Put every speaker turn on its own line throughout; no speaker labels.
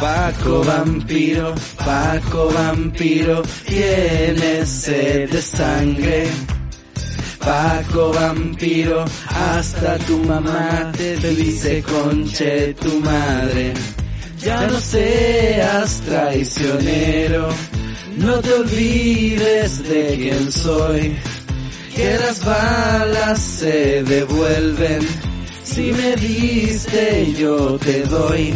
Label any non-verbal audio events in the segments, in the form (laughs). Paco vampiro, Paco vampiro, tiene sed de sangre. Paco vampiro, hasta tu mamá te dice conche tu madre. Ya no seas traicionero, no te olvides de quién soy. Que las balas se devuelven, si me diste yo te doy.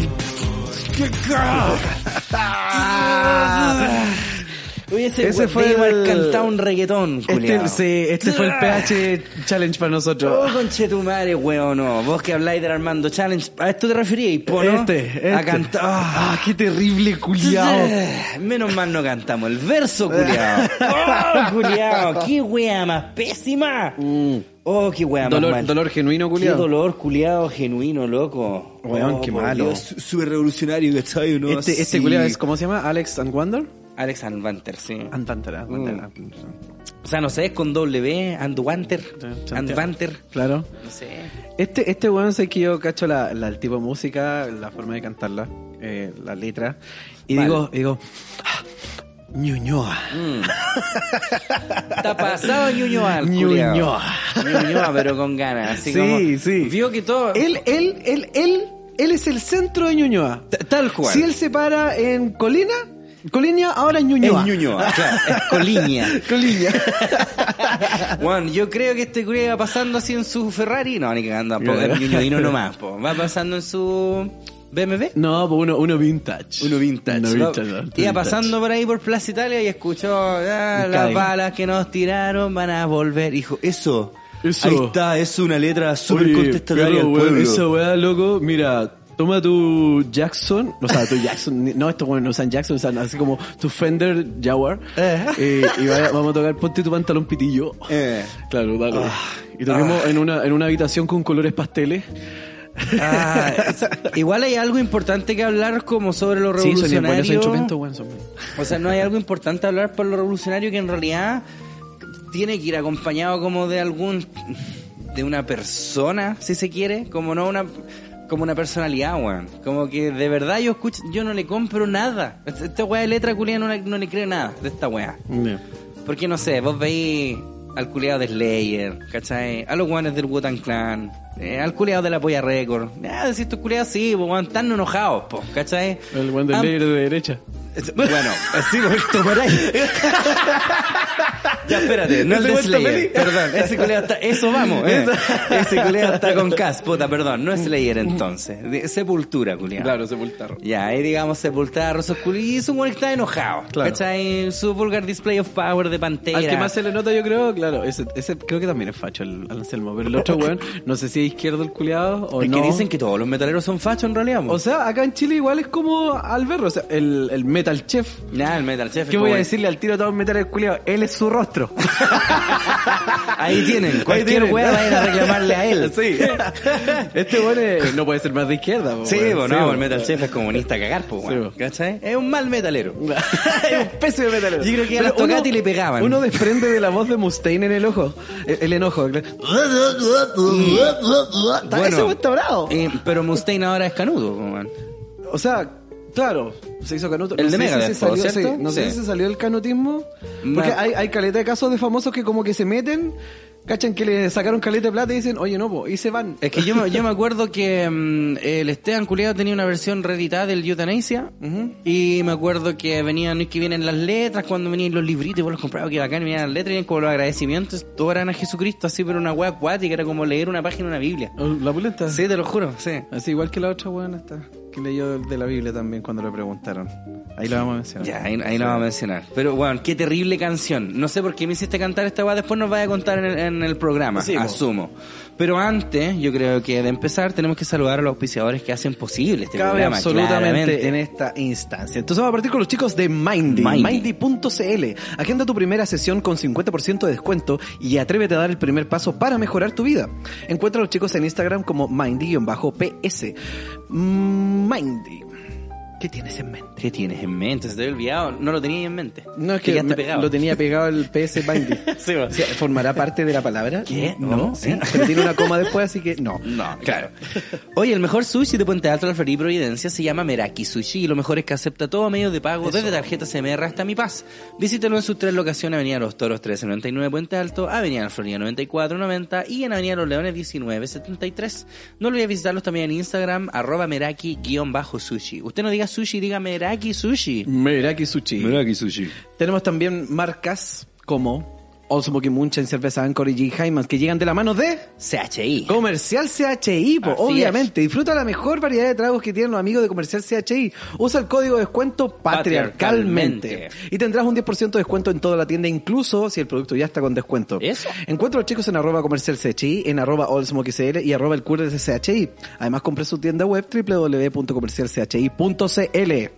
Oye, ese,
Ese
fue
fue
el...
el-
cantado un reggaetón, culiao.
Este, sí, este fue el PH Challenge para nosotros.
Oh, conchetumare, weón, no. Vos que habláis del Armando Challenge, ¿a esto te referíais, po, no?
Este, este.
A cantar... Ah.
Ah, qué terrible culiao.
Menos mal no cantamos el verso,
(laughs)
culiao. ¡Oh, culiao! ¡Qué wea más pésima! ¡Oh, qué wea más
Mm. Dolor,
mal!
dolor genuino,
¡Qué
culiao.
dolor, culiao, genuino, loco!
Weón,
Oh,
qué
por
malo.
Dios, su- Súper revolucionario, ¿cachai? ¿no?
Este, este
Sí.
culiao es, ¿cómo se llama? Alex and Wander.
Alex Anvanter, sí.
And Wander, ah, Wander, ah.
O sea, no sé, es con W, Andwanter,
Sí,
Andvanter,
Claro.
no sé.
Este, este weón sé que yo cacho la, la- el tipo de música, la forma de cantarla, eh, la letra. Y
Vale. Mm.
digo, digo, "Ah, Ñuñoa.
Está pasado Ñuñoa, el culiao.
Ñuñoa.
Ñuñoa, pero con ganas. Así
Sí,
como-
sí.
Vio que todo.
Él, él, él, él, él es el centro de Ñuñoa.
T- Tal cual.
Si él se para en Colina, Colina ahora es Ñuñoa.
Es Ñuñoa, claro. Es Coliña.
(laughs)
(laughs)
Colina.
Bueno, yo creo que este curia va pasando así en su Ferrari. No, ni cagando. Po, es
(laughs)
Ñuñoino nomás, po. Va pasando en su BMW.
no, pues uno, uno vintage.
Uno vintage.
Uno
¿no?
vintage. otro
Iba
vintage.
pasando por ahí por Plaza Italia y escuchó ah,
Cae.
las balas que nos tiraron van a volver. Dijo, eso.
Eso.
Ahí está, es una letra súper
Oye,
contestataria
pero,
al
weón,
pueblo.
Esa weá, loco, mira, toma tu Jackson, o sea, tu Jackson, ni- no, estos weones no usan Jackson, usan así como tu Fender Jaguar,
Eh.
eh, y vaya- vamos a tocar, ponte tu pantalón pitillo.
Eh.
Claro, dale. Ah, y toquemos en, una, en una habitación con colores pasteles.
Ah, es- igual hay algo importante que hablar como sobre lo
Sí, son bien
revolucionario.
buenos esos instrumentos, weón, son bien.
O sea, no hay algo importante hablar por lo revolucionario que en realidad tiene que ir acompañado como de algún de una persona, si se quiere, como no una como una personalidad, weón. Como que de verdad yo escucho, yo no le compro nada. Esta esta weá de letra culia no, le- no le creo nada de esta weá. Porque no sé, vos veis al culiado de Slayer, ¿cachai? A los guanes del Wutan Clan, eh, al culiado de la Polla Record. Ah, decís estos culiados sí, po, weón, están enojados, po, ¿cachai?
El weón del
Han-
negro de derecha.
es- Bueno, así (laughs) lo he visto por ahí. Ya espérate, no el
¿Te
de
gusta Feli?
Slayer, perdón, ese culiado está, eso vamos, eh. ese culiado está con Cas, puta, perdón, no es Slayer entonces, de- Sepultura, culiado.
sepultaron.
Ya, ahí digamos sepultar Rosa Oscura y es un güey que está enojado.
Claro.
¿Cachai? Su vulgar display of power de pantera.
Al que más se le nota, yo creo, claro, ese, ese creo que también es facho, el Anselmo, pero el otro (laughs) weón, no sé si es izquierdo el culiado o
Es
no.
que dicen que todos los metaleros son fachos en realidad.
O sea, acá en Chile igual es como Alberro, o sea, el, el Metal Chef.
Nada, el metal chef. es
¿Qué voy
como-
a decirle al tiro a todos metales culiados? Él es su rostro.
Ahí tienen. Cualquier
tienen.
weá va a ir a reclamarle a él.
(laughs) (laughs) Sí. Este bueno es- no puede ser más de izquierda. po,
Sí,
weón.
bueno, no,
po.
el metal chef es comunista a cagar, pues,
Sí,
weón.
po.
¿Cachai? Es un mal metalero.
(laughs)
(laughs)
es un pésimo metalero.
Yo creo que a
Pero
los Tocati
uno-
le pegaban.
Uno desprende de la voz de Mustaine en el ojo. eh, El, el enojo. Está- ese weón está bravo.
eh, pero Mustaine ahora es canudo, po, weón.
O sea, claro, se hizo canuto.
El de
sé si
Megadeth,
se salió-
¿no? ¿cierto?
sí, no sé
Sí.
si se salió el canutismo.
Ma-
Porque hay, hay caleta de casos de famosos que como que se meten, cachan que le sacaron caleta de plata y dicen, oye, no, po, y se van.
Es que yo, me- yo me acuerdo que mm, el Esteban Culeado tenía una versión reeditada del Euthanasia. Y me acuerdo que venían, no es que vienen las letras, cuando venían los libritos, vos los comprabas, que bacán, venían las letras, venían como los agradecimientos, todo eran a Jesucristo, así, pero una wea acuática, era como leer una página de una Biblia.
Oh, La pulenta.
Sí, te lo juro, sí.
Así igual que la otra buena está, que leyó de la Biblia también cuando le preguntaron. Ahí la vamos a mencionar.
Ya, ahí, ahí la vamos a mencionar. Pero, bueno, qué terrible canción. No sé por qué me hiciste cantar esta weá, después nos vaya a contar en el, en el programa,
Sí, po.
asumo. Pero antes, yo creo que de empezar tenemos que saludar a los auspiciadores que hacen posible este
Cabe
programa.
absolutamente
claramente.
en esta instancia. Entonces vamos a partir con los chicos de Mindy.
Mindy.
Mindy.cl. Agenda tu primera sesión con 50% de descuento y atrévete a dar el primer paso para mejorar tu vida. Encuentra a los chicos en Instagram como Mindy-PS. Mm, Mindy. ¿Qué tienes en mente?
¿Qué tienes en mente? Se te había olvidado. No lo tenías en mente.
No, es
Te
que
quedaste
me-
pegado.
lo tenía pegado el PS (laughs) Binding.
Sí, va.
O sea, ¿Formará parte de la palabra?
¿Qué?
No,
No,
sí.
¿eh?
Pero tiene una coma después, así que no.
No, claro. (laughs) Oye, el mejor sushi de Puente Alto, Alfarí y Providencia se llama Meraki Sushi y lo mejor es que acepta todo medio de pago, desde tarjeta CMR hasta Mi Paz. Visítelo en sus tres locaciones, Avenida Los Toros 1399 Puente Alto, Avenida La Florida 9490 y en Avenida Los Leones 1973. No olvides visitarlos también en Instagram, arroba Meraki-sushi. Usted no diga sushi, diga Meraki Sushi.
Meraki Sushi.
Sushi.
Tenemos también marcas como Osmoki Munchen, Cerveza Anchor y G. Hyman que llegan de la mano de
CHI.
Comercial CHI, po,
Así
obviamente. Disfruta la mejor variedad de tragos que tienen los amigos de Comercial CHI. Usa el código de descuento patriarcalmente.
Patriarcalmente.
Y tendrás un 10% de descuento en toda la tienda, incluso si el producto ya está con descuento.
Eso.
Encuentra a los chicos en arroba comercial CHI, en arroba allsmokeycl y arroba el cura de CHI. Además, compra su tienda web www.comercialchi.cl.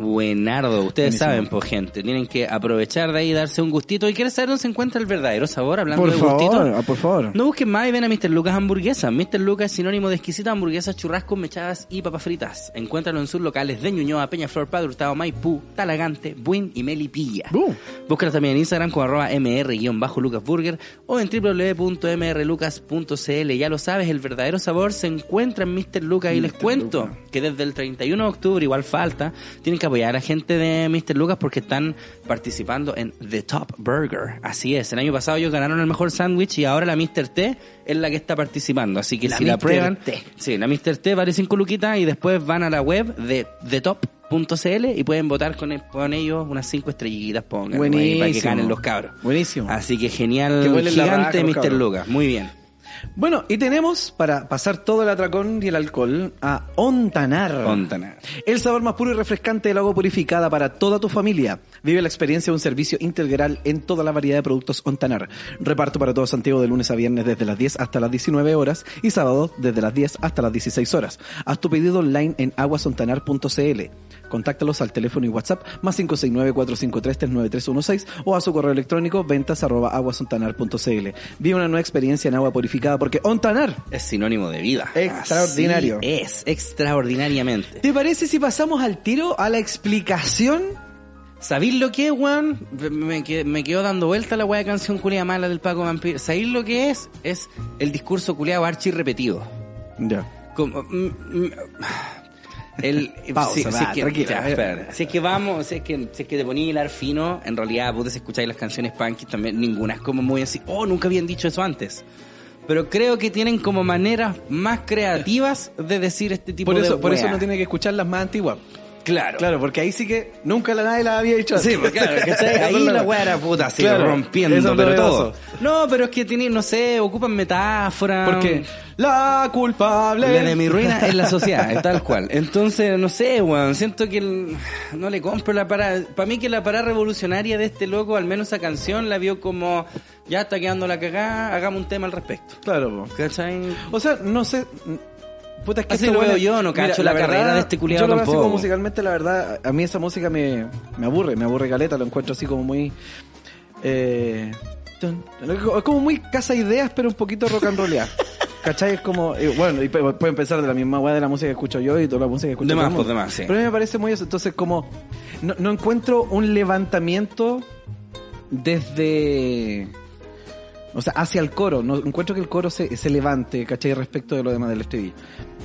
Buenardo, ustedes
Buenísimo.
saben, pues gente, tienen que aprovechar de ahí, darse un gustito. ¿Y quieres saber dónde se encuentra el verdadero sabor? Hablando
Por
de
favor,
gustito.
ah, por favor.
No busquen más y ven a Mr. Lucas Hamburguesas. Mr. Lucas es sinónimo de exquisitas hamburguesas, churrascos, mechadas y papas fritas. Encuéntralo en sus locales de Ñuñoa, Peñaflor, Padre Hurtado, Maipú, Talagante, Buin y Melipilla.
Bu.
Búscalo también en Instagram con arroba mr-lucasburger o en www.mrlucas.cl. Ya lo sabes, el verdadero sabor se encuentra en Mr. Lucas y les cuento que desde el 31 de octubre, igual falta, tienen que apoyar a la gente de Mr. Lucas porque están participando en The Top Burger. Así es, el año pasado ellos ganaron el mejor sándwich y ahora la Mr. T es la que está participando. Así que
La
si la
Mr.
prueban,
T.
Sí, la Mr. T vale 5 luquitas y después van a la web de TheTop.cl y pueden votar con, el- con ellos unas 5 estrellitas, pongan. ahí, Para que
Buenísimo.
ganen los cabros.
Buenísimo.
Así que genial,
Que huelen la
gigante
raja los
Mr.
cabros.
Lucas. Muy bien.
Bueno, y tenemos para pasar todo el atracón y el alcohol a Ontanar.
Contanar.
El sabor más puro y refrescante del agua purificada para toda tu familia. Vive la experiencia de un servicio integral en toda la variedad de productos Ontanar. Reparto para todo Santiago de lunes a viernes desde las 10 hasta las 19 horas y sábado desde las 10 hasta las 16 horas. Haz tu pedido online en aguasontanar.cl. Contáctalos al teléfono y WhatsApp más 569-453-39316 o a su correo electrónico ventas arroba aguasontanar.cl. Vive una nueva experiencia en agua purificada porque Ontanar
Es sinónimo de vida.
Extraordinario.
Así es, extraordinariamente.
¿Te parece si pasamos al tiro a la explicación?
¿Sabéis lo que es, Juan? Me, que- me quedó dando vuelta la wea canción culia mala del Paco Vampiro. ¿Sabéis lo que es? Es el discurso culiado archi repetido.
Ya.
Como, mm, mm, el,
(laughs) Pausa,
si,
va,
si es que,
tranquilo,
ya,
a ver.
espérate. Si es que vamos, si es que, si es que te poní hilar fino, en realidad, puta, si escucháis las canciones punk también, ninguna es como muy así, oh, nunca habían dicho eso antes. Pero creo que tienen como maneras más creativas de decir este tipo
Por
de
eso, por eso
weá.
no tiene que escuchar las más antiguas.
Claro.
Claro, porque ahí sí que nunca la nadie la había dicho.
(laughs) Sí, pues,
(laughs)
claro, ¿cachai? Ahí la weá era puta, así
Claro, eso
rompiendo,
es
pero
novedoso.
todo. No, pero es que tienen, no sé, ocupan metáforas.
Porque la culpable
La de mi Um, ruina es la sociedad, es tal cual. Entonces, no sé, weón, siento que el- no le compro la parada. Para mí que la parada revolucionaria de este loco, al menos esa canción, la vio como, ya está quedando la cagada, hagamos un tema al respecto.
(laughs) Claro, po.
¿Cachai?
o sea, no sé. Puta, es que
Así
este
lo veo
weón-
yo, no cacho la
verdad,
carrera de este culiao
Yo lo veo así
tampoco.
como musicalmente, la verdad, a mí esa música me, me aburre, me aburre caleta, lo encuentro así como muy. Eh, tun, tun, es como muy casa ideas, pero un poquito rock
(laughs)
and rollear. ¿Cachai? Es como. eh, bueno, y pe- pueden pensar de la misma weá de la música que escucho yo y toda la música que escucho
De
todo
más,
el mundo.
pues, de más, sí.
Pero a mí me parece muy eso. Entonces, como. No, no encuentro un levantamiento desde. O sea, hacia el coro. No encuentro que el coro se, se levante, ¿cachai? Respecto de lo demás del estribillo.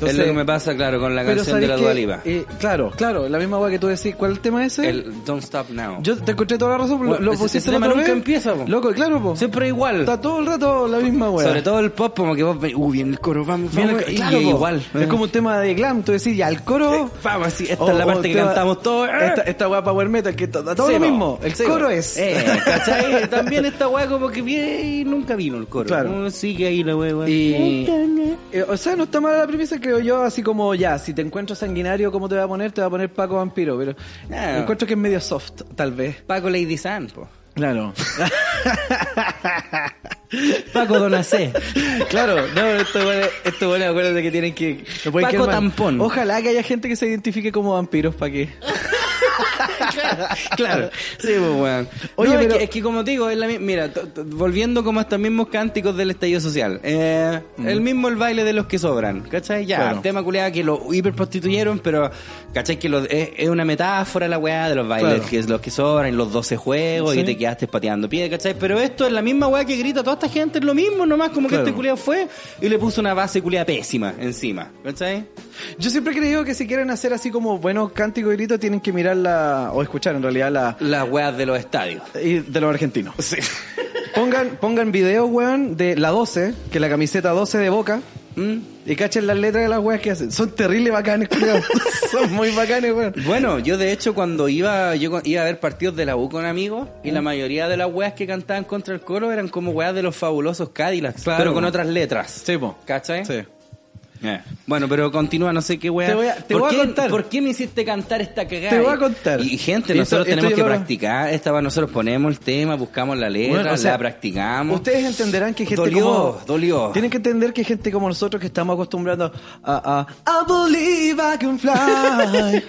es lo que me pasa, claro, con la
pero
canción de la
¿sabéis
Dua
qué?
Lipa.
Eh, claro, claro, la misma hueá que tú decís. ¿Cuál es el tema ese?
El Don't Stop Now.
Yo te encontré toda la razón, lo,
Bueno,
lo
ese-
pusiste
ese
la
tema
otra
nunca
vez.
empieza, po.
Loco, claro, po.
Siempre igual.
Está todo el rato la misma hueá.
Sobre todo el pop, como que vos veis, uh, bien el coro, vamos,
Viene-
vamos. y-
claro,
y
po.
igual. Eh,
Es como un tema de glam, tú decís, ya, el coro...
Vamos, así, esta
O-
es la
o
parte que
tema-
cantamos todos. ¡eh!
Oh, Esta, esta hueá power metal, que to- todo
Sí,
lo
po.
mismo. El
Sí,
coro
po.
es...
Eh, ¿cachai? También esta weá como que bien y nunca vino el coro.
Claro.
No, sigue ahí la weá. weá.
Y, (laughs) eh, o sea, no está mala la premisa, creo yo, así como ya, si te encuentro sanguinario, ¿cómo te va a poner? Te va a poner Paco Vampiro, pero
Ah.
encuentro que es medio soft, tal vez.
Paco Lady San, po.
Claro.
Paco (laughs) Donacé.
claro, no, esto bueno, esto bueno, acuérdate que tienen que... no pueden
Paco
quedar mal.
Tampón.
Ojalá que haya gente que se identifique como vampiros, ¿para qué?
claro, (laughs) claro. Sí, pues, weón.
Oye,
No, es,
pero-
que, es que como te digo, es la mi- Mira, to- to- volviendo como a estos mismos cánticos del estallido social. Eh, El mismo el baile de los que sobran, ¿cachai? Ya,
Mm. Claro.
tema culeado que lo hiperprostituyeron, pero, ¿cachai? Que lo- es, es una metáfora la weá de los bailes
Claro.
que es los que sobran, y los 12 juegos,
Sí.
y te quedaste pateando pie, ¿cachai? Pero esto es la misma weá que grita toda esta gente, es lo mismo, nomás como
Claro.
que este culeado fue y le puso una base culeada pésima encima, ¿cachai?
Yo siempre he creído que si quieren hacer así como buenos cánticos y gritos, tienen que mirar la, o escuchar en realidad la
Las weas de los estadios.
y de los argentinos. Pongan, pongan videos, weón, de la 12, que es la camiseta 12 de Boca,
Mm.
y cachen las letras de las weas que hacen. Son terribles bacanes, culiao. (laughs) Son muy bacanes, weón.
Bueno, yo de hecho cuando iba yo cu- iba a ver partidos de la U con amigos y
Mm.
la mayoría de las weas que cantaban contra el coro eran como weas de los fabulosos Cadillacs,
Claro.
pero con otras letras.
Sí, po.
¿Cachai?
Sí.
Eh. Bueno, pero continúa, no sé qué wea.
Te voy a- te
¿Por,
voy a
qué,
contar.
¿Por qué me hiciste cantar esta cagada?
Te voy a contar.
Y gente,
Y esto-
nosotros
esto
tenemos
yo
que
lo-
practicar. Esta va, nosotros ponemos el tema, buscamos la letra,
Bueno, o sea,
la practicamos.
Ustedes entenderán que gente
Dolió,
como...
dolió.
Tienen que entender que gente como nosotros que estamos acostumbrando a... a I believe I
(laughs)
can fly.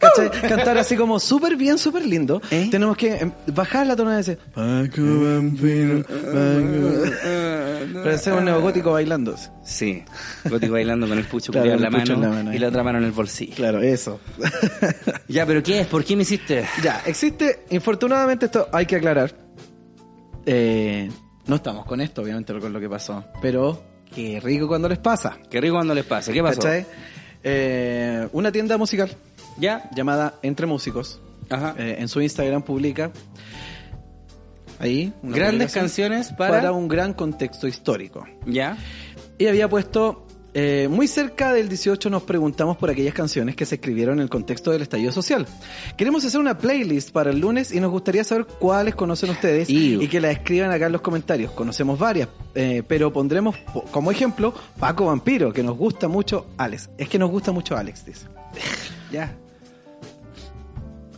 ¿Cachai? Cantar así como súper bien, súper lindo.
¿Eh? Ah,
Tenemos que em, bajar la tonalidad y decir... Paco Bambino, Paco- Pero hacer un neogótico bailando.
Sí, Gótico bailando con el pucho
(laughs) Claro,
culiao en
el
la
pucho
mano,
en la mano,
y
ahí.
la otra mano en el bolsillo.
Claro,
(laughs)
eso.
Ya, pero ¿qué es? ¿Por qué me hiciste?
ya, existe... Infortunadamente esto hay que aclarar. Eh, no estamos con esto, obviamente, con lo que pasó. Pero qué rico cuando les pasa.
Qué rico cuando les pase. ¿Qué pasó?
¿Cachai? Eh, una tienda musical
Ya.
llamada Entre Músicos.
Ajá.
eh, en su Instagram publica ahí una
Grandes
publicación
canciones para.
para... un gran contexto histórico.
Ya.
Y había puesto eh, muy cerca del 18 nos preguntamos por aquellas canciones que se escribieron en el contexto del estallido social. Queremos hacer una playlist para el lunes y nos gustaría saber cuáles conocen ustedes
Iu.
y que la escriban acá en los comentarios. Conocemos varias, eh, pero pondremos po- como ejemplo Paco Vampiro, que nos gusta mucho Alex. Es que nos gusta mucho Alex, dice. (laughs)
Ya.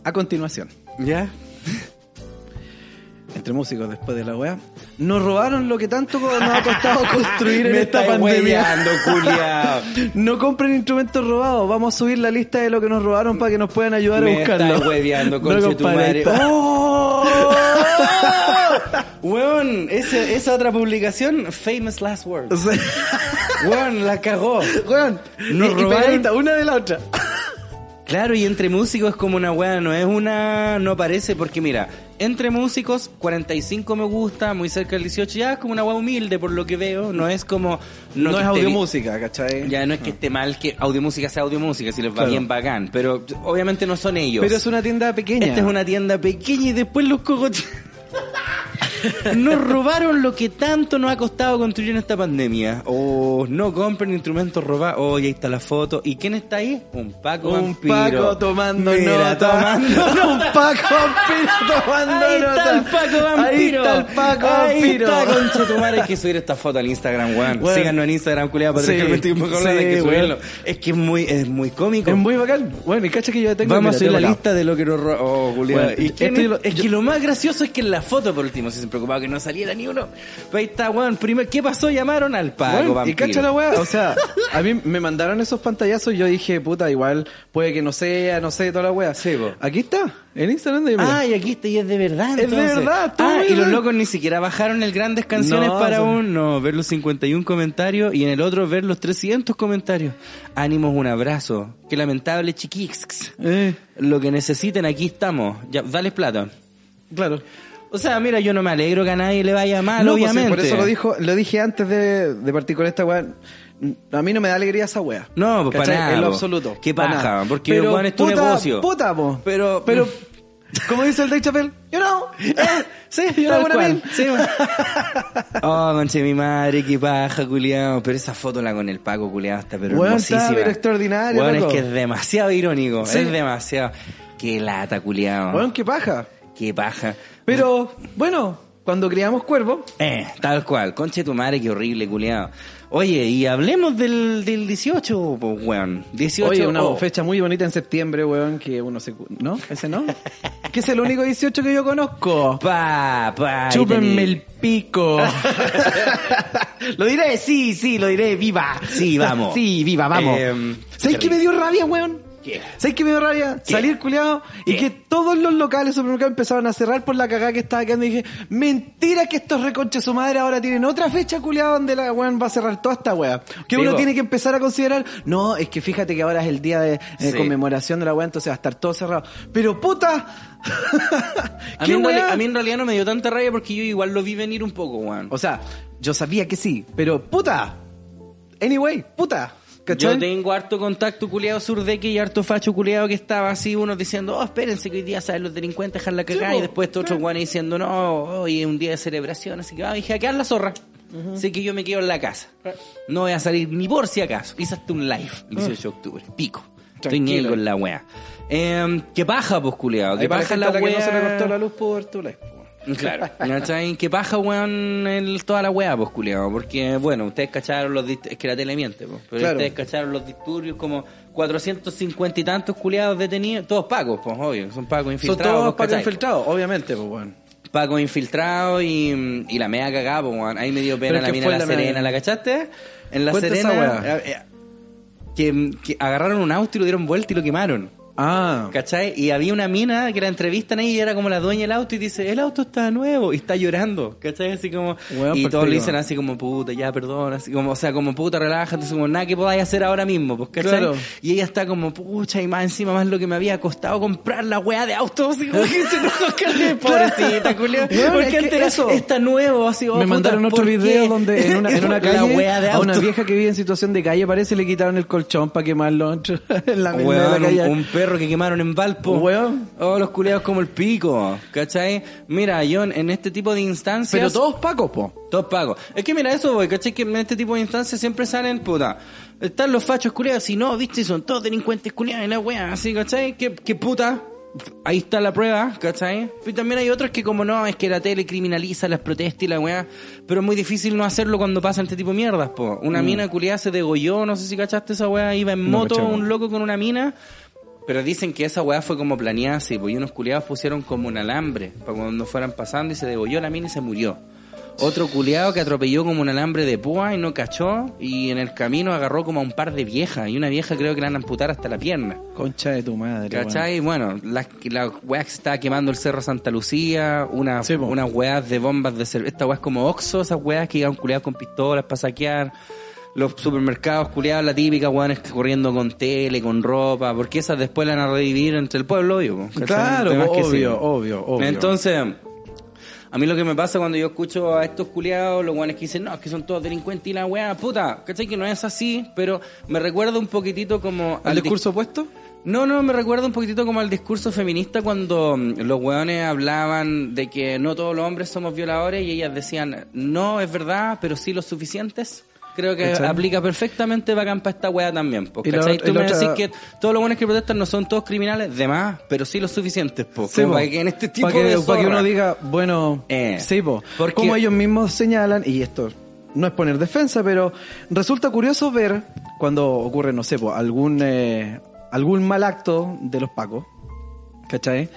A continuación,
Ya.
entre músicos después de la weá, nos robaron lo que tanto nos ha costado
(laughs)
construir en
Me
esta
estáis
pandemia.
hueveando, culiao.
No compren instrumentos robados. Vamos a subir la lista de lo que nos robaron (laughs) para que nos puedan ayudar a
Me
buscarlo.
estáis hueveando,
(laughs) No,
conche tu
compadre,
madre. Oh.
está-
Weón, ese- esa otra publicación, Famous Last Words.
(laughs) Sí.
Weón, la cagó.
(laughs) Weón,
Nos
y- y
robaron-
pegadita, una de la otra.
Claro, y entre músicos es como una weá, no es una. No parece, porque mira, entre músicos, 45 me gusta, muy cerca del 18, ya es como una weá humilde por lo que veo, no es como.
No,
que
es
esté
audio
bi-
música, ¿cachai?
Ya no es que esté mal que audiomúsica sea audiomúsica, si les va
Claro.
bien bacán, pero obviamente no son ellos.
Pero es una tienda pequeña.
Esta Este es una tienda pequeña y después los cogotes. (laughs) Nos robaron lo que tanto nos ha costado construir en esta pandemia. O no compren instrumentos robados. Oye, ahí está la foto. ¿Y quién está ahí? Un Paco
Un
vampiro.
Paco tomando
Mira,
nota.
tomando-
(laughs) un Paco vampiro tomando
Ahí
nota.
está el Paco Vampiro.
Ahí está el Paco
Ahí
vampiro.
está,
(laughs)
conchetumare. Hay que subir esta foto al Instagram, weón.
Weón.
Síganos en Instagram, culiado, para
Sí,
tener el tiempo con
sí,
la- hay que
weón.
subirlo. Es que es muy, es muy cómico.
Es muy bacán. Bueno, y cacha que yo ya tengo.
Vamos
mira,
a subir
tengo
la
acá.
lista de lo que nos roba. Oh, culiao.
Bueno,
¿Y quién
esto
es?
yo lo-
Es que lo más gracioso es que en la foto, por último, si se preocupaba que no saliera ni uno. Pero ahí está, weón. Primero, ¿qué pasó? Llamaron al Paco
Bueno, y
Vampiro.
cacha la weá, o sea, a mí me mandaron esos pantallazos y yo dije, puta, igual puede que no sea, no sé, toda la weá.
Sí, po.
Aquí está, en Instagram de
Ah, y aquí está, y es de verdad.
Es de
entonces.
verdad, tú,
Ah, y
weón.
los locos ni siquiera bajaron el Grandes Canciones
No,
para
son-
un. No, ver los 51 comentarios y en el otro ver los 300 comentarios. Ánimos, un abrazo. Qué lamentable, chiquix.
Eh,
Lo que necesiten, aquí estamos. Ya, dales plata.
claro.
O sea, mira, yo no me alegro que a nadie le vaya mal,
No, pues,
Ah, obviamente.
por eso lo dijo, lo dije antes de, de partir con esta weá. A mí no me da alegría esa weá.
No, pues, para
¿Cachai?
nada,
En lo
po.
absoluto.
Qué
para
paja,
nada.
porque, weón, es tu
puta,
negocio.
Puta, po.
Pero-
pero, como dice el Dave Chappelle, yo no. sí, yo
(laughs)
no,
Tal
bueno,
cual.
a mí.
Sí, bueno. (laughs) oh, conche mi madre, qué paja, culiao. Pero esa foto la con el Paco, culiao, está pero
Weón, está,
hermosísima.
pero extraordinario,
Weón,
loco.
es que es demasiado irónico.
Sí.
Es demasiado. Qué lata, culiao.
Weón, qué paja.
Qué paja.
Pero, bueno, cuando criamos cuervos,
Eh, tal cual. Conche tu madre, qué horrible, culiao. Oye, y hablemos del, del 18, pues, weón. 18.
Oye, una
oh.
fecha muy bonita en septiembre, weón, que uno se... cu- ¿No?
(laughs)
¿Ese no? que es el único 18 que yo conozco.
Pa, pa, ahí
Chúpenme
tení.
el pico.
Lo diré, sí, sí, lo diré, viva. Sí, vamos.
(laughs) Sí, viva, vamos.
Em,
¿Sabes qué me dio rabia, weón?
¿Qué?
¿Sabes qué me dio rabia?
¿Qué?
Salir culiado y
¿Qué?
que todos los locales supermercados empezaron a cerrar por la cagada que estaba quedando. Y dije, mentira que estos reconches su madre ahora tienen otra fecha culiado donde la weón va a cerrar toda esta weá. Que
Sí,
uno
po.
tiene que empezar a considerar, no, es que fíjate que ahora es el día de eh,
Sí.
conmemoración de la weá, entonces va a estar todo cerrado. Pero puta,
A
¿Qué
mí, en
weá?
reali- (laughs) a mí en realidad no me dio tanta rabia porque yo igual lo vi venir un poco, weón.
O sea, yo sabía que sí, pero puta. Anyway, puta. ¿Cachai?
Yo tengo harto contacto culiado surdeque y harto facho culiado que estaba así, unos diciendo, oh, espérense que hoy día salen los delincuentes, dejar la cagada,
po,
y después estos otros
claro.
guanes diciendo, no, hoy es un día de celebración, así que vamos a hackear la zorra. Así que yo me quedo en la casa.
Ah.
No voy a salir ni por si acaso. Hice hasta un live el 18 de octubre. Pico. Estoy en
Ah. Tranquilo.
con la wea. Eh, que paja, pues, culiado.
Ahí
Que
para
paja
gente
la
a la que
wea.
no se le cortó la luz por tu live. po.
Claro, (laughs) ¿cachai? Que paja, weón, el- toda la weá, pues, culiao. Porque, bueno, ustedes cacharon los... dist- Es que la tele miente, pues. Pero
Claro.
ustedes cacharon los disturbios como 450 y tantos culiados detenidos. Todos pagos, pues, obvio. Son pagos
Son
infiltrados.
todos
pues,
para
¿cachai?
infiltrados, obviamente, pues bueno.
Pagos infiltrados y, y la media cagada, pues, weón. Ahí me dio
Pero
pena
es
la
que
mina
fue
de La
la media-
Serena, ¿la cachaste? En La
Cuenta esa
Serena...
weá.
eh, eh, Que, que agarraron un auto y lo dieron vuelta y lo quemaron.
Ah,
¿Cachai? Y había una mina que la entrevistan ahí y era como la dueña del auto y dice, el auto está nuevo y está llorando, ¿cachai? Así como...
Weón,
y
por
todos le
pico.
dicen así como, puta, ya, perdón, así como, o sea, como puta, relájate, así como nada que podáis hacer ahora mismo, pues, ¿cachai?
Claro.
Y ella está como, pucha, y más encima más lo que me había costado comprar la wea de auto, así como (laughs) que se enojó,
(laughs)
¿cachai? pobrecita, culio.
Weón, es
porque
que
antes era,
eso.
está nuevo, así, oh,
me
puta,
mandaron otro
¿por qué?
video donde en una, en una calle
(laughs) la wea de
a una
auto.
vieja que vive en situación de calle parece le quitaron el colchón para quemarlo entre- (laughs) en la misma de la
Weón, un-
calle.
un, perro que quemaron en Valpo.
Weón.
Oh, los culeados como el pico. ¿Cachai? Mira, yo en- en este tipo de instancias.
Pero todos pacos, po.
Todos pagos. Es que mira, eso voy, ¿cachai? Que en este tipo de instancias siempre salen, puta. Están los fachos culiados, si no, viste, son todos delincuentes culiados y la wea, así, ¿cachai? Que, que puta. Ahí está la prueba, ¿cachai? Y también hay otros que como no, es que la tele criminaliza las protestas y la weá, pero es muy difícil no hacerlo cuando pasan este tipo de mierdas, po. Una mina culiada se degolló, no sé si cachaste esa weá, iba en
No,
moto,
caché, weón.
un loco con una mina, pero dicen que esa weá fue como planeada así, pues, y unos culiados pusieron como un alambre para cuando fueran pasando y se degolló la mina y se murió. Otro culiado que atropelló como un alambre de púa y no cachó y en el camino agarró como a un par de viejas y una vieja creo que la han amputar hasta la pierna.
Concha de tu madre.
¿Cachai? Bueno, la, la weá que se estaba quemando el Cerro Santa Lucía, una,
Sí, po.
unas weas de bombas de cerveza. Esta weá es como Oxxo, esas weas que iban culiados con pistolas para saquear. Los supermercados culiados, la típica weones que corriendo con tele, con ropa, porque esas después la van a revivir entre el pueblo, obvio. po, ¿cachai?
Claro,
Temas que sí.
obvio, obvio, obvio.
Entonces, a mí lo que me pasa cuando yo escucho a estos culiados, los guanes que dicen, no, es que son todos delincuentes y la weá, puta, ¿cachai? Que no es así, pero me recuerda un poquitito como
¿Al
al dis-
discurso opuesto?
no, no, me recuerda un poquitito como al discurso feminista cuando mm, los hueones hablaban de que no todos los hombres somos violadores y ellas decían, no, es verdad, pero sí los suficientes. Creo que
¿Cachai?
aplica perfectamente bacán para esta hueá también, po,
Y la
¿cachai?
otra-
Tú
y la
me
otra-
decís que todos los hueones que protestan no son todos criminales, de más, pero sí los suficientes, po,
Sí,
como
po.
para que en este tipo
Para que-
de
para que
zorra-
uno diga, bueno,
Eh,
sí, po.
porque-
como ellos mismos señalan, y esto no es poner defensa, pero resulta curioso ver cuando ocurre, no sé, po, algún, eh, algún mal acto de los pacos, ¿cachai?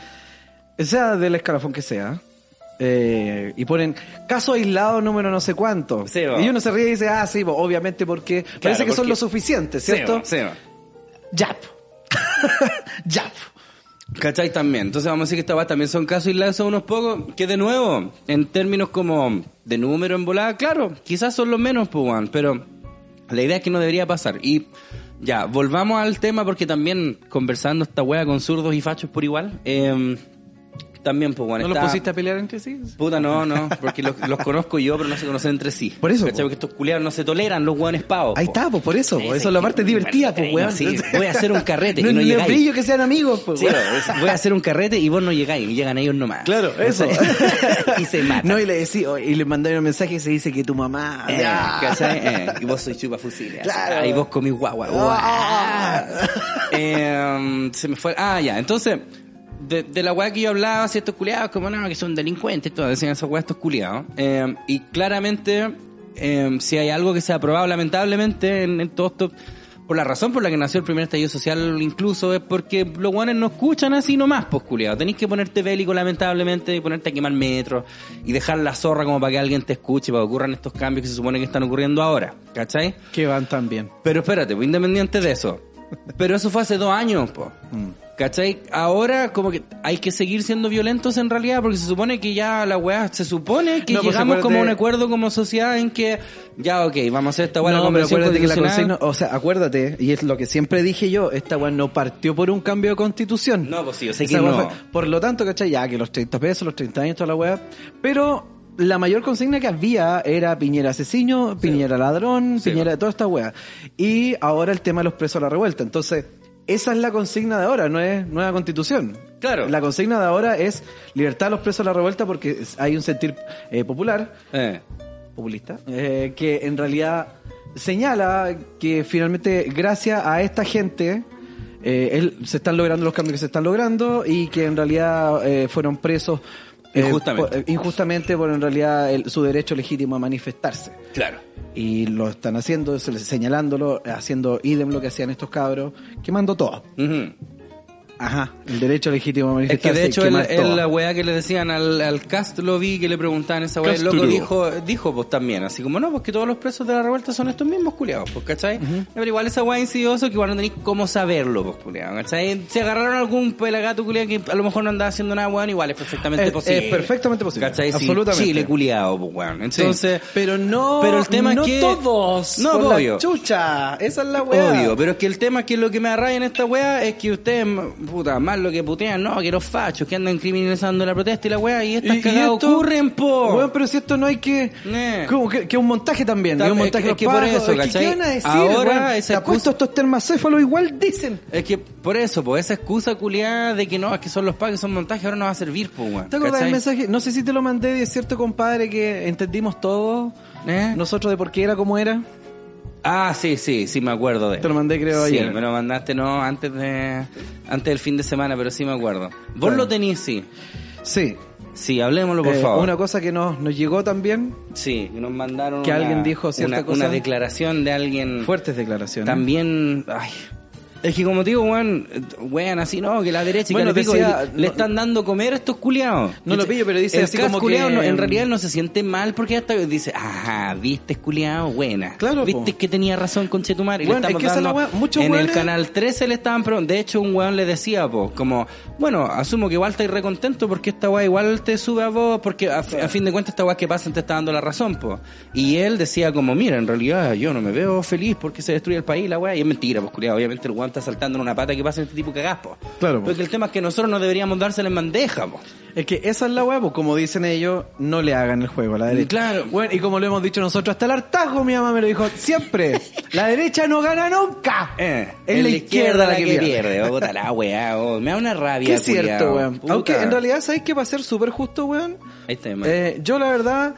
Sea del escalafón que sea. eh, y ponen caso aislado número no sé cuánto.
Sí, po.
y uno se ríe y dice, ah, sí, po, obviamente porque parece que son
porque-
lo suficiente,
Sí,
¿cierto?
po, sí, po.
Yap. (laughs) Yap.
¿Cachai? También. Entonces vamos a decir que esta weá también son casos aislados, son unos pocos, que de nuevo, en términos como de número en volada, claro, quizás son los menos, pues, weón, pero la idea es que no debería pasar. Y ya, volvamos al tema porque también conversando esta weá con zurdos y fachos por igual, eh, también, pues, weón,
¿No los
está-
pusiste a pelear entre sí?
Puta, no, no, porque los, los conozco yo, pero no se conocen entre sí.
Por eso,
¿Cachai?
po.
Porque estos culiados no se toleran, los weones pavos.
Ahí
po.
está, pues por eso, po. eso es la parte divertida, pues weón.
Sí, voy a hacer un carrete y
No,
no
no es
llegáis.
brillo que sean amigos, pues.
Sí,
(laughs)
es- voy a hacer un carrete y vos no llegáis, y llegan ellos nomás. Entonces, (laughs) y se matan.
(laughs) No, y le decí, o- y le mandaron un mensaje y se dice que tu mamá.
Eh,
Ah.
¿cachai? Eh, y vos soy chupa fusiles.
Claro.
Y vos comís guagua.
Ah.
Eh, se me fue. Ah, ya. Entonces, de, de la weá que yo hablaba, si estos culiados, como no, que son delincuentes, todos decían esos weá, estos culiados. Eh, y claramente, eh, si hay algo que se ha probado lamentablemente en, en todo esto, por la razón por la que nació el primer estallido social, incluso, es porque los guanes no escuchan así nomás, pues culiados. Tenés que ponerte bélico, lamentablemente, y ponerte a quemar metros, y dejar la zorra como para que alguien te escuche, para que ocurran estos cambios que se supone que están ocurriendo ahora, ¿cachai?
Que van tan bien.
Pero espérate, pues, independiente de eso, Pero eso fue hace dos años, po.
Mm.
¿Cachai? Ahora como que hay que seguir siendo violentos en realidad porque se supone que ya la weá, se supone que
No, pues
llegamos como a un
acuérdate-
acuerdo como sociedad en que ya, ok, vamos a hacer esta weá la
no, pero
convención
acuérdate que la
constitucional.
consigna- o sea, acuérdate, y es lo que siempre dije yo, esta weá no partió por un cambio de constitución.
No, pues sí, yo sé
Esa
que
weá
no.
por lo tanto, ¿cachai? Ya, que los 30 pesos, los 30 años, toda la weá. Pero la mayor consigna que había era Piñera asesino, Piñera ladrón,
Sí.
Piñera toda esta weá. Y ahora el tema de los presos a la revuelta. Entonces, esa es la consigna de ahora, no es nueva constitución.
Claro.
La consigna de ahora es libertad a los presos a la revuelta porque es- hay un sentir eh, popular
Eh.
populista, eh, que en realidad señala que finalmente gracias a esta gente eh, él- se están logrando los cambios que se están logrando y que en realidad eh, fueron presos eh,
Injustamente.
por- eh, injustamente por en realidad el- su derecho legítimo a manifestarse.
Claro.
Y lo están haciendo, se les- señalándolo, haciendo idem lo que hacían estos cabros, quemando todo.
Ujú.
Ajá, el derecho legítimo a
Es que
manifestarse.
de hecho el,
quemar
el-
todo.
la weá que le decían al, al cast lo vi que le preguntaban esa weá, el loco
Castro.
dijo, dijo pues también, así como no, pues que todos los presos de la revuelta son estos mismos culiados, pues cachai. Pero igual esa weá es insidioso que igual no tenéis cómo saberlo, pues culiado, ¿cachai? Si agarraron algún pelagato culiado que a lo mejor no andaba haciendo nada weón, igual es perfectamente
Es- es
posible.
perfectamente posible,
¿Cachai? Sí,
absolutamente.
Chile culiado, pues weón.
Sí.
Entonces,
pero no,
pero el tema
no
es que-
todos.
No, pues,
por la
obvio.
chucha, esa es la weá.
Obvio, pero es que el tema es que lo que me arraya en esta weá es que ustedes, m- puta, más lo que putean, no, que los fachos que andan criminalizando la protesta y la weá, y estas cagadas
esto-
ocurren, po.
Weón, pero si esto no hay que.
Ne.
como que, que un montaje también.
Ta-
que un
es-
montaje
es que por
opaco,
eso,
es que
¿cachai?
¿Qué van a decir?
Ahora
weón?
esa
Te apuesto estos termacéfalos igual dicen.
Es que por eso, pues esa excusa culiada de que no, es que son los pagos, son montajes, ahora no va a servir, pues, weón.
¿Te acuerdas
¿cachai?
del mensaje? No sé si te lo mandé de cierto compadre que entendimos todo.
¿Eh?
Nosotros de por qué era como era.
Ah, sí, sí, sí, me acuerdo de él.
Te lo mandé, creo,
Sí,
ayer.
me lo mandaste, no, antes de antes del fin de semana, pero sí me acuerdo. Vos
Claro.
lo tenís, sí.
Sí.
Sí, hablemoslo, por
Eh,
favor.
Una cosa que nos, nos llegó también.
Sí, nos mandaron
Que
una-
alguien dijo cierta
una,
cosa.
una declaración de alguien
Fuertes declaraciones.
también... Ay, es que como te digo, weón, eh, weón, así no, que la derecha y
Bueno,
que la pico,
decía-
y le, le
no-
están dando comer a estos culiados.
No lo pillo, pero dice
el
así
Cas
como
culiao
que- em,
no- en realidad él no se siente mal porque hasta dice, ajá, viste culiado, buena.
Claro,
Viste
po.
que tenía razón con Chetumar.
Weón, es que esa es la weá, muchos
en el
weones-
canal 13 le estaban preguntando, de hecho un weón le decía, po, como, bueno, asumo que igual estáis recontento porque esta weá igual te sube a vos, porque a, a fin de cuentas esta weá que pasa te está dando la razón, po. Y él decía como, mira, en realidad yo no me veo feliz porque se destruye el país, la weá, y es mentira, pues culiado, obviamente el weón está saltando en una pata que pasa este tipo de cagás, po.
Claro, po.
Porque el tema es que nosotros no deberíamos dársela en bandeja, po.
Es que esa es la hueá, pues como dicen ellos, no le hagan el juego a la derecha.
Claro.
Bueno, y como lo hemos dicho nosotros, hasta el hartazgo mi mamá me lo dijo (laughs) siempre. la derecha no gana nunca.
Eh,
es la, izquierda, la que, pierde.
Oh, puta la weá, oh, me da una rabia.
(laughs) Que es cierto,
culiao.
weón.
Puta.
Aunque en realidad, ¿sabéis que va a ser súper justo, weón?
Ahí está, man.
Eh, yo la verdad,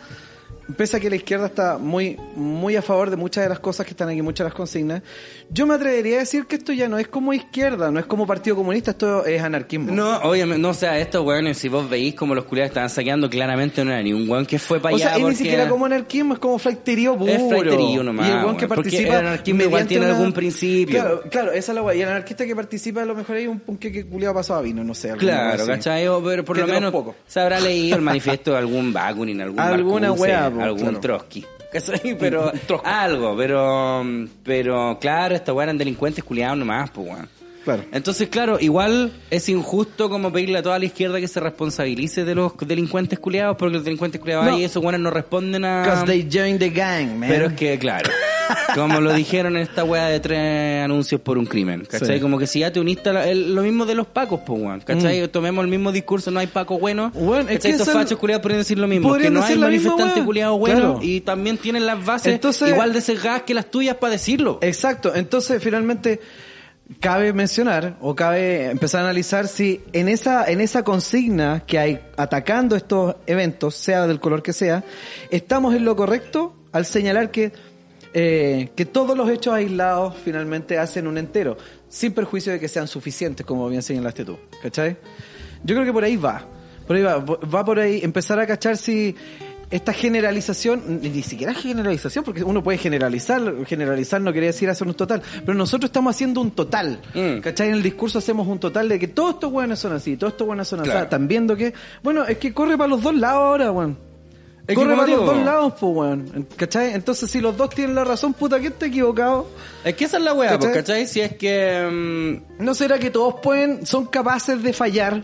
pese a que la izquierda está muy, muy a favor de muchas de las cosas que están aquí, muchas de las consignas, yo me atrevería a decir que esto ya no es como izquierda, no es como Partido Comunista, esto es anarquismo.
No, obviamente, no, o sea, estos weones, si vos veis como los culiados estaban saqueando, claramente no era ni un weón que fue para
O
allá.
sea, es
porque
ni siquiera como anarquismo, es como flaiterío puro.
Es flaiterío nomás,
Y el weón
weón,
que
porque
participa.
el anarquismo igual
mediante
tiene algún principio.
Claro, claro, esa es la weá. Y el anarquista que participa, a lo mejor hay un punque que culiado pasó a vino, no sé. alguna
Claro,
weá así.
¿cachai? O, Pero por
Que
lo
de los
menos
pocos.
se habrá leído el manifiesto de algún Bakunin, algún
Alguna
Marcuse,
wea, po,
algún
claro.
Trotsky. ¿Cachai? Pero algo, pero pero claro, estos weones eran delincuentes culiados nomás, pues weón.
Claro.
Entonces, claro, igual es injusto como pedirle a toda la izquierda que se responsabilice de los delincuentes culiados, porque los delincuentes culiados
No.
ahí, esos weones no responden a...
Because they joined the gang, man.
Pero es que, claro, como lo dijeron en esta weá de tres anuncios por un crimen, ¿cachai?
Sí.
Como que si ya te uniste a la- el- lo mismo de los pacos, pues, weón, ¿cachai? Tomemos el mismo discurso, no hay paco bueno,
Mm. Weón, es
¿cachai?
que
Estos
eso-
fachos culiados podrían decir lo mismo, que
podrían
no hay
decir la misma
manifestante
weá.
culiado bueno
Claro.
y también tienen las bases
Entonces- Eh,
igual de sesgadas que las tuyas para decirlo.
Exacto. Entonces, finalmente, cabe mencionar o cabe empezar a analizar si en esa, en esa consigna que hay atacando estos eventos, sea del color que sea, estamos en lo correcto al señalar que, eh, que todos los hechos aislados finalmente hacen un entero, sin perjuicio de que sean suficientes, como bien señalaste tú. ¿Cachai? Yo creo que por ahí va. Por ahí va, va por ahí empezar a cachar si esta generalización, ni siquiera generalización, porque uno puede generalizar, generalizar no quiere decir hacer un total, pero nosotros estamos haciendo un total,
Mm.
¿cachai? En el discurso hacemos un total de que todos estos buenos son así, todos estos buenos son así,
Claro.
están viendo que, bueno, es que corre para los dos lados ahora, weón. Es Corre para los
Equitativo.
dos lados, pues, weón. ¿Cachai? Entonces, si los dos tienen la razón, puta, ¿quién está equivocado?
Es que esa es la weá, pues,
¿Cachai?
¿cachai? Si es que. mm,
¿No será que todos pueden, son capaces de fallar?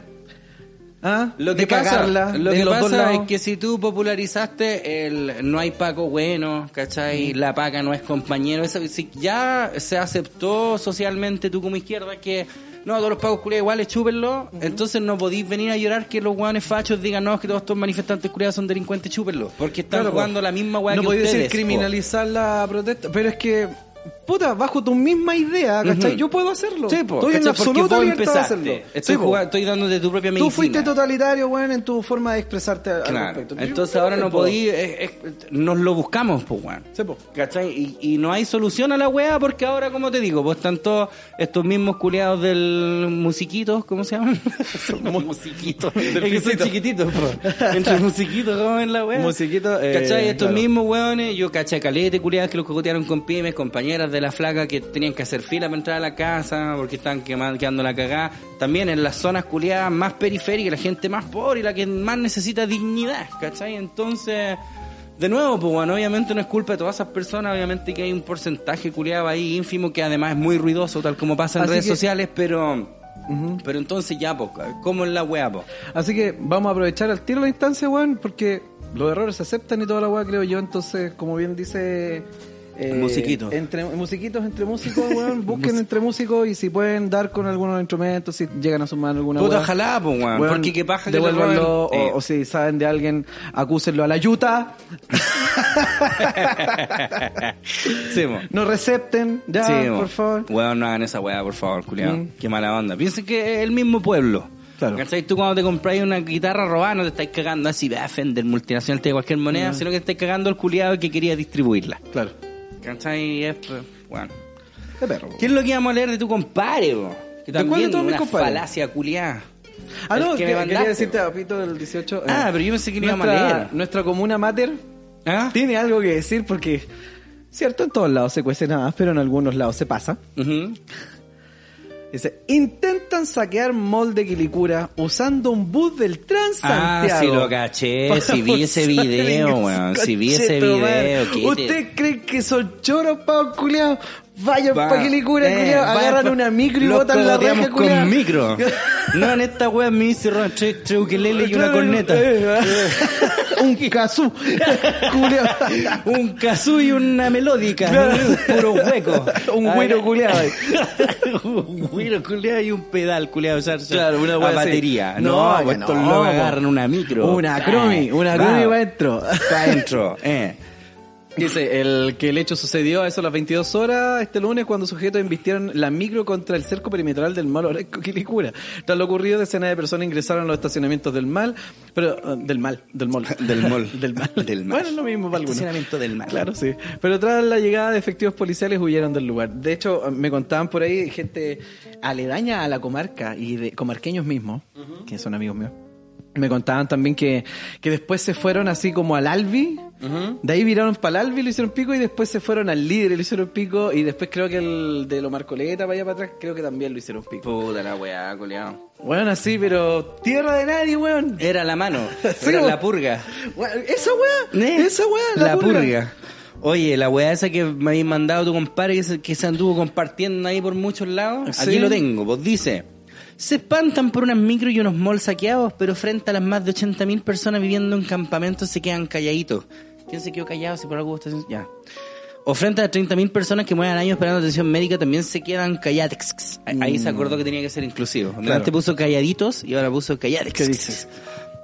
¿Ah?
Lo que
de cagarla.
pasa, lo
de
que
los dos
pasa
lados.
es que si tú popularizaste el no hay Paco bueno, ¿cachai?
Mm.
La Paca no es compañero. Eso, si ya se aceptó socialmente tú como izquierda que no, todos los pacos culiados iguales, chúpenlo. Entonces no podís venir a llorar que los guanes fachos digan no, es que todos estos manifestantes culiados son delincuentes, chúpenlo. Porque están
Claro, po.
jugando la misma weá
No
que
podía
ustedes.
decir
po.
criminalizar la protesta, pero es que, puta, bajo tu misma idea, ¿cachai?
Ujú.
Yo puedo hacerlo.
Sí, po,
Estoy en
¿cachai? Porque
absoluta
vos
libertad de
empezaste.
hacerlo.
Estoy,
Sí, po.
jugando- estoy dándote tu propia medicina.
Tú fuiste totalitario, weón, en tu forma de expresarte al
Claro.
respecto. Yo-
Entonces
yo
ahora
creo
no
que puedo.
podí, eh, eh, nos lo buscamos, pues, weón.
Sí, po.
¿Cachai? Y, y no hay solución a la weá porque ahora, como te digo, pues están todos estos mismos culeados del musiquitos, ¿cómo se
(laughs)
llaman? Son los musiquitos. (laughs)
Del
es que son
pisito.
chiquititos, po. Entre musiquitos, ¿cómo es la weá?
Musiquito, eh,
¿Cachai? Estos
claro.
mismos weones, yo caché calete, culeados que los cocotearon con pymes, compañeras de la flaca que tenían que hacer fila para entrar a la casa porque estaban quemando, quedando la cagada. También en las zonas culeadas más periféricas, la gente más pobre y la que más necesita dignidad, ¿cachai? Entonces... De nuevo, pues bueno, obviamente no es culpa de todas esas personas, obviamente que hay un porcentaje culiado ahí ínfimo que además es muy ruidoso, tal como pasa en
Así
redes
que-
sociales, pero pero entonces ya, pues, ¿cómo es la weá, pues?
Así que vamos a aprovechar al tiro la instancia, weón, porque los errores se aceptan y toda la weá, creo yo. Entonces, como bien dice. eh,
Musiquitos.
Entre, musiquitos entre músicos, weón. (laughs) Busquen entre músicos y si pueden dar con algunos instrumentos, si llegan a sumar alguna
Puta,
weá.
ojalá, pues, weón,
Weón,
porque qué paja que le roben.
devuélvanlo,
Eh,
o, o si saben de alguien, acúsenlo a la yuta,
(laughs) sí, po.
no recepten, ya,
Sí, po.
por favor.
Weón, no hagan esa weá, por favor, culiado.
Mm.
Qué mala onda. Piensen que es el mismo pueblo.
Claro.
¿Cachai? Tú cuando te compráis una guitarra robada no te estáis cagando así, ah, Fender, multinacional, de cualquier
Mm.
moneda, sino que estáis cagando al culiado que quería distribuirla.
Claro,
¿Cachai? Es, pues, bueno.
de perro.
¿Qué es lo que íbamos a leer de tu compadre, bo? Que
¿De cuál de
también
todos mis
una
compadres?
falacia culiada.
Ah,
El
no,
que
que
me
quería
mandaste,
decirte a Pito del 18. eh,
Ah, pero yo pensé que no íbamos a
nuestra,
leer.
nuestra comuna mater
¿Ah?
tiene algo que decir porque, cierto, en todos lados se cuece nada, más, pero en algunos lados se pasa.
Ujú.
Dice, intentan saquear molde Quilicura usando un bus del
Ah,
Transantiago.
si lo caché, si vi
(laughs)
ese
Para usar
video,
en
weón, si vi ese
Conchetumare.
video. ¿qué te-
¿Usted cree que son choros, pa' culiao? Vayan
Va,
pa' Quilicura,
eh,
culiao.
vaya
Agarran
pa-
una micro y
Los
botan la
cogoteamos
raja, culiao.
con
(laughs)
micro. No, en esta weá me hice robar tres, tres ukeleles y una
Claro,
corneta.
eh, (laughs) un casú, (laughs)
(laughs)
culiao.
Un kazoo y una melódica.
Claro.
Puro hueco.
(laughs) Un
Ah,
güero culeado.
(laughs) un güero culeado y un pedal culeado.
(laughs) Claro, una
a
wea así.
batería.
No,
No,
que
estos
no,
locos
po.
agarran una micro. Eh,
Una cromi, una cromi va adentro.
Para adentro. Eh.
(laughs) Dice el que el hecho sucedió a eso a las 22 horas este lunes cuando sujetos invistieron la micro contra el cerco perimetral del mal Oresco Quilicura. Tras lo ocurrido, decenas de personas ingresaron a los estacionamientos del mal, pero eh, del mal, (laughs) del mall.
Del mall.
del mal.
Del mal.
Bueno, es lo mismo para algunos.
Estacionamiento del mal.
Claro, sí. Pero tras la llegada de efectivos policiales huyeron del lugar. De hecho, me contaban por ahí gente aledaña a la comarca y de comarqueños mismos, que son amigos míos. Me contaban también que, que después se fueron así como al Albi, de ahí viraron para el Albi, lo hicieron pico, y después se fueron al Líder, lo hicieron pico, y después creo que el de lo Marcoleta, para allá para atrás, creo que también lo hicieron pico.
Puta la weá, culeado.
Bueno, así, pero tierra de nadie, weón.
Era la mano.
(laughs) Sí,
era
weón.
la purga.
Weón, Esa weá,
¿Eh?
esa weá, la, purga.
Oye, la weá esa que me habéis mandado tu compadre que se, que se anduvo compartiendo ahí por muchos lados.
Sí.
Aquí lo tengo, pues dice. Se espantan por unas micro y unos malls saqueados, pero frente a las más de 80.000 personas viviendo en campamentos se quedan calladitos. ¿Quién se quedó callado si por algo está haciendo- Ya. O frente a 30.000 personas que mueran años esperando atención médica también se quedan calladex. Ahí se acordó que tenía que ser inclusivo. Antes puso calladitos y ahora puso calladex.
Mm, ¿Qué dices?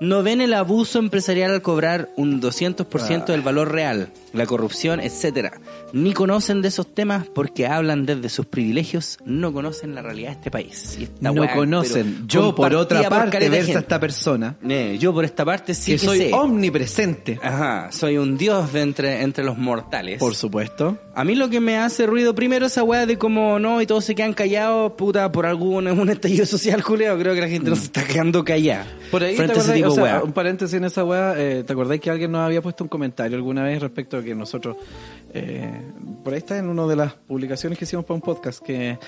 No ven el abuso empresarial al cobrar un 200%
Ah.
del valor real, la corrupción, etcétera. Ni conocen de esos temas porque hablan desde sus privilegios, no conocen la realidad de este país. Y esta
no
weá,
conocen.
pero
Yo, por
compartida
otra parte,
careta de
versa a
gente.
esta persona,
Eh, yo por esta parte sí
que
que,
soy
sé.
omnipresente.
Ajá, soy un dios de entre, entre los mortales.
Por supuesto.
A mí lo que me hace ruido primero esa weá de como no y todos se quedan callados, puta, por algún (laughs) un estallido social, culeo. Creo que la gente no se está quedando callada.
Mm. Por ahí,
frente
¿te
a ese
acordáis?
tipo
O
de
sea,
weá.
un paréntesis en esa weá, eh, ¿te acordáis que alguien nos había puesto un comentario alguna vez respecto a que nosotros, eh, por ahí está en una de las publicaciones que hicimos para un podcast, que,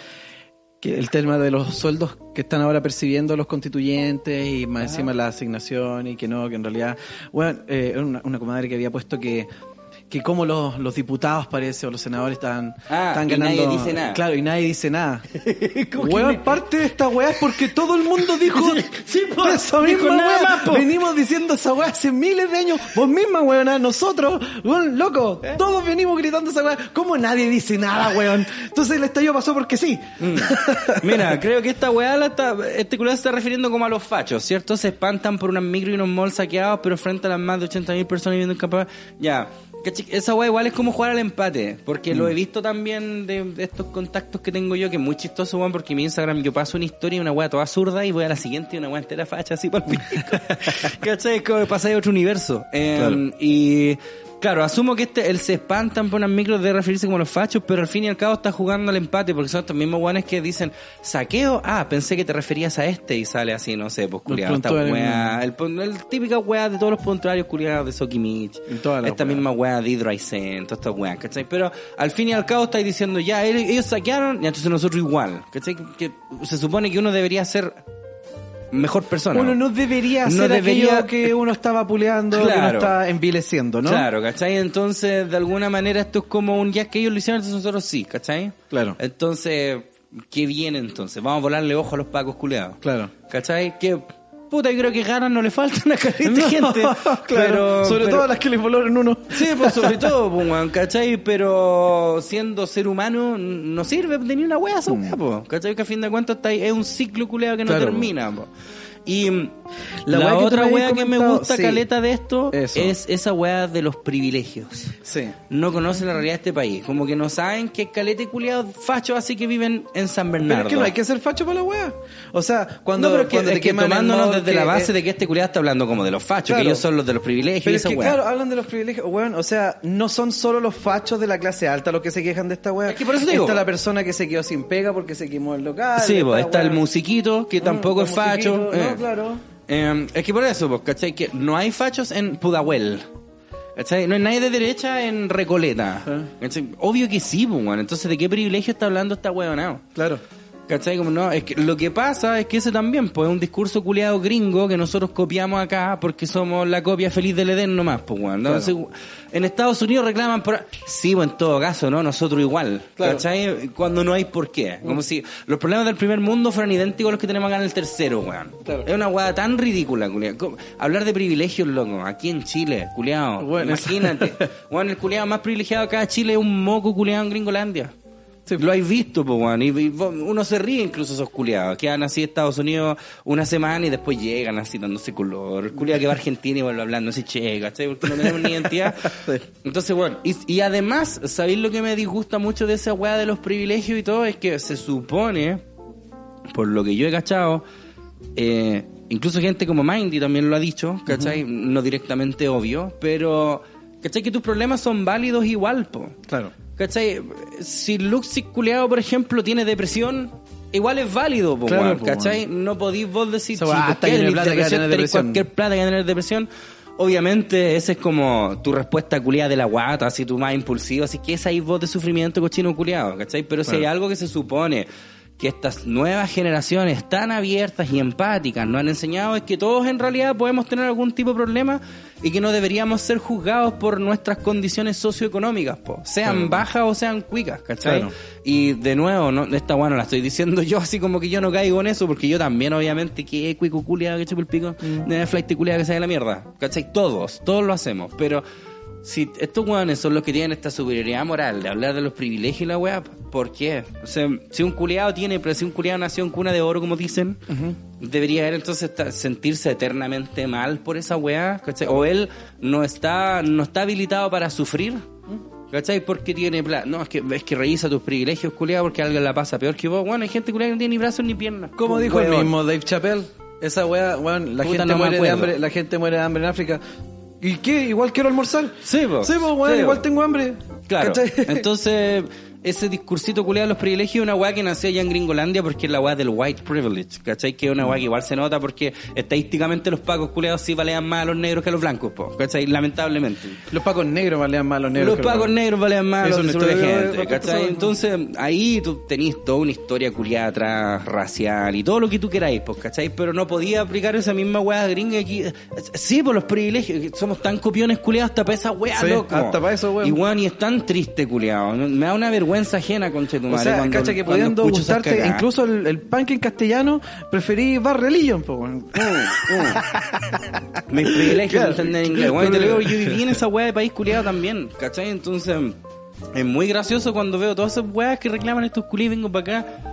que el tema de los sueldos que están ahora percibiendo los constituyentes y
Ah.
más encima la asignación y que no, que en realidad, bueno, eh, era una, una comadre que había puesto que que como los, los diputados parece o los senadores están,
Ah,
están
y
ganando
nadie dice nada.
claro y nadie dice nada
¿Cómo que
weón
no?
parte de esta weá es porque todo el mundo dijo
(laughs) Sí,
(laughs)
sí, po,
esa
dijo
misma
nada
weá.
más, po.
venimos diciendo esa weá hace miles de años vos misma weón nosotros weón loco
¿Eh?
todos venimos gritando esa weá como nadie dice nada weón entonces el estallido pasó porque sí
Mm.
(laughs)
Mira, creo que esta weá la está, este culo se está refiriendo como a los fachos, ¿cierto? Se espantan por unas micro y unos malls saqueados, pero frente a las más de 80.000 personas viviendo en Campa- Ya, Cachi- esa weá igual es como jugar al empate, porque lo he visto también de, de estos contactos que tengo yo, que es muy chistoso, weón, porque en mi Instagram yo paso una historia y una weá toda zurda y voy a la siguiente y una weá entera facha, así por pico. (laughs) ¿Cachai? Es como pasar de otro universo. Eh,
Claro.
Y... Claro, asumo que este, él se espantan por unas micros de referirse como los fachos, pero al fin y al cabo está jugando al empate, porque son estos mismos guanes que dicen, saqueo, ah, pensé que te referías a este, y sale así, no sé, pues culiado, esta
puntuarios.
weá, el, pun- el típica weá de todos los puntuarios culiados de Sokimich,
En todas las
esta
weas.
misma weá de Hydroisen, todas estas weas, ¿cachai? Pero al fin y al cabo estáis diciendo, ya, él- ellos saquearon, y entonces nosotros igual, ¿cachai? Que se supone que uno debería ser mejor persona.
uno no debería
No
hacer
debería- (laughs)
aquello que uno estaba puleando que uno
Claro.
está envileciendo ¿no?
Claro, ¿cachai? Entonces, de alguna manera, esto es como un ya que ellos lo hicieron, entonces nosotros sí, ¿cachai?
Claro.
Entonces, ¿qué viene entonces? Vamos a volarle ojo a los pacos culeados.
claro
¿Cachai? Que, puta, yo creo que ganas no le faltan a (laughs) esta
(laughs)
gente.
claro.
Pero-
Sobre
pero-
todo a las que les volaron uno.
Sí, pues sobre todo, pues, weón, ¿cachai? Pero siendo ser humano n- no sirve de ni una wea esa wea, po, ¿cachai? Que a fin de cuentas está ahí- es un ciclo culeado que no
Claro, po.
termina, po. Y mm,
La
la,
wea que tú
otra
me habías
wea que me
comentado,
gusta,
sí.
caleta de esto,
Eso.
es esa wea de los privilegios.
Sí.
No conocen la realidad de este país, como que no saben que es caleta y culeado facho, así que viven en San
Pero
Bernardo.
es que no hay que ser facho para la wea. O sea, cuando,
No, pero es que,
cuando
es
te
que
queman el
tomándonos
mall,
desde
que-
la base
eh,
de que este culeado está hablando como de los fachos,
Claro.
que ellos son los de los privilegios y
Pero es
esa
que,
wea.
claro, hablan de los privilegios, weón. O sea, no son solo los fachos de la clase alta los que se quejan de esta wea.
Es que por eso te digo.
Está la persona que se quedó sin pega porque se quemó el local.
Sí, pues, está el
weón-
musiquito, que
Mm,
tampoco es
está el
facho.
musiquito.
eh.
No, claro.
Eh, es que por eso, pues, ¿cachai? Que no hay fachos en Pudahuel. ¿Cachai? No hay nadie de derecha en Recoleta.
Ah.
¿Cachai? Obvio que sí, pues, weón. Entonces, ¿de qué privilegio está hablando esta weonao?
Claro.
¿Cachai? Como no, es que lo que pasa es que ese también, pues, es un discurso culeado gringo que nosotros copiamos acá porque somos la copia feliz del Edén nomás, pues, weón.
Claro.
Entonces, en Estados Unidos reclaman por... Sí, pues, en todo caso, ¿no? Nosotros igual,
Claro. Mm.
¿cachai? Cuando no hay por qué. Como si los problemas del primer mundo fueran idénticos a los que tenemos acá en el tercero, weón.
Claro.
Es una weá tan ridícula, culiao. ¿Cómo? Hablar de privilegios, loco, aquí en Chile, culiao.
Bueno, eso-
Imagínate. weón, el culiao más privilegiado acá de Chile es un moco culiao en Gringolandia. Lo has visto, po, weón. Y, y vos- uno se ríe incluso esos culiados. Quedan así en Estados Unidos una semana y después llegan así dándose color. El culiado que va a Argentina y vuelve hablando así, che, ¿cachai? Porque no tenemos ni identidad.
(laughs) Sí.
Entonces, bueno, y, y además, ¿sabéis lo que me disgusta mucho de esa weá de los privilegios y todo? Es que se supone, por lo que yo he cachado, eh, incluso gente como Mindy también lo ha dicho, ¿cachai? No directamente obvio, pero, ¿cachai? Que tus problemas son válidos igual, po.
Claro.
¿Cachai? Si Luxi culeado, por ejemplo, tiene depresión, igual es válido, po,
Claro,
weón,
po,
¿cachai? No podéis vos decir,
O sea,
"Sí,
hasta
¿por qué
que no hay
tenés
plata que va
depresión?
a tener
Tenés
depresión".
cualquier plata que va a tener depresión. Obviamente, esa es como tu respuesta culiada de la guata, así tu más impulsivo, así que esa es voz de sufrimiento cochino culiado, ¿cachai? Pero si
Claro.
hay algo que se supone que estas nuevas generaciones tan abiertas y empáticas nos han enseñado es que todos en realidad podemos tener algún tipo de problema y que no deberíamos ser juzgados por nuestras condiciones socioeconómicas, po. sean
Claro.
bajas o sean cuicas, ¿cachai?
Claro.
Y de nuevo, no, esta bueno la estoy diciendo yo así como que yo no caigo en eso, porque yo también obviamente que cuico culiado, que chupo el pico, de flight culiado que sea de la mierda. ¿Cachai? Todos, todos lo hacemos. Pero si estos weones son los que tienen esta superioridad moral de hablar de los privilegios y la weá, ¿por qué? O sea, si un culiado tiene, pero si un culiado nació en cuna de oro, como dicen, debería él entonces ta- sentirse eternamente mal por esa weá, ¿cachai? O él no está, no está habilitado para sufrir. ¿Cachai? Porque tiene plata. No, es que, es que revisa tus privilegios, culiado, porque alguien la pasa peor que vos. Bueno, hay gente culiada que no tiene ni brazos ni piernas.
Como dijo el
Huevón.
mismo Dave Chappelle, esa weá, weón, la
Puta,
gente
no me
muere de
acuerdo.
hambre, la gente muere de hambre en África. ¿Y qué? Igual quiero almorzar.
Sí, po.
Sí, po, weón,
Sí, po.
igual tengo hambre.
Claro.
¿Cachai? (laughs)
Entonces, ese discursito culiado de los privilegios es una weá que nació allá en Gringolandia porque es la weá del white privilege, ¿cachai? Que es una weá que igual se nota porque estadísticamente los pacos culiados sí valean más a los negros que a los blancos, po, ¿cachai? Lamentablemente.
Los pacos negros valen más a los negros.
Los
que
pagos
blancos.
negros valen más
Eso
los
no
de
estoy-
gente,
eh, respecto a
¿cachai?
eso.
Entonces, ahí tú tenés toda una historia culiada atrás, racial y todo lo que tú queráis, pues, ¿cachai? Pero no podía aplicar esa misma weá gringa aquí. Sí, por los privilegios, que somos tan copiones culiados hasta para esa weá,
Sí,
loco.
hasta pa' eso, weón.
Y weón, y es tan triste, culiado. Me da una vergüenza ajena, conche tu
O
madre.
sea,
cuando-
cacha que
cuando
pudiendo
escucho esas
gustarte
cagadas.
incluso el, el punk en castellano, preferí Bar Religion, po, weón.
Mm, mm. Mis privilegios
Claro.
entender inglés. Bueno, y te lo digo, yo viví en esa weá de país culiado también, ¿cachai? Entonces, es muy gracioso cuando veo todas esas weas que reclaman estos culiados y vengo para acá.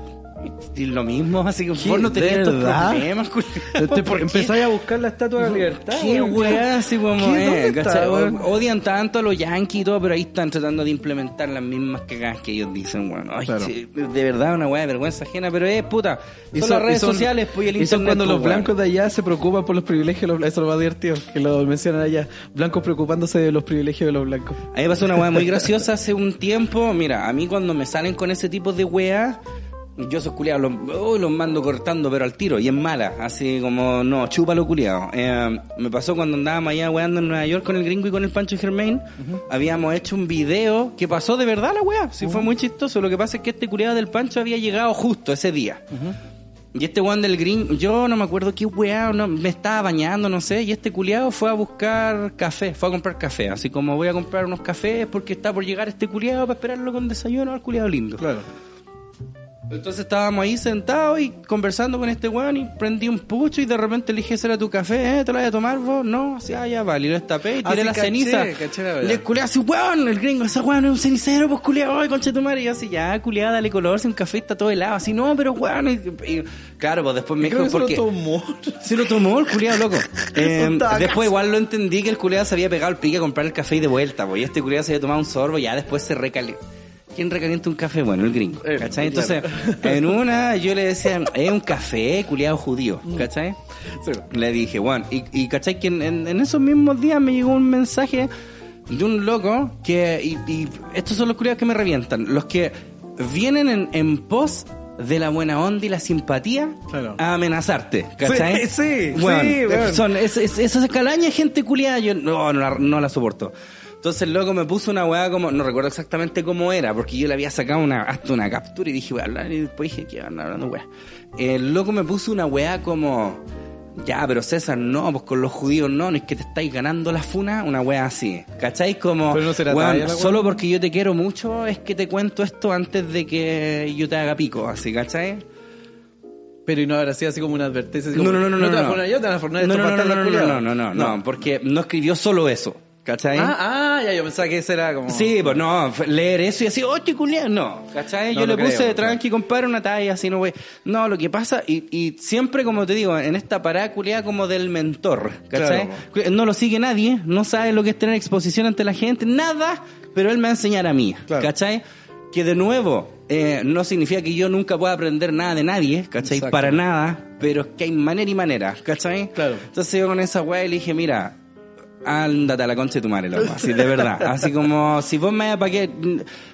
Y, y lo mismo, así que
¿Qué?
vos no tenías estos
¿Verdad?
problemas, culiado.
Te- te- Empezáis a buscar la estatua de la libertad.
Qué
weón.
weá, así como
¿Qué? ¿Dónde
es,
está,
¿cachai?
weón?
Odian tanto a los yankees y todo, pero ahí están tratando de implementar las mismas cagadas que ellos dicen, weón. Ay,
Claro.
sí, de verdad, una weá de vergüenza ajena, pero es puta. Son, las redes sociales, pues, y el
y
internet.
son cuando
pues,
los
weón.
blancos de allá se preocupan por los privilegios de los blancos. Eso lo va a divertir, que lo mencionan allá. Blancos preocupándose de los privilegios de los blancos.
A mí me pasó una weá muy graciosa hace un tiempo. Mira, a mí cuando me salen con ese tipo de weá, yo esos culiados los, uy, los mando cortando, pero al tiro, y es mala. Así como, no, chúpalo culiado. Eh, me pasó cuando andábamos allá weando en Nueva York con el gringo y con el Pancho Germain. Habíamos hecho un video que pasó de verdad la weá. Sí, fue muy chistoso. Lo que pasa es que este culiado del Pancho había llegado justo ese día. Y este weón del green, yo no me acuerdo qué weá, no, me estaba bañando, no sé, y este culiado fue a buscar café, fue a comprar café, así como voy a comprar unos cafés porque está por llegar este culiado para esperarlo con desayuno al culiado lindo.
Claro.
Entonces estábamos ahí sentados y conversando con este weón y prendí un pucho y de repente le dije, ¿será tu café? ¿Eh? ¿Te lo vas a tomar vos? No, así, ah, ya vale, y lo destapé y
Ah,
tiré
sí,
la
caché,
ceniza.
caché la verdad.
le culé así, weón, el gringo, esa weón es un cenicero, pues culiado, ay, concha de tu madre. Y yo así, ya, culiada, dale color, si un café está todo helado, así, no, pero weón. Y- y- claro, pues después me
Creo
dijo,
que se lo
porque...
tomó. (laughs)
Se lo tomó el culiado, loco. Eh,
Un tagazo.
después igual lo entendí que el culiado se había pegado el pique a comprar el café y de vuelta, pues. Y este culiado se había tomado un sorbo y ya después se recalentó. ¿Quién recalienta un café? Bueno, el gringo.
Eh,
¿Cachai?
claro.
Entonces, en una yo le decía, es un café, culiado judío.
Mm.
¿Cachai?
Sí.
Le dije, bueno, y, y cachai que en, en- en esos mismos días me llegó un mensaje de un loco que, y, y estos son los culiados que me revientan, los que vienen en, en pos de la buena onda y la simpatía
Claro.
a amenazarte, ¿cachai?
Sí, sí,
Weón,
sí, weón.
Son, es, es- esas calañas, gente culiada, yo no, no, la, no la soporto. Entonces el loco me puso una weá como, no recuerdo exactamente cómo era, porque yo le había sacado una, hasta una captura y dije, voy a hablar, y después dije, ¿qué van hablando weá? El loco me puso una weá como, ya, pero César, no, pues con los judíos no, no es que te estáis ganando la funa, una weá así. ¿Cachai? Como,
Pero no será
weón,
talla la weá.
solo porque yo te quiero mucho es que te cuento esto antes de que yo te haga pico, así, ¿cachai?
Pero y no habrá sido así como una advertencia. así
No,
como,
no, no, no,
No
no,
te van a
no.
fornar yo, te van a fornar
No,
estos
no, no,
bastardos
no, no, no, no,
culiados.
no, no, porque no escribió solo eso, ¿cachai?
Ah, ah, ya, yo pensaba que ese era como...
Sí, pues no, fue leer eso y así, ¡oh, qué culiao! No, ¿cachai?
No
Yo
lo
le puse
creo,
de tranqui, compadre, una talla, así no güey. No, lo que pasa, y, y siempre, como te digo, en esta parada culiada como del mentor, ¿cachai?
Claro,
No lo sigue nadie, no sabe lo que es tener exposición ante la gente, nada, pero él me va a enseñar a mí,
Claro.
¿cachai? Que de nuevo, eh, no significa que yo nunca pueda aprender nada de nadie, ¿cachai?
Exacto.
Para nada, pero es que hay manera y manera, ¿cachai?
Claro.
Entonces yo con esa weá le dije, mira, ándate a la concha de tu madre, loco. Así, de
(laughs)
verdad. Así como, si vos me para que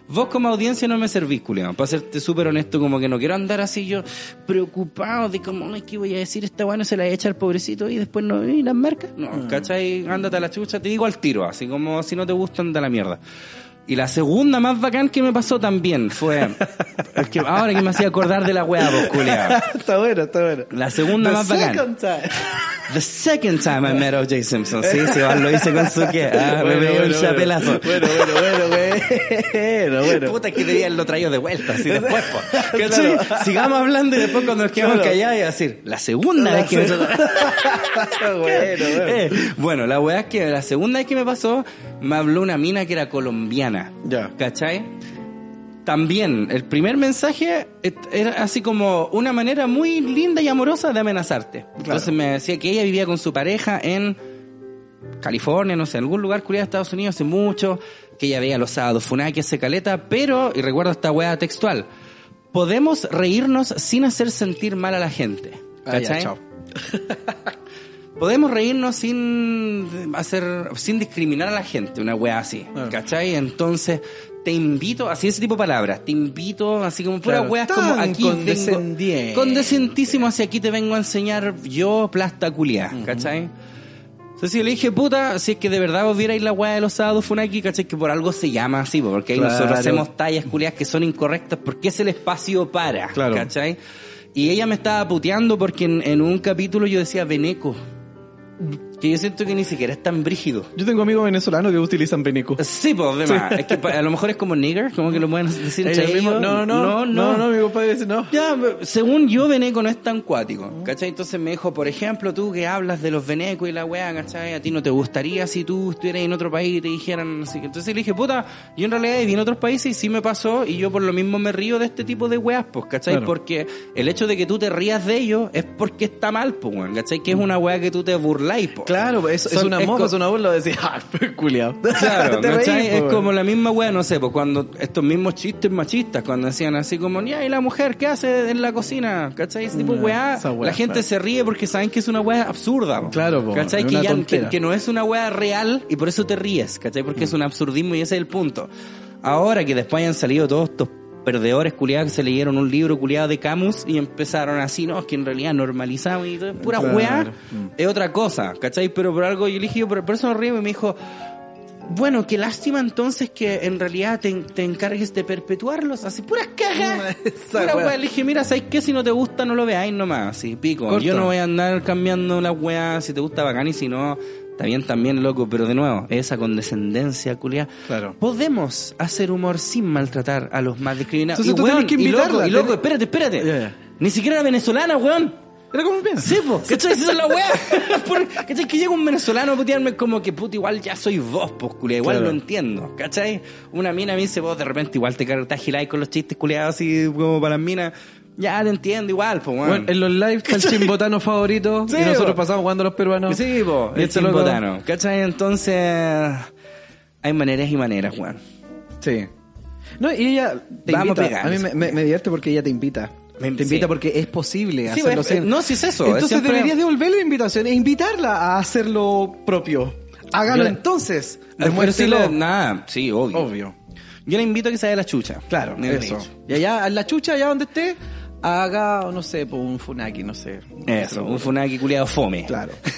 Vos como audiencia no me servís, culiao. Para serte súper honesto, como que no quiero andar así yo preocupado de como, ay, ¿qué voy a decir? Esta weá no se la echa al pobrecito y después no... ¿Y las marcas? No,
Mm.
¿cachai? Ándate a la chucha, te digo al tiro. Así como, si no te gusta, anda a la mierda. Y la segunda más bacán que me pasó también
(laughs)
fue... es que ahora que me hacía acordar de la weá, pues, culiao.
(laughs) está bueno, está bueno.
La segunda
The
más bacán.
second time.
The second time I met O.J. Simpson. Sí, sí, lo hice con su (laughs) que. Ah, me
Bueno,
pegué un
bueno, bueno.
chapelazo.
Bueno, bueno, bueno,
(laughs)
bueno, bueno.
Puta, que debían lo traído de vuelta, así después, po.
(laughs) Claro.
Sí, Sigamos hablando y después cuando nos quedamos
Claro.
callados y decir, la segunda vez que me tocó.
bueno,
(laughs)
bueno.
Eh, bueno, la weá es que la segunda vez que me pasó, me habló una mina que era colombiana.
Ya.
¿Cachai? También, el primer mensaje eh, era así como una manera muy linda y amorosa de amenazarte. Entonces me decía que ella vivía con su pareja en California, no sé, algún lugar culiado de Estados Unidos hace mucho, que ella veía los sábados, funada que hace caleta, pero, y recuerdo esta weá textual, podemos reírnos sin hacer sentir mal a la gente.
Ah, ya,
¿Cachai?
chao.
Podemos reírnos sin hacer, sin discriminar a la gente, una wea así,
Ah.
¿cachai? Entonces, te invito, así ese tipo de palabras, te invito, así como pura
Claro,
weas,
tan
como aquí
condescendiente.
vengo- condescentísimo, así aquí te vengo a enseñar yo plasta culiá, ¿cachai? Entonces yo le dije, puta, si es que de verdad vos vierais la wea de los sábados Funaki, ¿cachai? Que por algo se llama así, po, porque ahí
Claro.
nosotros hacemos tallas culiadas que son incorrectas, porque es el espacio para,
Claro.
¿cachai? Y ella me estaba puteando porque en, en un capítulo yo decía veneco, que yo siento que ni siquiera es tan brígido.
Yo tengo amigos venezolanos que utilizan penico.
Sí, pues, de más. Es que pa- a lo mejor es como nigger, como que lo pueden decir
Es
entre
lo mismo.
ellos.
No, no, no, no, mi compadre dice no.
Ya, pero según yo, veneco no es tan cuático, ¿cachai? Entonces me dijo, por ejemplo, tú que hablas de los venecos y la weá, ¿cachai? A ti no te gustaría si tú estuvieras en otro país y te dijeran así. que- Entonces le dije, puta, yo en realidad viví en otros países y sí me pasó y yo por lo mismo me río de este tipo de weas, pues, ¿cachai?
Claro.
Porque el hecho de que tú te rías de ellos es porque está mal, pues, weón, ¿cachai? Que es una wea que tú te burláis, pues.
Claro, es, es
Son-
una
es
mofa,
co-
es una burla decir,
(laughs)
ah, culiao.
Claro,
(laughs) Te reís,
¿cachai?
po,
es
weón.
como la misma weá, no sé, pues cuando estos mismos chistes machistas, cuando decían así como, ya, ¿y la mujer qué hace en la cocina? ¿Cachai? Ese tipo de
Ya,
weá,
esa weá,
la gente
claro.
se ríe porque saben que es una weá absurda, po.
Claro, po,
¿cachai?
es
Que,
una
ya-
tontera. Mm.
que- que no es una weá real y por eso te ríes, ¿cachai? Porque es un absurdismo y ese es el punto. Ahora que después hayan salido todos estos perdedores culiados que se leyeron un libro culiado de Camus y empezaron así, no, es que en realidad normalizamos y todo, pura
Claro.
weá,
Mm.
es otra cosa, ¿cachai? Pero por algo yo le dije, yo por, por eso me río y me dijo, bueno, qué lástima entonces que en realidad te, te encargues de perpetuarlos, así puras cajas.
(laughs) Esa
Pura
wea.
wea. Le dije, mira, ¿sabes qué? Si no te gusta, no lo veáis nomás, así, pico.
Corto.
Yo no voy a andar cambiando las weas, si te gusta bacán y si no, está bien también, loco. Pero de nuevo, esa condescendencia, culia.
Claro.
Podemos hacer humor sin maltratar a los más discriminados.
Entonces tú
weón,
tenés que
y loco,
invitarla,
Y loco,
tenés-
espérate, espérate.
Ya, ya.
Ni siquiera era venezolana, weón.
Era como un bien.
Sí, pues, po, ¿cachai? Esa es la weá. (laughs) Por- ¿Cachai? Que llega un venezolano a putearme como que, puta, igual ya soy vos, pues, culia, igual
Claro.
lo entiendo, ¿cachai? Una mina me dice, vos de repente igual te cartagiláis con los chistes culiados así como para las minas. Ya te entiendo igual, pues, weón.
Bueno, en los lives
(laughs)
está el chimbotano favorito
Sí,
y nosotros
po.
pasamos jugando a los peruanos.
Sí, po,
Y
el
este loco-
chimbotano. ¿Cachai? Entonces, hay maneras y maneras, weón.
Sí. No, y ella te
Vamos
invita.
a pegar.
A mí me, me- me divierte porque ella te invita.
Me-
te invita
sí.
porque es posible
Sí,
hacerlo.
pues, es-
sin-
no, sí es eso, es
Entonces
siempre-
deberías devolverle la invitación e invitarla a hacerlo propio. Hágalo
Yo la-
entonces.
eh, Pero sí,
Demuéstrelo.
la- nada, sí, obvio.
Obvio.
Yo le invito a que se haga la chucha.
Claro,
Me lo he
eso.
dicho.
Y allá, en la chucha, allá donde esté, haga, no sé, po, un funaki, no sé.
Eso, un funaki culiado fome.
Claro.
(laughs)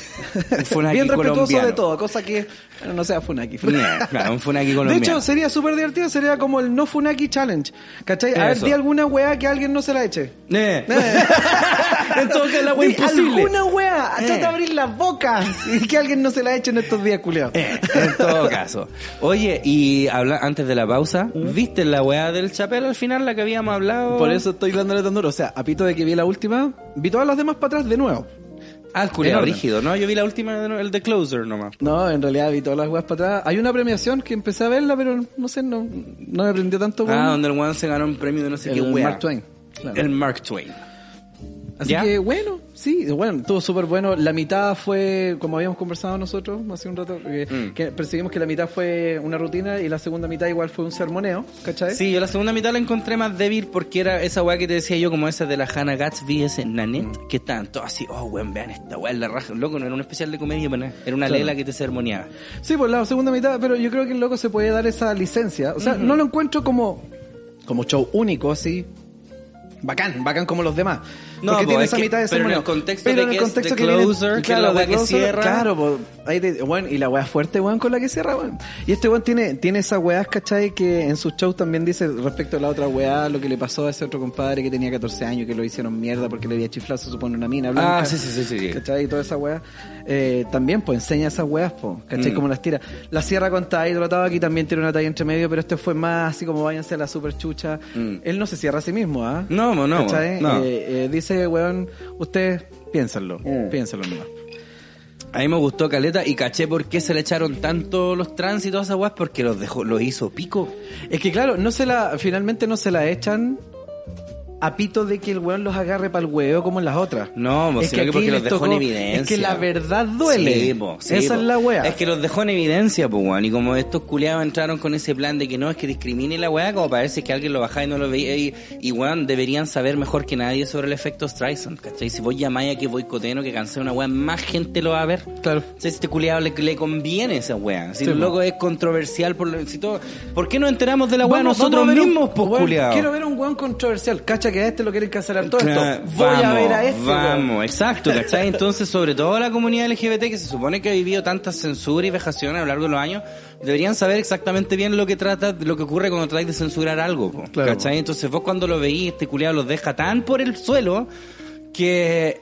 Un
(laughs)
funaki
Bien respetuoso
colombiano.
de todo, cosa que bueno, no sea funaki. (laughs)
No, claro, un (laughs) funaki
De
colombiano.
hecho, sería súper divertido, sería como el no funaki challenge. ¿Cachai? A ver,
Eso.
di alguna weá que alguien no se la eche.
Eh.
Eh.
(laughs) en todo caso, la wea
Di
imposible.
alguna weá,
Eh.
trata de abrir la boca y que alguien no se la eche en estos días, culiao.
Eh, en todo caso. Oye, y habla antes de la pausa, ¿viste la weá del chapel al final, la que habíamos hablado?
Por eso estoy dándole tan duro. O sea, a pito de que vi la última, vi todas las demás para atrás de nuevo.
Ah, el culiao
En orden.
rígido, ¿no? Yo vi la última, de no- el de Closer nomás.
No, en realidad vi todas las weas para atrás. Hay una premiación que empecé a verla, pero no sé, no, no me prendió tanto.
Ah,
weón.
donde el weón se ganó un premio de no sé
El
qué weá.
Mark Twain, claro.
El Mark Twain.
Así
¿Ya?
que bueno, sí, bueno, estuvo súper bueno. La mitad fue, como habíamos conversado nosotros hace un rato, que,
Mm.
que percibimos que la mitad fue una rutina y la segunda mitad igual fue un sermoneo, ¿cachai?
Sí, yo la segunda mitad la encontré más débil porque era esa weá que te decía yo, como esa de la Hannah Gatsby, ese Nanette,
Mm.
que estaban todos así, oh weón, vean esta weá, la raja. Loco, no era un especial de comedia, para nada. Era una
Claro.
lela que te sermoneaba.
Sí, por la segunda mitad, pero yo creo que el loco se puede dar esa licencia. O sea, no lo encuentro como, como show único, así. Bacán, bacán como los demás.
No,
Porque
po,
tiene
es
esa
que-
mitad de
pero en
sermoneo.
el contexto
Pero
de
en el
que es
contexto
The
que viene-
Closer, que
claro,
la weá
The
que
Closer,
cierra.
Claro, po, ahí te- bueno, y la weá fuerte, weón, con la que cierra, weón. Y este weón tiene, tiene esa weá, ¿cachai? Que en sus shows también dice respecto a la otra weá, lo que le pasó a ese otro compadre que tenía 14 años, que lo hicieron mierda porque le había chiflado, se supone, una mina blanca.
Ah, sí, sí, sí, sí, sí.
¿Cachai? Y toda esa weá. Eh, también, pues, enseña esas weas, pues. ¿Cachai?
Mm.
Como las tira. La Sierra con Tide, trataba aquí también tiene una talla entre medio, pero este fue más así como váyanse a la super chucha.
Mm.
Él no se cierra a sí mismo, ¿ah?
No, mo, no, mo,
¿Cachai?
no.
Eh, eh, dice, weón, ustedes piénsenlo.
Mm.
Piénsenlo nomás.
A mí me gustó Caleta y caché por qué se le echaron tanto los tránsitos a esa weá, porque los dejó, los hizo pico.
Es que claro, no se la, finalmente no se la echan a pito de que el weón los agarre para el huevo como en las otras.
No, pues, sino que porque los
les
dejó en evidencia.
Es que la verdad duele.
Sí, po, sí,
Esa
po.
es la wea.
Es que los dejó en evidencia, pues, weón. Y como estos culiados entraron con ese plan de que no, es que discrimine la weá, como parece que alguien lo bajaba y no lo veía. Y, y weón, deberían saber mejor que nadie sobre el efecto Streisand, ¿cachai? Si vos llamáis a que boicoteen o que cancelen una weá, más gente lo va a ver.
Claro.
O sea, este culiado le, le conviene esa weá. Si
Sí,
el
po.
loco es controversial, por, lo- si todo, ¿por qué no enteramos de la weá
Vamos-
nosotros
vamos a ver un-
mismos, pues,
weón,
culiao?
Quiero ver un weón controversial. Cacha que a este lo quieren cancelar todo
Claro,
esto. Voy a ver a este.
Vamos,
weón.
exacto, ¿cachai? Entonces, sobre todo la comunidad LGBT que se supone que ha vivido tanta censura y vejación a lo largo de los años, deberían saber exactamente bien lo que trata, lo que ocurre cuando tratáis de censurar algo, po,
Claro.
¿cachai? Entonces vos cuando lo veís, este culiado los deja tan por el suelo que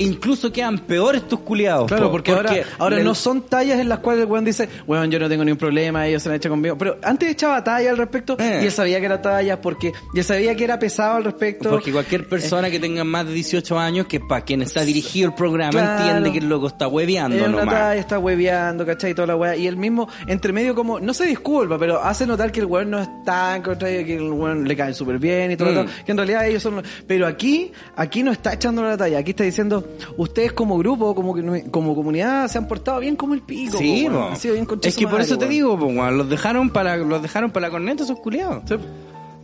incluso quedan peores estos culiados.
Claro,
po,
porque, ahora, ahora
le-
no son tallas en las cuales el weón dice, weón, yo no tengo ningún problema, ellos se han hecho conmigo. Pero antes echaba talla al respecto
Eh.
y él sabía que era talla porque ya sabía que era pesado al respecto.
Porque cualquier persona que tenga más de 18 años, que para quien está dirigido el programa,
Claro.
entiende que el loco está hueveando
Era una
nomás.
talla, está hueveando, ¿cachai? Toda la weá. Y él mismo, entre medio, como, no se disculpa, pero hace notar que el weón no está en contra de que el weón le cae súper bien y todo,
Mm.
lo otro, Que en realidad ellos son. los- Pero aquí, aquí no está echando la talla. Aquí está diciendo, ustedes como grupo, como, que- como comunidad, se han portado bien como el pico.
Sí,
po, weón.
po.
Han sido bien concha
es
su
que por
madre,
eso te
weón.
digo, po, weón, los dejaron para los dejaron para la corneta esos culiados.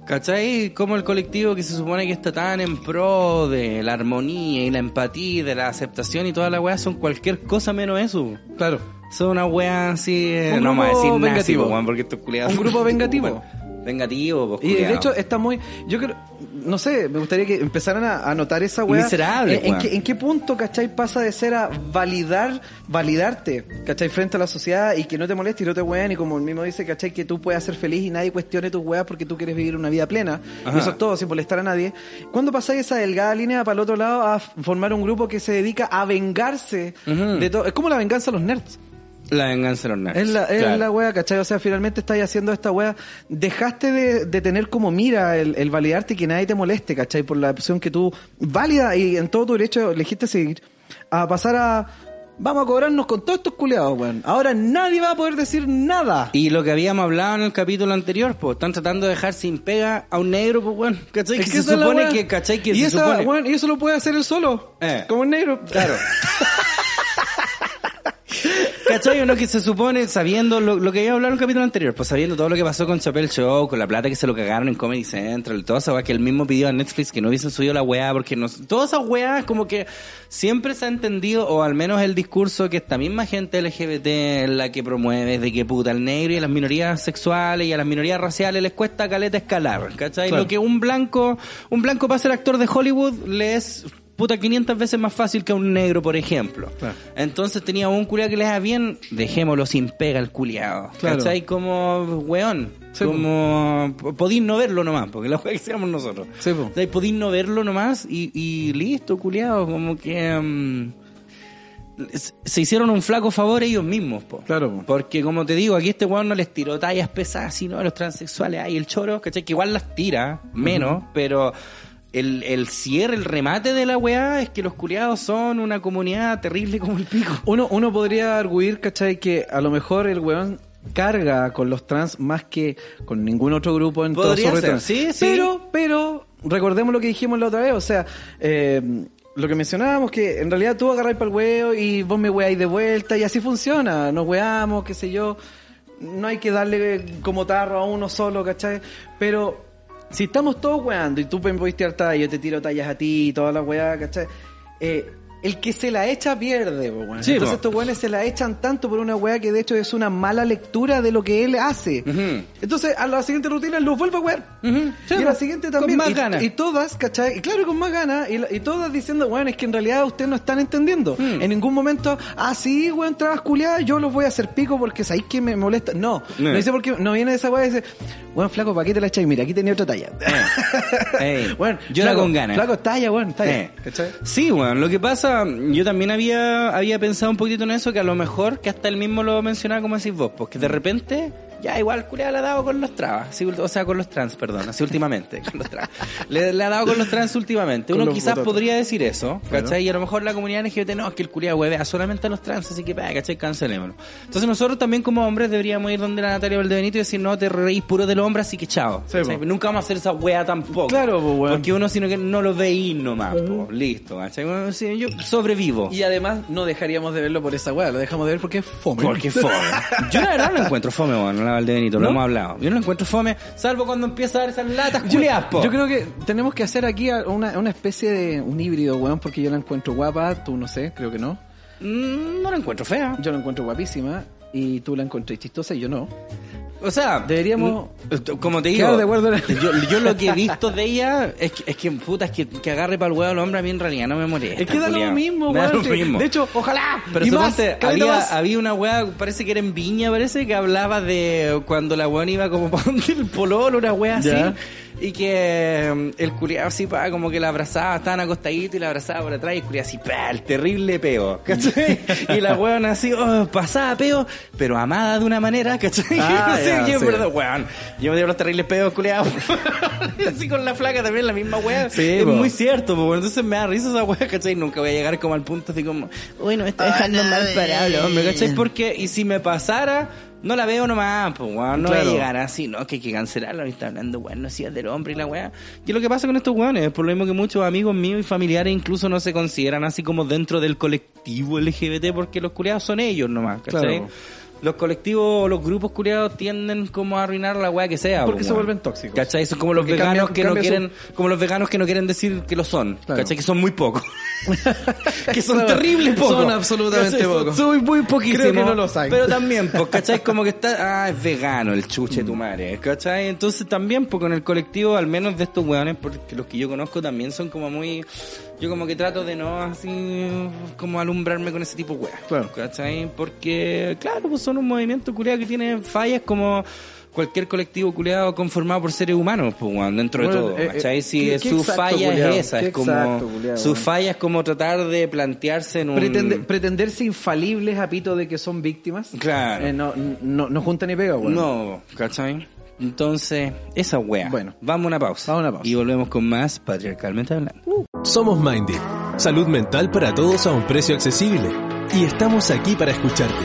¿Cachai? Como el colectivo que se supone que está tan en pro de la armonía y la empatía, de la aceptación y toda la weá, son cualquier cosa menos eso.
Claro.
Son una weá así, eh,
Un
no me voy a decir
grupo
nazi,
vengativo.
po, weón, porque estos culiados.
Un grupo vengativo.
Bueno, vengativo, pues.
Y de hecho eh, está muy, yo creo, no sé, me gustaría que empezaran a, a notar esa weá.
Miserable,
¿En, en
weá.
qué, en qué punto, cachai, pasa de ser a validar, validarte, cachai, frente a la sociedad y que no te moleste y no te wean y como el mismo dice, cachai, que tú puedas ser feliz y nadie cuestione tus weas porque tú quieres vivir una vida plena.
Ajá.
Y eso es todo, sin molestar a nadie. ¿Cuándo pasáis esa delgada línea para el otro lado a f- formar un grupo que se dedica a vengarse
Ujú.
de todo? Es como la venganza de los nerds.
la venganza de los nazis.
Es la, es
claro.
la wea, ¿cachai? O sea, finalmente estáis haciendo esta wea. Dejaste de, de tener como mira el, el validarte y que nadie te moleste, ¿cachai? Por la opción que tú válida y en todo tu derecho elegiste seguir. A pasar a. Vamos a cobrarnos con todos estos culeados, weón. Ahora nadie va a poder decir nada.
Y lo que habíamos hablado en el capítulo anterior, pues, están tratando de dejar sin pega a un negro, pues, weón. ¿Cachai?
Es
que,
que
se
esa es la
supone
wea.
que, ¿cachai? Que
y
se
esa,
supone...
weón, y eso lo puede hacer él solo.
Eh.
Como el negro. Claro.
¿Cachai? Uno que se supone, sabiendo lo, lo que iba a hablar en el capítulo anterior, pues sabiendo todo lo que pasó con Chapel Show, con la plata que se lo cagaron en Comedy Central, toda esa weá que él mismo pidió a Netflix que no hubiesen subido la weá, porque no, todas esas weas como que siempre se ha entendido, o al menos el discurso que esta misma gente LGBT es la que promueve, es de que puta, al negro y a las minorías sexuales y a las minorías raciales les cuesta caleta escalar, ¿cachai?
Claro.
Lo que un blanco, un blanco para ser actor de Hollywood le es puta 500 veces más fácil que a un negro, por ejemplo.
Claro.
Entonces tenía un culiado que le da bien, dejémoslo sin pega el culiado.
Claro.
¿Cachai? Como weón.
Sí,
como po- podís no verlo nomás, porque la juega que hiciéramos nosotros.
Sí, po.
¿Cachai? Podís no verlo nomás y, y listo, culiado. Como que mm, se- se hicieron un flaco favor ellos mismos, po.
Claro, po.
Porque como te digo, aquí este weón no les tiró tallas pesadas, sino a los transexuales. Ahí el choro, ¿cachai? Que igual las tira, menos, pero el, el cierre, el remate de la weá es que los culiados son una comunidad terrible como el pico.
(laughs) Uno, uno podría arguir, ¿cachai? Que a lo mejor el weón carga con los trans más que con ningún otro grupo en
Podría
todo su
ser,
retorno.
sí, sí.
Pero, pero, recordemos lo que dijimos la otra vez, o sea, eh, lo que mencionábamos que en realidad tú agarráis para el huevo y vos me weáis de vuelta y así funciona, nos weamos, qué sé yo. No hay que darle como tarro a uno solo, ¿cachai? Pero si estamos todos weando y tú me voy a tirar tallas, yo te tiro tallas a ti y toda la weá, ¿cachai? Eh, el que se la echa pierde, po, weón.
Sí, po.
Entonces estos weones se la echan tanto por una weá que de hecho es una mala lectura de lo que él hace.
Ujú.
Entonces a la siguiente rutina los vuelve a wear. Y a la siguiente
pues, Con
también.
más
y,
ganas.
y todas, ¿cachai? Y claro, con más ganas. Y, la- y todas diciendo, bueno, es que en realidad ustedes no están entendiendo.
Mm.
En ningún momento, ah, sí, weón, trabas culiadas, yo los voy a hacer pico porque sabéis que me molesta. No,
No.
no, dice porque no viene de esa weá y dice, bueno, flaco, ¿para qué te la echáis? Mira, aquí tenía otra talla.
Eh.
(laughs)
Ey,
bueno,
llora
flaco,
con ganas.
Flaco, talla, weón, talla.
Eh, Sí, bueno, lo que pasa, yo también había, había pensado un poquitito en eso, que a lo mejor, que hasta él mismo lo mencionaba como decís vos, porque pues, de repente Ya, igual, culiao le ha dado con los trabas. así, o sea, con los trans, perdón, así últimamente. (laughs) con los trans. Le, le ha dado con los trans últimamente.
Con
Uno
los
quizás
bototos.
podría decir eso, ¿cachai? Y a lo mejor la comunidad LGBT no, es que el culiao huevea solamente a los trans, así que, pa, ¿cachai? Cancelémoslo. Entonces nosotros también como hombres deberíamos ir donde la Natalia Valdebenito y decir, no, te reís puro del hombre, así que chao.
Sí,
¿cachai?
po.
Nunca vamos a hacer esa wea tampoco.
Claro, po, weón.
Porque uno sino que no lo veí nomás, po. Listo, ¿cachai? Bueno, sí, yo sobrevivo.
Y además no dejaríamos de verlo por esa weá, lo dejamos de ver porque es fome.
Porque es
(laughs)
fome. Yo la verdad no encuentro fome, bueno, la Valdebenito, lo hemos hablado. Yo no encuentro fome, salvo cuando empieza a dar esas latas
Yo,
culiadas, po.
yo creo que tenemos que hacer aquí a- una, una especie de un híbrido, weón, porque yo la encuentro guapa, tú no sé, creo que no.
Mm, no la encuentro fea.
Yo la encuentro guapísima y tú la encontré chistosa y yo no.
O sea,
Deberíamos-
mm, Como te digo,
Claro, de acuerdo.
yo, yo lo
(laughs)
que he visto de ella es que, es que puta, es que, que agarre para el huevo al hombre a mí en realidad no me molesta.
Es que da lo
culiao.
mismo,
Me da
weón.
lo
sí.
mismo.
De hecho, ojalá.
Pero
y más,
suponte,
caleta
había,
más.
había una weá, parece que era en Viña, parece, que hablaba de cuando la weón iba como (laughs) para donde el pololo, una weá así.
Ya.
Y que mm, el curiado así, pa, como que la abrazaba, estaban acostaditos y la abrazaba por atrás y el curiado así, pa, el terrible peo, (laughs) ¿cachai? y la weón así, oh, pasada peo, pero amada de una manera, ¿cachai? (laughs)
Ah,
no sé,
ya,
yo,
sí.
perdón, weón, yo me dio los terribles peos, (laughs) curiado. así con la flaca también, la misma weá.
Sí,
es
po.
muy cierto, pues entonces me da risa esa weá, ¿cachai? Nunca voy a llegar como al punto así como, uy, no me está dejando mal parado, el hombre, ¿cachai? Porque, y si me pasara, no la veo nomás, pues weón, no voy
Claro.
a llegar así, no, que hay que cancelarla, me está hablando, weón, no seas del hombre y la weá. Y lo que pasa con estos weones, por lo mismo que muchos amigos míos y familiares incluso no se consideran así como dentro del colectivo LGBT, porque los culiados son ellos nomás, ¿cachai?
Claro.
Los colectivos, los grupos culiados tienden como a arruinar la weá que sea.
Porque
po,
se
weón.
vuelven tóxicos.
¿Cachai? Son como los
Porque
veganos
cambian-
que no
cambian su-
quieren como los veganos que no quieren decir que lo son,
Claro.
¿cachai? Que son muy
(laughs)
pocos. que son
Son-
terribles pocos.
son absolutamente
¿Cachai? Son-
pocos.
Son muy poquísimos.
Creo que no los hay.
Pero también, pues, ¿cachai? Como que está, ah, es vegano el chuche tu madre, ¿cachai? Entonces también, pues con el colectivo, al menos de estos weones, porque los que yo conozco también son como muy, yo como que trato de no así, como alumbrarme con ese tipo de weas.
Claro.
¿Cachai? Porque, claro, pues son un movimiento culiado que tiene fallas como cualquier colectivo culiado conformado por seres humanos, pues, weón, dentro
Bueno,
de todo,
eh, eh,
¿cachai? si
qué- qué
su
exacto,
falla
culiao,
es esa,
qué
es como,
exacto, culiao,
su
weón.
falla es como tratar de plantearse en un...
Pretende- pretenderse infalibles a pito de que son víctimas.
Claro.
Eh, no, no, no junta ni pega, weón.
No, ¿cachai? Entonces, esa wea.
Bueno.
Vamos a una pausa.
Vamos a una pausa.
Y volvemos con más patriarcalmente hablando.
Somos Mindy, salud mental para todos a un precio accesible. Y estamos aquí para escucharte.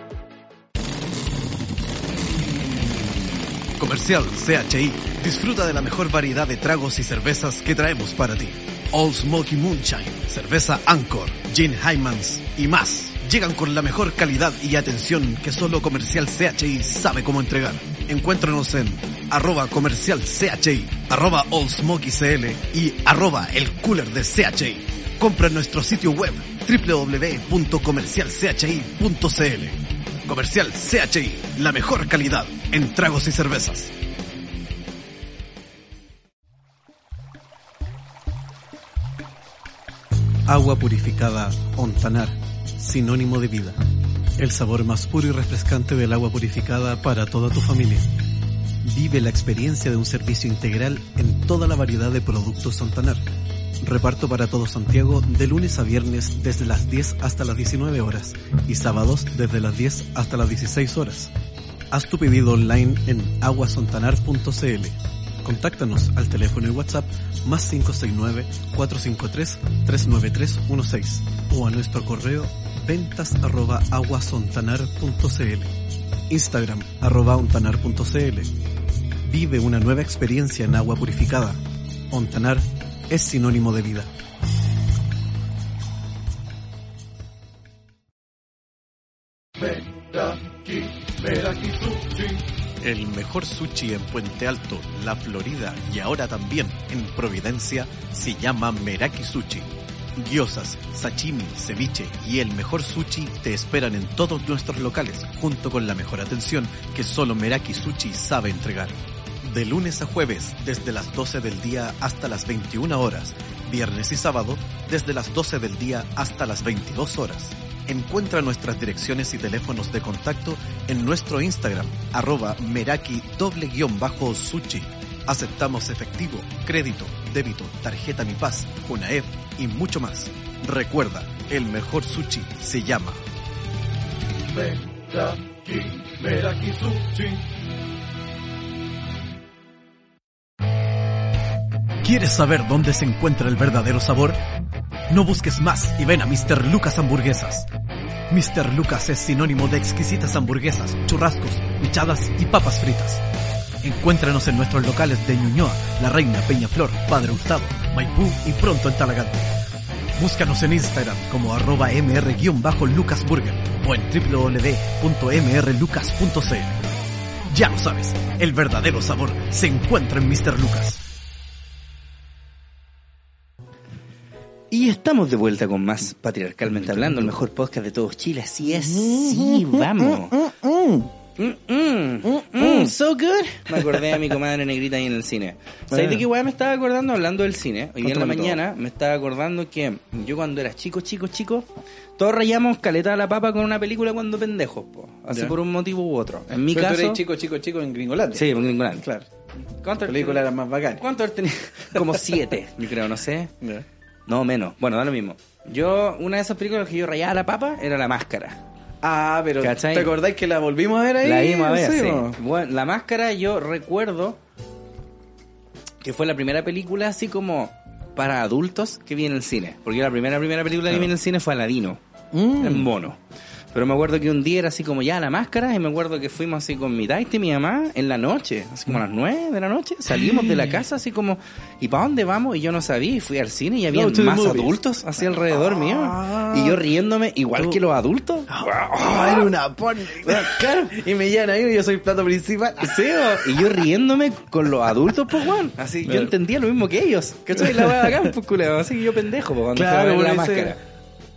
Comercial CHI. Disfruta de la mejor variedad de tragos y cervezas que traemos para ti. Old Smoky Moonshine, cerveza Anchor, Gin Hymans y más. Llegan con la mejor calidad y atención que solo Comercial CHI sabe cómo entregar. Encuéntranos en arroba comercial CHI, arroba Old Smoky CL y arroba el cooler de CHI. Compra en nuestro sitio web www.comercialchi.cl Comercial CHI, la mejor calidad en tragos y cervezas.
Agua purificada Ontanar, sinónimo de vida. El sabor más puro y refrescante del agua purificada para toda tu familia. Vive la experiencia de un servicio integral en toda la variedad de productos Ontanar. Reparto para todo Santiago de lunes a viernes desde las 10 hasta las 19 horas y sábados desde las 10 hasta las 16 horas. Haz tu pedido online en aguasontanar.cl. Contáctanos al teléfono y WhatsApp más 569-453-39316 o a nuestro correo ventas arroba aguasontanar.cl, Instagram arroba ontanar.cl. Vive una nueva experiencia en agua purificada. Ontanar es sinónimo de vida.
El mejor sushi en Puente Alto, La Florida y ahora también en Providencia se llama Meraki Sushi. Gyozas, sashimi, ceviche y el mejor sushi te esperan en todos nuestros locales, junto con la mejor atención que solo Meraki Sushi sabe entregar. De lunes a jueves, desde las 12 del día hasta las 21 horas. Viernes y sábado, desde las 12 del día hasta las 22 horas. Encuentra nuestras direcciones y teléfonos de contacto en nuestro Instagram, arroba meraki doble guión bajo sushi. Aceptamos efectivo, crédito, débito, tarjeta Mi Paz, UNAEP y mucho más. Recuerda, el mejor sushi se llama
¿Quieres saber dónde se encuentra el verdadero sabor? No busques más y ven a Mr. Lucas Hamburguesas. Mr. Lucas es sinónimo de exquisitas hamburguesas, churrascos, michadas y papas fritas. Encuéntranos en nuestros locales de Ñuñoa, La Reina, Peñaflor, Padre Hurtado, Maipú y pronto en Talagante. Búscanos en Instagram como arroba mr-lucasburger o en www.mrlucas.cl. Ya lo sabes, el verdadero sabor se encuentra en Mr. Lucas.
Y estamos de vuelta con más Patriarcalmente Hablando, el mejor podcast de todos Chile. Así es, sí,
(laughs)
vamos. Mm, mm, mm, so good. Me acordé de mi comadre negrita ahí en el cine.
Ah.
¿Sabes de qué weá me estaba acordando hablando del cine? Hoy día en la
Cuéntamelo
mañana me estaba acordando que yo cuando era chico, chico, chico, todos rayamos caleta a la papa con una película cuando pendejos, po. Así
Ya.
por un motivo u otro. En mi
Pero tú
caso.
eres chico, chico, chico en Gringolandia.
Sí, porque ninguna.
Claro.
¿Cuánto
Las películas eran más bacanas.
¿Cuánto haber tenido? (laughs) Como siete, yo creo, no sé.
Ya.
No, menos. Bueno, da lo mismo. Yo, una de esas películas que yo rayaba a la papa era La Máscara.
Ah, pero
¿Cachai?
¿te acordáis que la volvimos a ver ahí?
La misma vez, sí.
bo.
Bueno, la máscara yo recuerdo que fue la primera película así como para adultos que vi en el cine. Porque yo la primera, primera película que vi en el cine fue Aladino,
Mm.
en mono. Pero me acuerdo que un día era así como ya la máscara y me acuerdo que fuimos así con mi taita y mi mamá en la noche, así como a las nueve de la noche, salimos
Mm.
de la casa así como, ¿y para dónde vamos? Y yo no sabía y fui al cine y había
Go to the
más
movies.
adultos así alrededor mío. Y yo riéndome igual que los adultos.
Ah, era una porno. (laughs) Claro. Y me llevan ahí y yo soy plato principal.
Sí, o- y yo riéndome con los adultos, pues, weón. Así yo entendía lo mismo que ellos. ¿Cachai? La weá acá, pues, culiao. Así que yo pendejo, pues, cuando fui a ver la
uno dice,
máscara.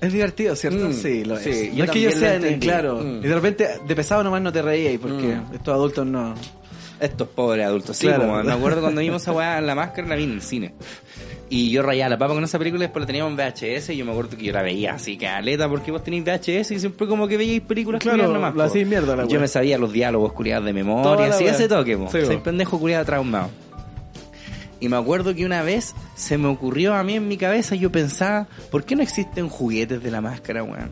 Es divertido, ¿cierto?
Mm,
sí, lo es.
sí, yo
no es que
también
yo
lo
sea en el
entendí.
claro.
Mm.
Y de repente, de pesado nomás no te reíais porque
Mm.
estos adultos no.
Estos pobres adultos. Sí,
Claro.
po, weón. me acuerdo cuando vimos esa weá en la máscara, la vi en el cine. Y yo rayaba la papa con esa película y después la teníamos en VHS y yo me acuerdo que yo la veía así, caleta, porque vos tenéis VHS y siempre como que veíais películas
Claro,
culiadas nomás, pues.
lo
po.
hacís mierda la
Yo
weá.
me sabía los diálogos culiados de
Toda
memoria,
la
así
weá.
ese toque, po.
Sí, po.
Soy pendejo culiado traumado. Y me acuerdo que una vez se me ocurrió a mí en mi cabeza, yo pensaba, ¿por qué no existen juguetes de la máscara, weón?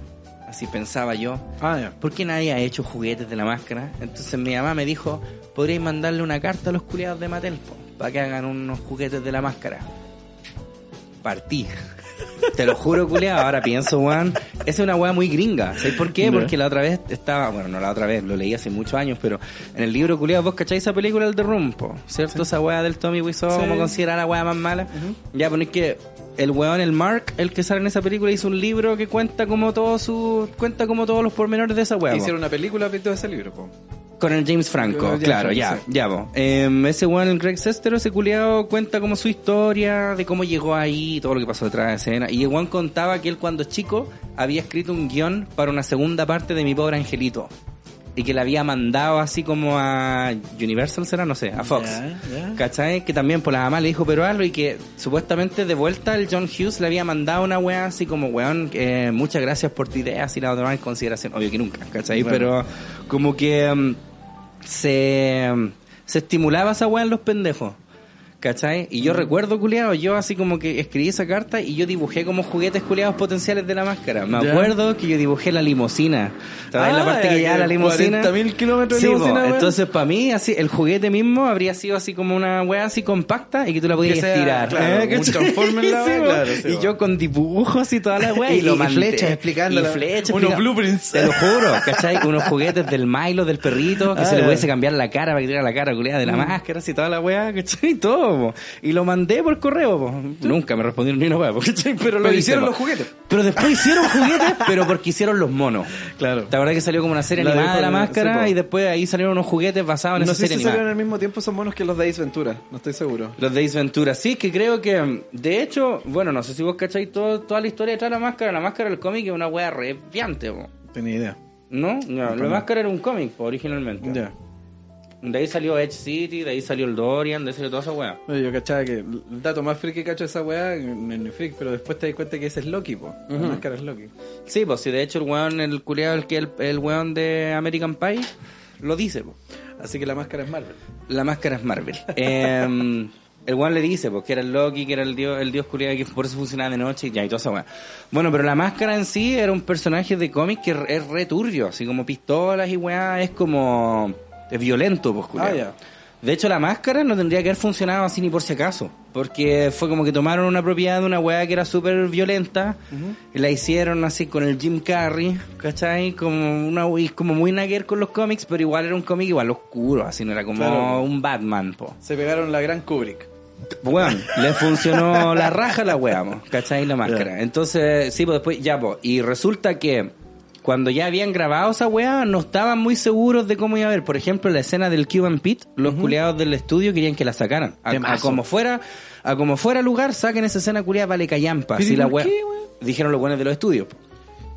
Así pensaba yo.
Ah, ya.
¿por qué nadie ha hecho juguetes de la máscara? Entonces mi mamá me dijo, podríais mandarle una carta a los culiados de Mattel po, para que hagan unos juguetes de la máscara. Partí. Te lo juro, culiado. Ahora pienso, weón. Esa es una weá muy gringa. ¿Sabes por qué? Porque la otra vez estaba. Bueno, no la otra vez, lo leí hace muchos años, pero en el libro, culiado, vos cacháis esa película, El Derrumpo. ¿Cierto? Esa weá del Tommy Wiseau,
Sí.
como considerar la weá más mala. Ya ponéis que el weón, el Mark, el que sale en esa película, hizo un libro que cuenta como todo su. cuenta como todos los pormenores de esa weá. po.
Hicieron una película de todo ese libro, po.
Con el James
Con
Franco,
el James
claro,
Franco,
ya,
sí.
ya vos. Em, ese weón, el Greg Sestero, ese culiado, cuenta como su historia, de cómo llegó ahí, todo lo que pasó detrás de escena. Y el weón contaba que él cuando chico había escrito un guión para una segunda parte de Mi Pobre Angelito. Y que la había mandado así como a Universal, será, no sé, a Fox.
Ya, ya.
¿Cachai? Que también por la mamá le dijo pero algo y que supuestamente de vuelta el John Hughes le había mandado una weá así como, weón, eh, muchas gracias por tu idea, si la voy a tomar en consideración. Obvio que nunca, ¿cachai? Pero como que mm, se, mm, se estimulaba esa weá en los pendejos. ¿Cachai? Y
Mm.
yo recuerdo, culiado, yo así como que escribí esa carta y yo dibujé como juguetes culiados potenciales de la máscara. Me
Ya.
acuerdo que yo dibujé la limusina. ¿Te acuerdas
Ah,
la parte que llevaba la limusina?
40.000 kilómetros de
Sí,
limusina,
po.
weón.
entonces para mí así el juguete mismo habría sido así como una weá así compacta y que tú la podías
Que sea,
tirar.
claro, un
¿Cachai? (laughs)
transformer la weá,
po.
claro, sí,
y
po.
yo con dibujos y toda la weá
(laughs) Y-
y, lo
y
mandé.
flechas explicándola.
Y flechas
Unos
explica-
blueprints.
Te lo juro, ¿cachai? Unos juguetes del Milo, del perrito, que
Ah,
se le
ya. Mm.
pudiese cambiar la cara para que tuviera la cara culiada de la máscara así toda la weá, ¿cachai? Todo, po. Y lo mandé por correo, po. Nunca me respondieron ni una hueá, po, ¿cachai? Pero lo
Pero
hice,
hicieron
po.
los juguetes.
Pero después hicieron juguetes, pero porque hicieron los monos.
Claro.
La verdad que salió como una serie
La de-
animada de la
sí,
máscara
po.
y después ahí salieron unos juguetes basados en
No
esa serie
sé si
animada.
salieron al mismo tiempo, son monos que los de Ace Ventura, no estoy seguro.
Los de Ace Ventura, sí, que creo que, mm, de hecho, bueno, no sé si vos cacháis todo- toda la historia detrás de la máscara. La máscara del cómic es una wea re piante, po.
Tenía idea.
¿no? No, la máscara era un cómic, po, originalmente.
Ya.
De ahí salió Edge City, de ahí salió el Dorian, de ahí salió toda esa wea.
Oye, Yo cachaba que el dato más freak que cacho de esa weá, no es ni freak, pero después te das cuenta que ese es Loki, po. La
Ujú.
máscara es Loki.
Sí, pues sí, de hecho el weón, el culiado, el que el, el weón de American Pie, lo dice, po.
Así que la máscara es Marvel.
La máscara es Marvel. Em, el weón le dice, pues, que era el Loki, que era el dios, el dios culiado, que por eso funcionaba de noche, y ya, y toda esa weá. Bueno, pero la máscara en sí era un personaje de cómic que re- es re turbio, así como pistolas y weá, es como... Es violento, pues, culiao.
Ah, ya.
De hecho, la máscara no tendría que haber funcionado así ni por si acaso. Porque fue como que tomaron una propiedad de una weá que era súper violenta. y La hicieron así con el Jim Carrey, ¿cachai? Como, una, y como muy naguer con los cómics, pero igual era un cómic igual oscuro. Así no era como
Claro.
un Batman, po.
Se pegaron la gran Kubrick.
Bueno, le
(laughs)
funcionó la raja a la wea, mo, ¿cachai? La máscara. Entonces, sí, pues después, ya, pues. Y resulta que cuando ya habían grabado esa wea, no estaban muy seguros de cómo iba a ver. Por ejemplo, la escena del Cuban Pit, los culeados del estudio querían que la sacaran. A, a como fuera, a como fuera lugar, saquen esa escena culeada vale callampa.
¿Pero
Si
y
la
por
wea,
qué, wea?
dijeron los buenos de los estudios. po.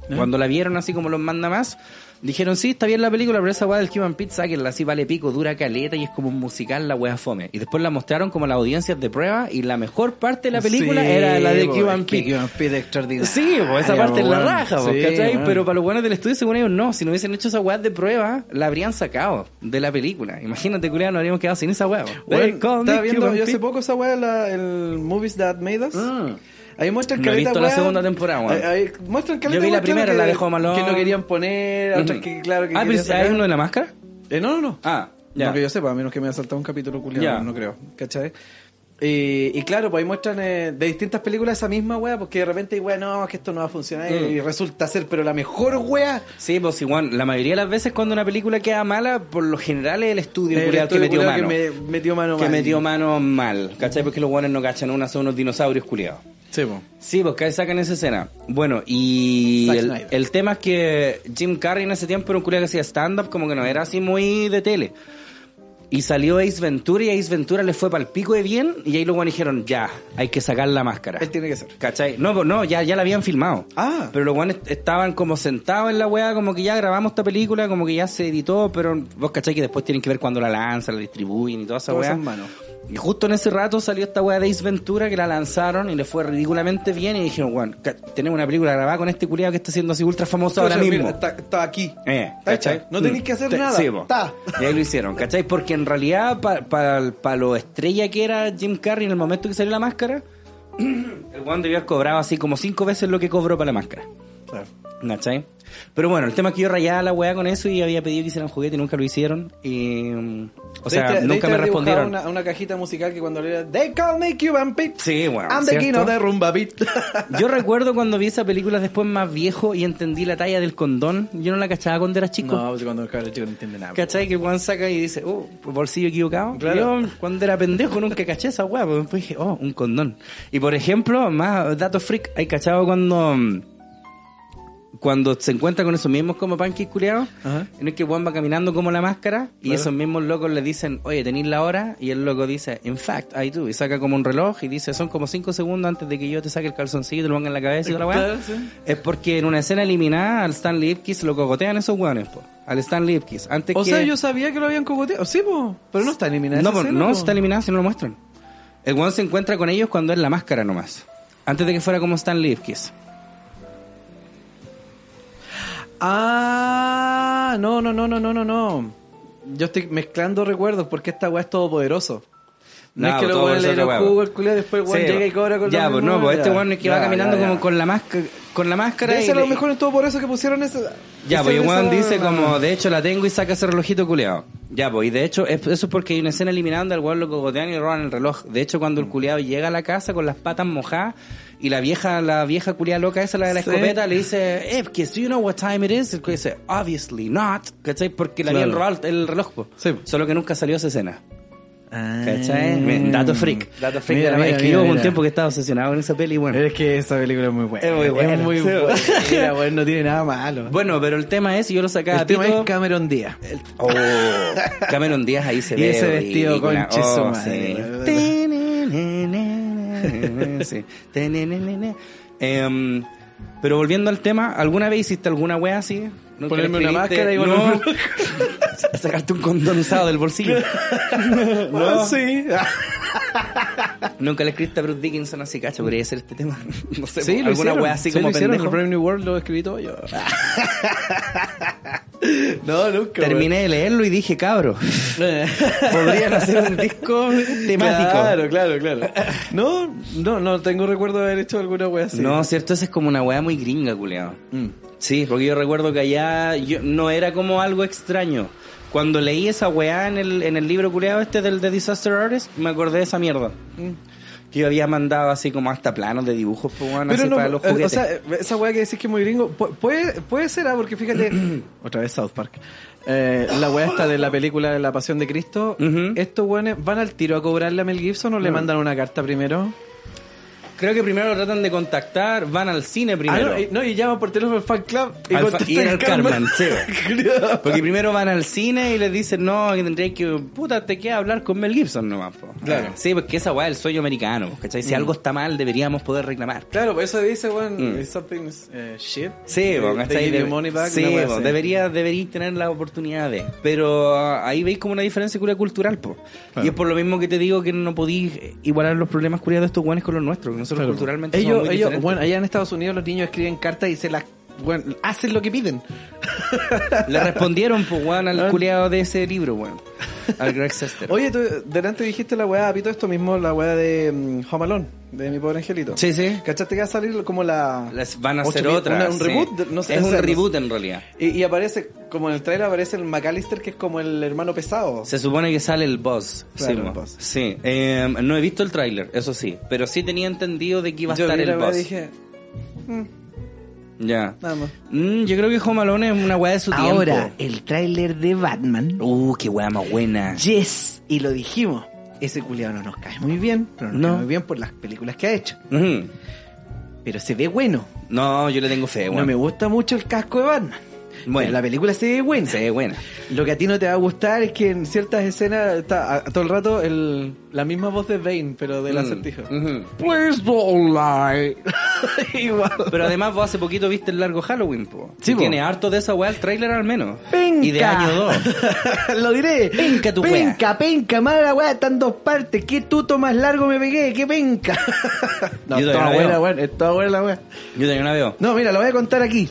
¿Eh?
Cuando la vieron así como los manda más, dijeron, sí, está bien la película, pero esa weá del Human Pit, sáquenla, así vale pico, dura caleta y es como un musical, la weá fome. Y después la mostraron como las audiencias de prueba y la mejor parte de la película
Sí,
era la de
po,
Cuban
es que
Pit.
Cuban Pit es extraordinario.
Sí, po, esa parte es la
weón.
raja, po,
Sí,
¿cachai?
weón.
Pero para los buenos del estudio, según ellos, no. Si no hubiesen hecho esa weá de prueba, la habrían sacado de la película. Imagínate, culiao, no habríamos quedado sin esa weá. po.
Weón,
They call me
estaba viendo
Cuban
yo
Pit.
hace poco esa weá, la- el Movies That Made Us.
Mm.
Ahí muestran
No he
caleta,
visto la
weá.
segunda temporada, weón.
Ahí- ahí muestran caleta,
Yo vi la
weón, claro,
primera,
que-
la de Home Alone.
Que no querían poner, otras
Ujú.
que claro que
Ah, pero
querían
si hay
sacar.
uno de la máscara.
Eh, no, no, no.
Ah, ya.
No que yo sepa, a menos que me haya saltado un capítulo culiado,
Ya.
no creo, ¿cachai? Y, y claro, pues ahí muestran eh, de distintas películas esa misma wea, porque de repente, wea, no, es que esto no va a funcionar
Mm.
y resulta ser, pero la mejor wea.
Sí, pues igual, la mayoría de las veces cuando una película queda mala, por lo general es el estudio
El
culiao que
estudio
metió
culiao
mano.
que me- metió mano
que
mal.
metió mano mal, ¿cachai? Porque los guanes no cachan una, son unos dinosaurios culiados.
Sí, po.
Sí, pues que sacan esa escena. Bueno, y
Zack
el,
Snyder.
el tema es que Jim Carrey en ese tiempo era un culiado que hacía stand-up, como que no era así muy de tele. Y salió Ace Ventura y Ace Ventura le fue pal pico de bien y ahí los guanes dijeron, ya, hay que sacar la máscara.
Él tiene que ser.
¿Cachai? No, pues, no, ya, ya la habían filmado.
Ah.
Pero los guanes estaban como sentados en la weá, como que ya grabamos esta película, como que ya se editó, pero vos cachai que después tienen que ver cuando la lanzan, la distribuyen y toda esa
Todo
weá.
eso en mano.
Y justo en ese rato salió esta weá de Ace Ventura que la lanzaron y le fue ridículamente bien y dijeron, weón, ca- tenemos una película grabada con este culiado que está siendo así ultra famoso ahora
Oye, mira,
mismo.
Está, está aquí.
Eh,
Está
¿cachai?
hecha. No tenéis que hacer
Sí,
nada.
sí, po.
Está.
Y ahí lo hicieron, ¿cachai? Porque en realidad, para lo estrella que era Jim Carrey en el momento que salió la
(coughs)
máscara, el weón debió haber cobrado así como cinco veces lo que cobró para la máscara. ¿Cachai? Pero bueno, el tema es que yo rayaba la weá con eso y había pedido que hicieran juguete y nunca lo hicieron. Y, mm, o sea,
De
nunca
hecho- de hecho,
me
dibujaba
respondieron.
Una, una cajita musical que cuando leía They call me Cuban Pete.
Sí, bueno,
I'm the
¿cierto?
king of the rumba
(laughs)
beat.
Yo recuerdo cuando vi esa película después más viejo y entendí la talla del condón. Yo no la cachaba cuando era chico.
no, pues cuando el cabrón chico no entiende nada.
¿Cachai? Que Juan saca y dice, oh, bolsillo equivocado.
Claro.
Yo, cuando era pendejo, nunca caché esa weá. Pues después dije, oh, un condón. Y por ejemplo, más datos freak, hay cachado cuando. mm, Cuando se encuentra con esos mismos como panquis culiados,
Ajá.
en el que Juan va caminando como la máscara y esos mismos locos le dicen, oye, tenéis la hora, y el loco dice, in fact, I do, y saca como un reloj y dice, son como 5 segundos antes de que yo te saque el calzoncillo y te lo ponga en la cabeza y toda la weá.
Claro, sí.
Es porque en una escena eliminada al Stan Lipkis lo cogotean esos weones, po. Al Stan Lipkis. Antes
O
que...
sea, yo sabía que lo habían cogoteado. Sí, po. Pero no está eliminado.
No, po, no está eliminado si no lo muestran. El weón se encuentra con ellos cuando es la máscara nomás. Antes de que fuera como Stan Lipkis.
Ah, no, no, no, no, no, no, no. Yo estoy mezclando recuerdos porque esta weá es todopoderoso. No, es que lo
pues, todo
weón
eso es
le
otra
dieron
weá,
jugo
po.
al culiao, después el weón
Sí,
llega
po.
y cobra con
Ya,
lo
pues
mismo,
no, pues
ya.
este weón es que va
Ya,
caminando
ya, ya.
como con la máscara. Con la máscara
Debe
y
ser a
le-
lo mejor es todopoderoso que pusieron ese.
Ya,
ese-
pues
esa-
Juan dice como, de hecho la tengo y saca ese relojito culeado. Ya, pues, y de hecho, es- eso es porque hay una escena eliminando al weón lo cogotean y roban el reloj. De hecho, cuando
Mm.
el culeado llega a la casa con las patas mojadas y la vieja, la vieja culeada loca esa, la de la
Sí.
escopeta, le dice, eh, que do you know what time it is? El culiao dice, obviously not, ¿cachai? Porque le
Claro.
habían robado el el reloj, po.
Sí, po. Mm.
Solo que nunca salió esa escena.
Ah.
¿Cachai? Ven, Dato freak. Dato freak
Mira,
de la-
mira,
es que
mira,
yo hubo un
mira. Eh.
tiempo que estaba obsesionado con esa peli, bueno.
Es que esa película es muy buena.
Es muy buena,
muy
sí.
buena. (laughs) Mira, bueno, no tiene nada malo.
Bueno, pero el tema es, yo lo sacaba
el tema
Tito-
es
(laughs)
Cameron Díaz.
El- Oh, Cameron Díaz ahí se
Y
ve.
ese vestido
ridícula.
conche su
Oh,
madre.
(laughs) sí. Sí. Em, pero volviendo al tema, ¿alguna vez hiciste alguna wea así? ¿Nunca
Ponerme
le
una
escribiste?
máscara y
no. (laughs)
volverme-
Sacaste un condón usado del bolsillo.
Ah, sí.
(laughs) Nunca le escribiste a Bruce Dickinson así, cacho, podría ser este tema. (laughs) No sé,
Sí, lo
alguna
hicieron.
wea así
Sí,
como
lo hicieron.
pendejo.
El Brave New World lo escribí
(laughs)
todo yo. no, nunca.
Terminé de leerlo y dije, (laughs) cabro,
weón.
podrían hacer un disco temático.
Claro, claro, claro. No, no, no tengo recuerdo de haber hecho alguna wea así.
No, cierto, esa es como una weá muy gringa, culeado.
Mm.
Sí, porque yo recuerdo que allá yo- no era como algo extraño. Cuando leí esa weá en el, en el libro culeado este del The Disaster Artist, me acordé de esa mierda. Que yo había mandado así como hasta planos de dibujos, pues, weón,
Mm. Pero
así
no,
para los
eh,
juguetes.
o sea, eh, esa weá que decís que es muy gringo, pu- puede, puede ser, ah, porque
(clears throat)
fíjate, otra vez South Park. Eh, la weá esta de la película de la Pasión de Cristo,
Ujú.
estos weones van al tiro a cobrarle a Mel Gibson o le mandan una carta primero.
Creo que primero lo tratan de contactar, van al cine primero.
Ah, no, y, no, y llaman por teléfono al fan club y
Al fa-
contestan
y era el
Carmen.
Carmen, sí. (laughs) Porque primero van al cine y les dicen, no, que tendréis que, puta, te queda hablar con Mel Gibson nomás, po.
Claro. Mm.
Sí, porque esa weá es el sueño americano, ¿cachai? Si algo está mal, deberíamos poder reclamar.
Claro, por eso dice, weón,
Mm.
if something is, eh, shit.
Sí,
they
po, ¿cachai?
give you
Debe-
money back,
sí,
una wea
po,
así.
debería, deberíais tener la oportunidad de. Pero ah, ahí veis como una diferencia culia cultural, po. Y es por lo mismo que te digo que no podís igualar los problemas culiados de estos guanes con los nuestros, que nosotros
Claro, po.
culturalmente
ellos,
somos muy
ellos,
diferentes.
bueno, allá en Estados Unidos los niños escriben cartas y se las, bueno, hacen lo que piden.
Le respondieron, po, weón,
Ah. (laughs)
al culiado de ese libro, weón. Al Greg Sester.
Oye, tú delante dijiste la weá, apito esto mismo, la weá de mm, Home Alone, de mi pobre angelito.
Sí, sí.
¿Cachaste que va a salir como la.
Las van a
ocho
hacer
pi-
otra.
una- un
sí.
reboot, de- no sé.
Es
o
un
sea, no-
reboot en realidad.
Y, y aparece, como en el trailer aparece el McAllister, que es como el hermano pesado.
Se supone que sale el boss.
Claro,
sí,
el
mo.
boss.
Sí. Eh, no he visto el tráiler, eso sí. Pero sí tenía entendido de que iba a
Yo
estar
vi la
el
weá y
boss.
dije,
Ya.
nada más.
Mm, yo creo que Home Alone es una weá de su
Ahora,
tiempo.
el tráiler de
eh.
Batman.
Uh, qué weá más buena.
Yes, y lo dijimos. Ese culiado no nos cae muy bien, pero nos
No.
cae muy bien por las películas que ha hecho.
Ujú.
Pero se ve bueno.
No, yo le tengo fe,
No
weón.
me gusta mucho el casco de Batman.
Bueno.
Pero la película se ve buena.
Se ve buena.
Lo que a ti no te va a gustar es que en ciertas escenas está a- todo el rato el, la misma voz de Bane, pero del
Mm, (laughs)
acertijo.
ujú.
Please
(laughs)
don't lie. Igual.
Pero además vos hace poquito viste el largo Halloween, po.
Sí,
Y
po.
Tiene harto de esa weá el tráiler al menos. Y de
Penca.
año 2.
(laughs) Lo diré.
Penca tu
penca, penca, mala weá, está en dos partes. ¿Qué tuto más largo me pegué? ¿Qué penca? (laughs)
No,
Yo todavía
toda
no
buena,
veo.
weón, es toda buena la wea.
Yo también la veo.
No, mira, lo voy a contar
(laughs)
aquí.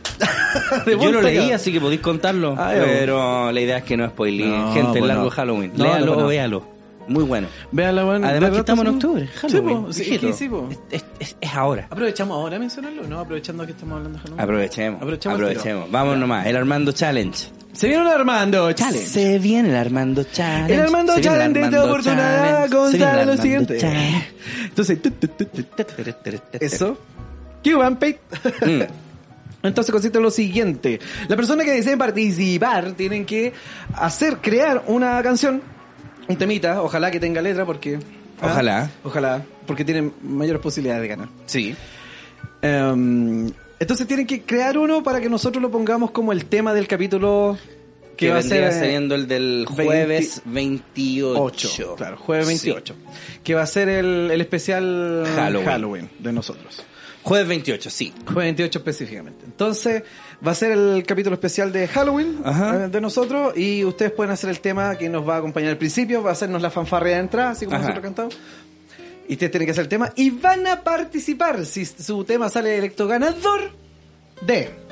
De
Yo
punta
lo leí,
acá.
así que podéis contarlo.
Ah, ya,
pero la idea es que no spoileen.
No,
Gente,
pues
el largo
no.
Halloween.
No,
Léalo
no, no.
o véalo. Muy bueno.
Vean la wea.
Además que estamos en octubre.
Sí,
Halloween.
po, sí,
Dijito.
es que sí, po.
Es, es- es ahora.
¿Aprovechamos ahora a mencionarlo? No, aprovechando que estamos hablando de Halloween.
Aprovechemos.
Aprovechemos
Aprovechemos.
el
Vamos nomás. El Armando Challenge.
Se viene un Armando Challenge.
Se viene el Armando Challenge.
El Armando
Se viene el
Challenge de esta
Armando
oportunidad
Challenge. Se viene el
consta lo
Armando
siguiente.
Challenge.
Entonces, tu, tu, tu, tu, eso. Cuban Pate.
(laughs) Mm.
Entonces consiste en lo siguiente. La persona que deseen participar tienen que hacer, crear una canción, un temita, ojalá que tenga letra porque... ah,
Ojalá.
Ojalá, porque tienen mayores posibilidades de ganar.
Sí.
Em, entonces tienen que crear uno para que nosotros lo pongamos como el tema del capítulo que,
Que
va a
vendría
ser... eh,
saliendo el del jueves 28.
8, claro, jueves 28, que va a ser el, el especial
Halloween.
Halloween de nosotros.
Sí. Jueves 28, sí.
Jueves 28 específicamente. Entonces, va a ser el capítulo especial de Halloween
Ajá.
eh, de nosotros y ustedes pueden hacer el tema que nos va a acompañar al principio, va a hacernos la fanfarria de entrada, así como
Ajá.
nosotros cantamos. Y ustedes tienen que hacer el tema y van a participar si su tema sale electo ganador de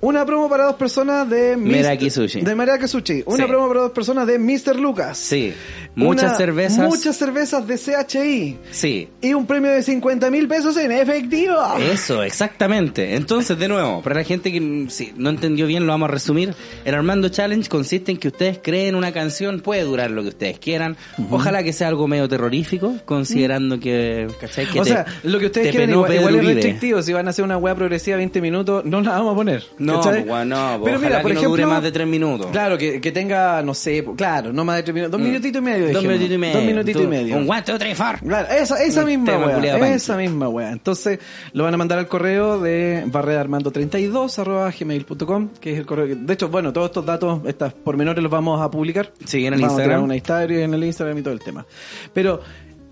una promo para dos personas de Mr.
Meraki Sushi.
De Meraki Sushi. Una
Sí.
promo para dos personas de Mr. Lucas.
Sí. Muchas
Una-
cervezas.
Muchas cervezas de CHI.
Sí.
Y un premio de 50 mil pesos en efectivo.
Eh, Eso, exactamente. Entonces, de nuevo, para la gente que mm, si no entendió bien, lo vamos a resumir. El Armando Challenge consiste en que ustedes creen una canción, puede durar lo que ustedes quieran. Ojalá que sea algo medio terrorífico, considerando que, ¿cachai? Que
o
te-
sea, lo que ustedes
te
quieren
penó
igual,
Pedro
igual es
Uribe.
restrictivo. Si van a hacer una weá progresiva 20 minutos, no la vamos a poner.
No,
¿cachai?
pues, weón, no, pues, ojalá que no dure más de tres minutos. Mm.
Claro, que, que tenga, no sé, pues, claro, no más de tres minutos. Dos minutitos y medio.
Dos
dejémoslo.
minutitos y medio.
Dos minutitos y
Tú-
medio.
Un one, two, three, four.
Claro, esa, esa
Un
misma
tema
wea,
culiao punky.
esa misma wea. Entonces, lo van a mandar al correo de barredaarmando32 arroba gmail.com, que es el correo. que- De hecho, bueno, todos estos datos, estas pormenores los vamos a publicar.
Sí, en el
Vamos a
Instagram.
tirar una historia en el Instagram y todo el tema. Pero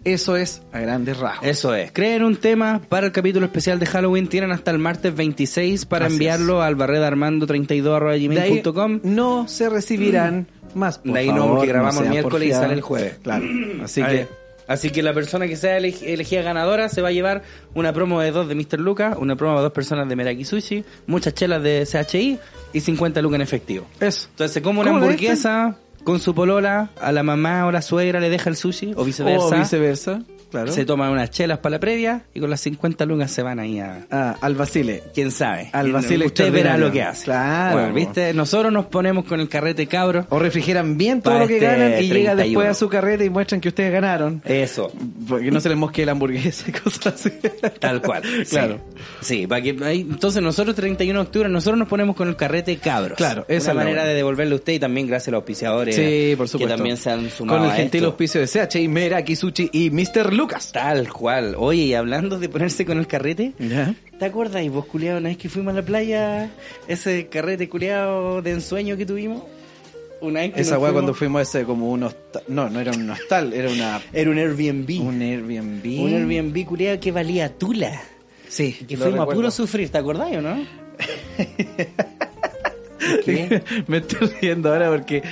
eso es a grandes rasgos.
Eso es. Creen un tema para el capítulo especial de Halloween. Tienen hasta el martes 26 para
Así
enviarlo al barredarmando 32gmailcom
no se recibirán más. Mm. por
De ahí no,
favor,
porque grabamos
sean
miércoles y
porfiados.
sale el jueves.
Claro. Así
Así que,
que.
así que la persona que sea eleg- elegida ganadora se va a llevar una promo de dos de Mr. Lucas, una promo de dos personas de Meraki Sushi, muchas chelas de CHI y 50 lucas en efectivo.
Eso.
Entonces se come una
¿Cómo le
hamburguesa con su polola, a la mamá o la suegra le deja el sushi o viceversa.
O viceversa. Claro.
Se toman unas chelas para la previa y con las 50 lucas se van ahí a...
Ah, al Basile.
¿Quién sabe?
Al
¿Quién-
Basile
Usted verá
extraordinario.
lo que hace.
Claro.
Bueno, ¿viste? Nosotros nos ponemos con el carrete cabro.
O refrigeran bien todo
Para
lo que
este
ganan y llega
31.
después a su carreta y muestran que ustedes ganaron.
Eso.
Porque no se les mosquee la hamburguesa y cosas así.
Tal cual.
(laughs) Claro.
Sí, sí, para que ahí- entonces nosotros 31 de octubre nosotros nos ponemos con el carrete cabros.
Claro, esa es la
una manera
buena.
de devolverle a usted y también gracias a los auspiciadores
Sí, por supuesto.
que también se han sumado
Con el
a
gentil
esto.
auspicio de CHI, Mera, Kisuchi y Mr. Lucas.
Tal cual. Oye, y hablando de ponerse con el carrete,
¿Ya?
¿te acordáis vos, culiado, una vez que fuimos a la playa, ese carrete culiado de ensueño que tuvimos? Una vez que
Esa
nos
weá
fuimos-
cuando fuimos ese como un hostal. No, no era un hostal, era una,
Era un Airbnb.
un Airbnb.
Un Airbnb culiado que valía tula.
Sí.
Y que
lo
fuimos a
recuerdo.
puro sufrir, ¿te acordáis o no? (laughs)
(laughs) Me estoy riendo ahora porque,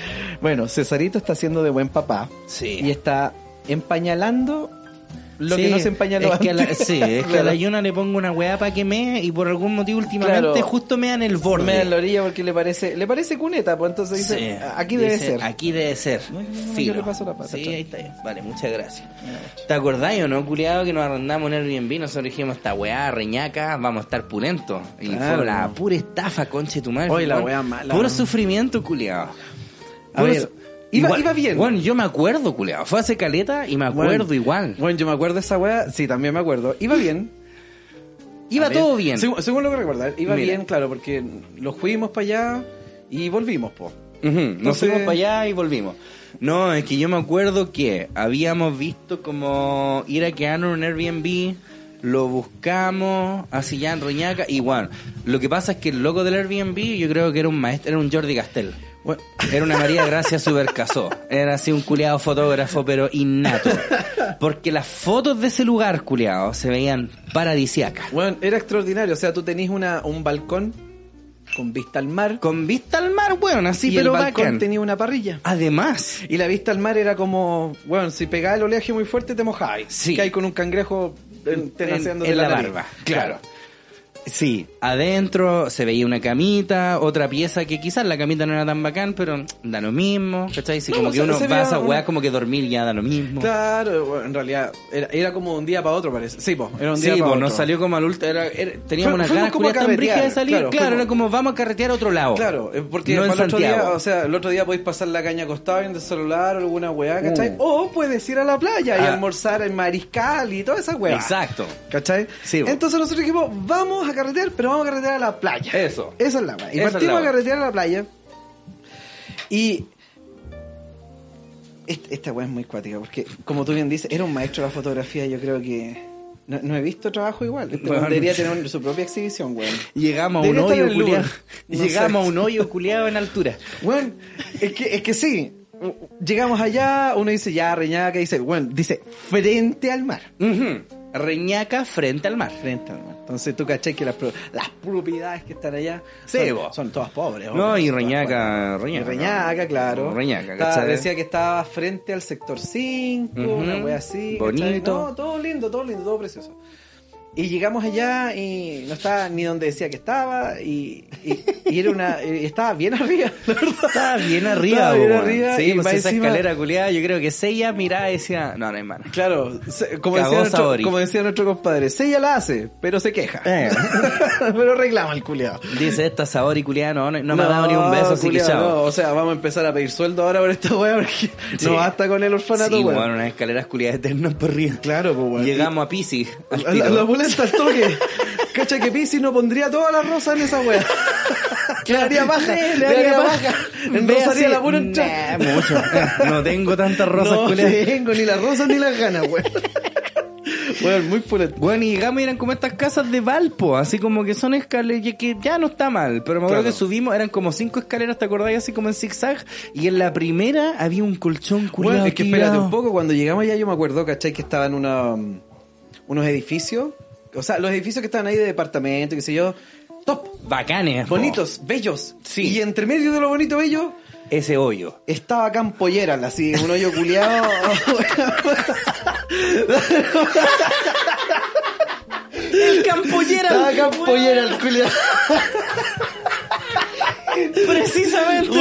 bueno, Cesarito está haciendo de buen papá.
Sí.
Y está empañalando lo
Sí,
que no se empañaló
es que a la-
antes.
sí,
(laughs)
es que (laughs) a
Claro.
la Yuna le pongo una weá para que me y por algún motivo últimamente
Claro.
justo me dan el borde.
Mea en la orilla porque le parece, le parece cuneta, pues entonces dice,
Sí,
aquí debe
dice,
ser.
Aquí debe ser.
No, no, no, yo
Filo.
le paso la pata,
sí,
chao.
ahí está. ya. Vale, muchas gracias. ¿Te acordáis o no, culiado, que nos arrendamos en Airbnb? Nosotros dijimos, esta weá, reñaca, vamos a estar pulentos. Y
Claro.
fue la pura estafa, conche tu madre.
Oye, la
weón.
weá mala,
Puro
weón.
sufrimiento, culiado.
A ver, iba- iba bien.
Bueno, yo me acuerdo, culiado. Fue hace caleta y me acuerdo
Bueno,
igual.
Bueno, yo me acuerdo de esa wea, sí, también me acuerdo. Iba bien.
Iba
A ver,
todo bien.
Según, según lo que recuerdo, iba
Mira.
bien, claro, porque los fuimos para allá y volvimos, po.
Ujú, Nos
Entonces-
fuimos para allá y volvimos. No, es que yo me acuerdo que habíamos visto como ir a quedarnos en un Airbnb, lo buscamos, así ya en Reñaca, y bueno, lo que pasa es que el loco del Airbnb yo creo que era un maestro, era un Jordi Castel.
Bueno,
Era una María (laughs) Gracia supercasó. Era así un culeado fotógrafo, pero innato. Porque las fotos de ese lugar, culeado, se veían paradisiacas.
bueno, era extraordinario, o sea, tú tenés una, un balcón con vista al mar
Con vista al mar, bueno, así,
y el
pero
balcón
bacán.
tenía una parrilla.
Además,
Y la vista al mar era como, bueno, si pegaba el oleaje muy fuerte te mojabas.
Sí.
Que hay con un cangrejo en, te naceando
en
de
la
nariz.
barba, claro. Sí, adentro se veía una camita, otra pieza que quizás la camita no era tan bacán, pero da lo mismo, ¿cachai? Si
No,
como
se-
que uno
se
va a
veía
esa
una-
weá como que dormir ya da lo mismo.
Claro, bueno, en realidad era, era como de un día para otro, parece. Sí, po, era un
Sí,
día para
pues
otro.
nos salió como al último, era- era- teníamos
Fu-
una
fuimos
cara
como a
culia tan
carretear,
brígida de salir,
claro,
claro,
fuimos-
era como vamos a carretear a otro lado.
Claro, eh, porque
no en
para el otro
Santiago.
día, o sea, el otro día podéis pasar la caña acostado en el celular o alguna weá, ¿cachai?
Uh.
O puedes ir a la playa y
Ah.
almorzar en mariscal y toda esa weá.
Exacto.
¿Cachai?
Sí, po.
Entonces nosotros dijimos, vamos a carretear, pero vamos a carretear a la playa. Eh,
Eso.
Esa es la weá. Y
Esa es la
partimos a
weá.
carretear a la playa. Y. Est- esta weá es muy cuática, porque como tú bien dices, era un maestro de la fotografía, yo creo que. No, no he visto trabajo igual. Este weón
Bueno.
debería tener un- su propia exhibición, weón.
Llegamos a un
Debería estar en
hoyo
el Louvre.
(laughs) culiado.
No
Llegamos
sé.
a un hoyo culiado en
(laughs)
altura.
Bueno, es que, es que sí. Llegamos allá, uno dice ya, Reñaca, dice, bueno, dice, frente al mar.
Ujú. Reñaca frente al mar.
Frente al mar. Entonces tú caché que las, pro- las propiedades que están allá
Sí,
son,
vos.
son todas pobres.
No,
obvio,
y
son todas
Reñaca,
pobres. Y
Reñaca.
Reñaca, claro.
Reñaca,
Estaba-
¿cachai?
decía que estaba frente al sector 5,
Ujú.
una wea así. ¿cachai?
Bonito.
No, todo lindo, todo lindo, todo precioso. Y llegamos allá y no estaba ni donde decía que estaba y, y- y era una, y estaba bien arriba, la verdad.
Estaba bien arriba,
Estaba bien
po, weón.
arriba, y
Sí, pues
más
esa
encima-
escalera culiada, yo creo que Seiya miraba y decía, no, no hay mano.
Claro, se- como,
Cagó
decía nuestro,
Saori.
como decía nuestro compadre, sí ella la hace, pero se queja.
Eh.
(laughs) pero reclama el culiado.
Dice esta Saori culiada, no, no, no me ha dado ni un beso, así que chao.
o sea, vamos a empezar a pedir sueldo ahora por esta
(laughs)
weá, porque
Sí.
no basta con el orfanato,
sí,
weón.
bueno, unas escaleras culiadas eternas por arriba.
Claro, pues weón.
Llegamos a Pisi. (laughs)
Y- a La, la opulenta al toque. Cacha que Pisi no pondría todas las rosas en esa weá. Le
(laughs)
daría baja.
Le
Le
daría
daría
baja.
baja. No
así,
salía la pura
nah,
entrada.
Mucho. No tengo tantas rosas,
No
culiao.
tengo ni las rosas ni las ganas,
(laughs)
weón. Weón, muy pura.
Bueno, y llegamos y eran como estas casas de Valpo, así como que son escaleras, que ya no está mal, pero me acuerdo
Claro.
que subimos, eran como cinco escaleras, ¿te acordáis? Así como en zigzag, y en la primera había un colchón curado.
Bueno, es que espérate un poco, cuando llegamos allá yo me acuerdo, ¿cachai? Que estaban una, um, unos edificios, o sea, los edificios que estaban ahí de departamento, qué sé yo, top,
Bacanes. po.
bonitos, bellos.
Sí.
Y entre medio de lo bonito bello
Ese hoyo.
estaba Campollera, así, un hoyo
(laughs)
culiado.
El campollera.
estaba Campollera, el culiado.
(laughs) Precisamente,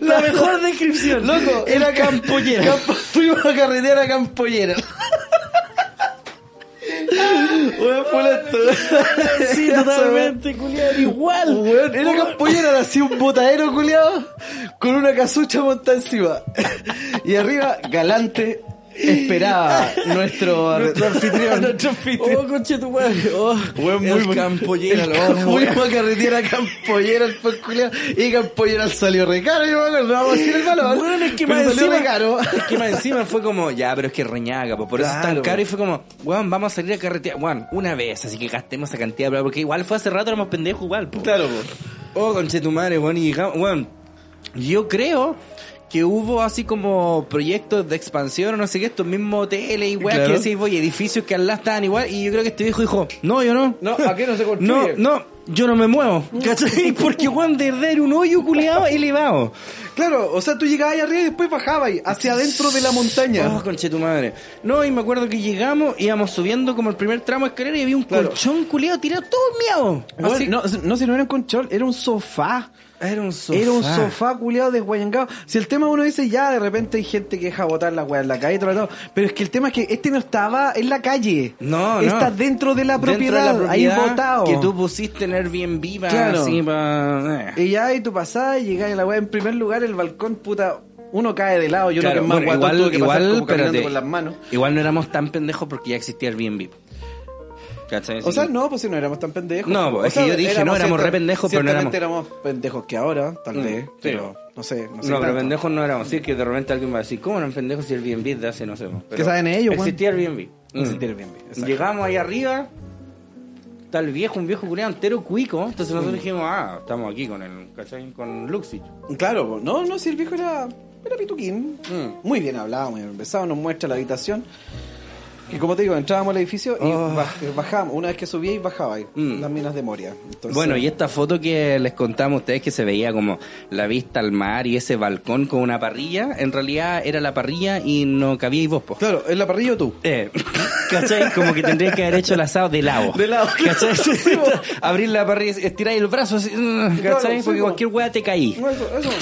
la mejor descripción.
Loco, era Campollera. fuimos a carretear a Campollera.
(laughs)
Weón, fue la
Sí, totalmente, culiado, igual.
Weón, era campollera, era así un botadero culiado con una casucha montada encima. Y arriba, galante, esperaba nuestro, (laughs) nuestro anfitrión.
Oh, conche tu madre. Oh,
Weón, muy
el
bon-
campollera,
el
lo
cam-
amo, weón.
Fuimos a carretera a campollera el pan culiao, y campollera salió recaro. Y bueno, no vamos a decir el valor.
Weón, es que
pero
más
salió
encima,
recaro.
es que más encima fue como, ya, pero es que reñaga, po, por eso es
Claro,
tan caro.
po.
Y fue como, weón, vamos a salir a carretear, weón, una vez, así que gastemos esa cantidad, bla, porque igual fue hace rato, éramos pendejos igual, po.
Claro,
Oh, conche tu madre, weón, y llegamos, weón, yo creo que hubo así como proyectos de expansión o no sé qué, estos mismos hoteles y weón,
Claro.
que decís, voy, edificios que al lado estaban igual, y yo creo que este viejo dijo, no, yo no.
No, aquí no se
No,
construye.
no, yo no me muevo. ¿Cachai? Porque Juan de verdad era un hoyo culeado elevado.
Claro, o sea, tú llegabas ahí arriba y después bajabas ahí, hacia adentro de la montaña.
(laughs) Oh, conche tu madre. No, y me acuerdo que llegamos, íbamos subiendo como el primer tramo de escalera y había un
Claro.
colchón culeado tirado todo miado.
Weón,
Así-
no, no, si no era un control, era un sofá.
Era un sofá.
Era un sofá culiado desguayangado. Si el tema uno dice ya, de repente hay gente que deja botar las weas en la calle, y todo, lo todo. pero es que el tema es que este no estaba en la calle.
No, no.
Está dentro de la
Dentro de la
propiedad, ahí
propiedad
botado.
Que tú pusiste en Airbnb para
Claro.
así, pa- eh.
Y ya, y tú pasás y llegás a la wea. En primer lugar, el balcón, puta, uno cae de lado. Yo
Claro,
creo que es más
bueno,
guatón tuve
igual,
que pasar
igual,
como caminando
espérate.
con las manos.
igual no éramos tan pendejos porque ya existía Airbnb. ¿Cachai?
O
Así
sea,
que-
no, pues si no éramos tan pendejos.
No,
O
es que
sea,
yo dije, no, éramos re pendejos, pero no
ciertamente éramos pendejos que ahora, tal
Mm,
vez,
sí.
pero no sé. No, sé
No, pero
tanto.
pendejos no éramos. Sí, que de repente alguien va a decir, ¿cómo eran pendejos si el Airbnb de hace no sé? más? Pero
saben ellos, weón?
Existía Airbnb. Mm.
Existía Airbnb, exacto.
Llegamos ahí arriba, está el viejo, un viejo culiado entero cuico. Entonces
Mm.
nosotros dijimos, ah, estamos aquí con el, ¿cachai? Con Luxich.
Claro, po. no, no, si el viejo era, era pituquín.
Mm.
Muy bien hablado, muy bien empezado, nos muestra la habitación. Y como te digo, entrábamos al edificio y
Oh.
baj- bajábamos. Una vez que subía y bajaba ahí,
Mm.
las minas de Moria. Entonces,
Bueno, y esta foto que les contamos a ustedes que se veía como la vista al mar y ese balcón con una parrilla, en realidad era la parrilla y no cabíais vos, po.
Claro, ¿en la parrilla o tú?
Eh, (laughs) ¿Cachai? Como que tendrías que haber hecho el asado de lado.
De lado, claro.
¿Cachai? (laughs) Abrir la parrilla, estirar el brazo, así, mm, ¿cachai?
Claro, sí,
Porque
po.
cualquier weá te caí.
No, eso, eso. (laughs)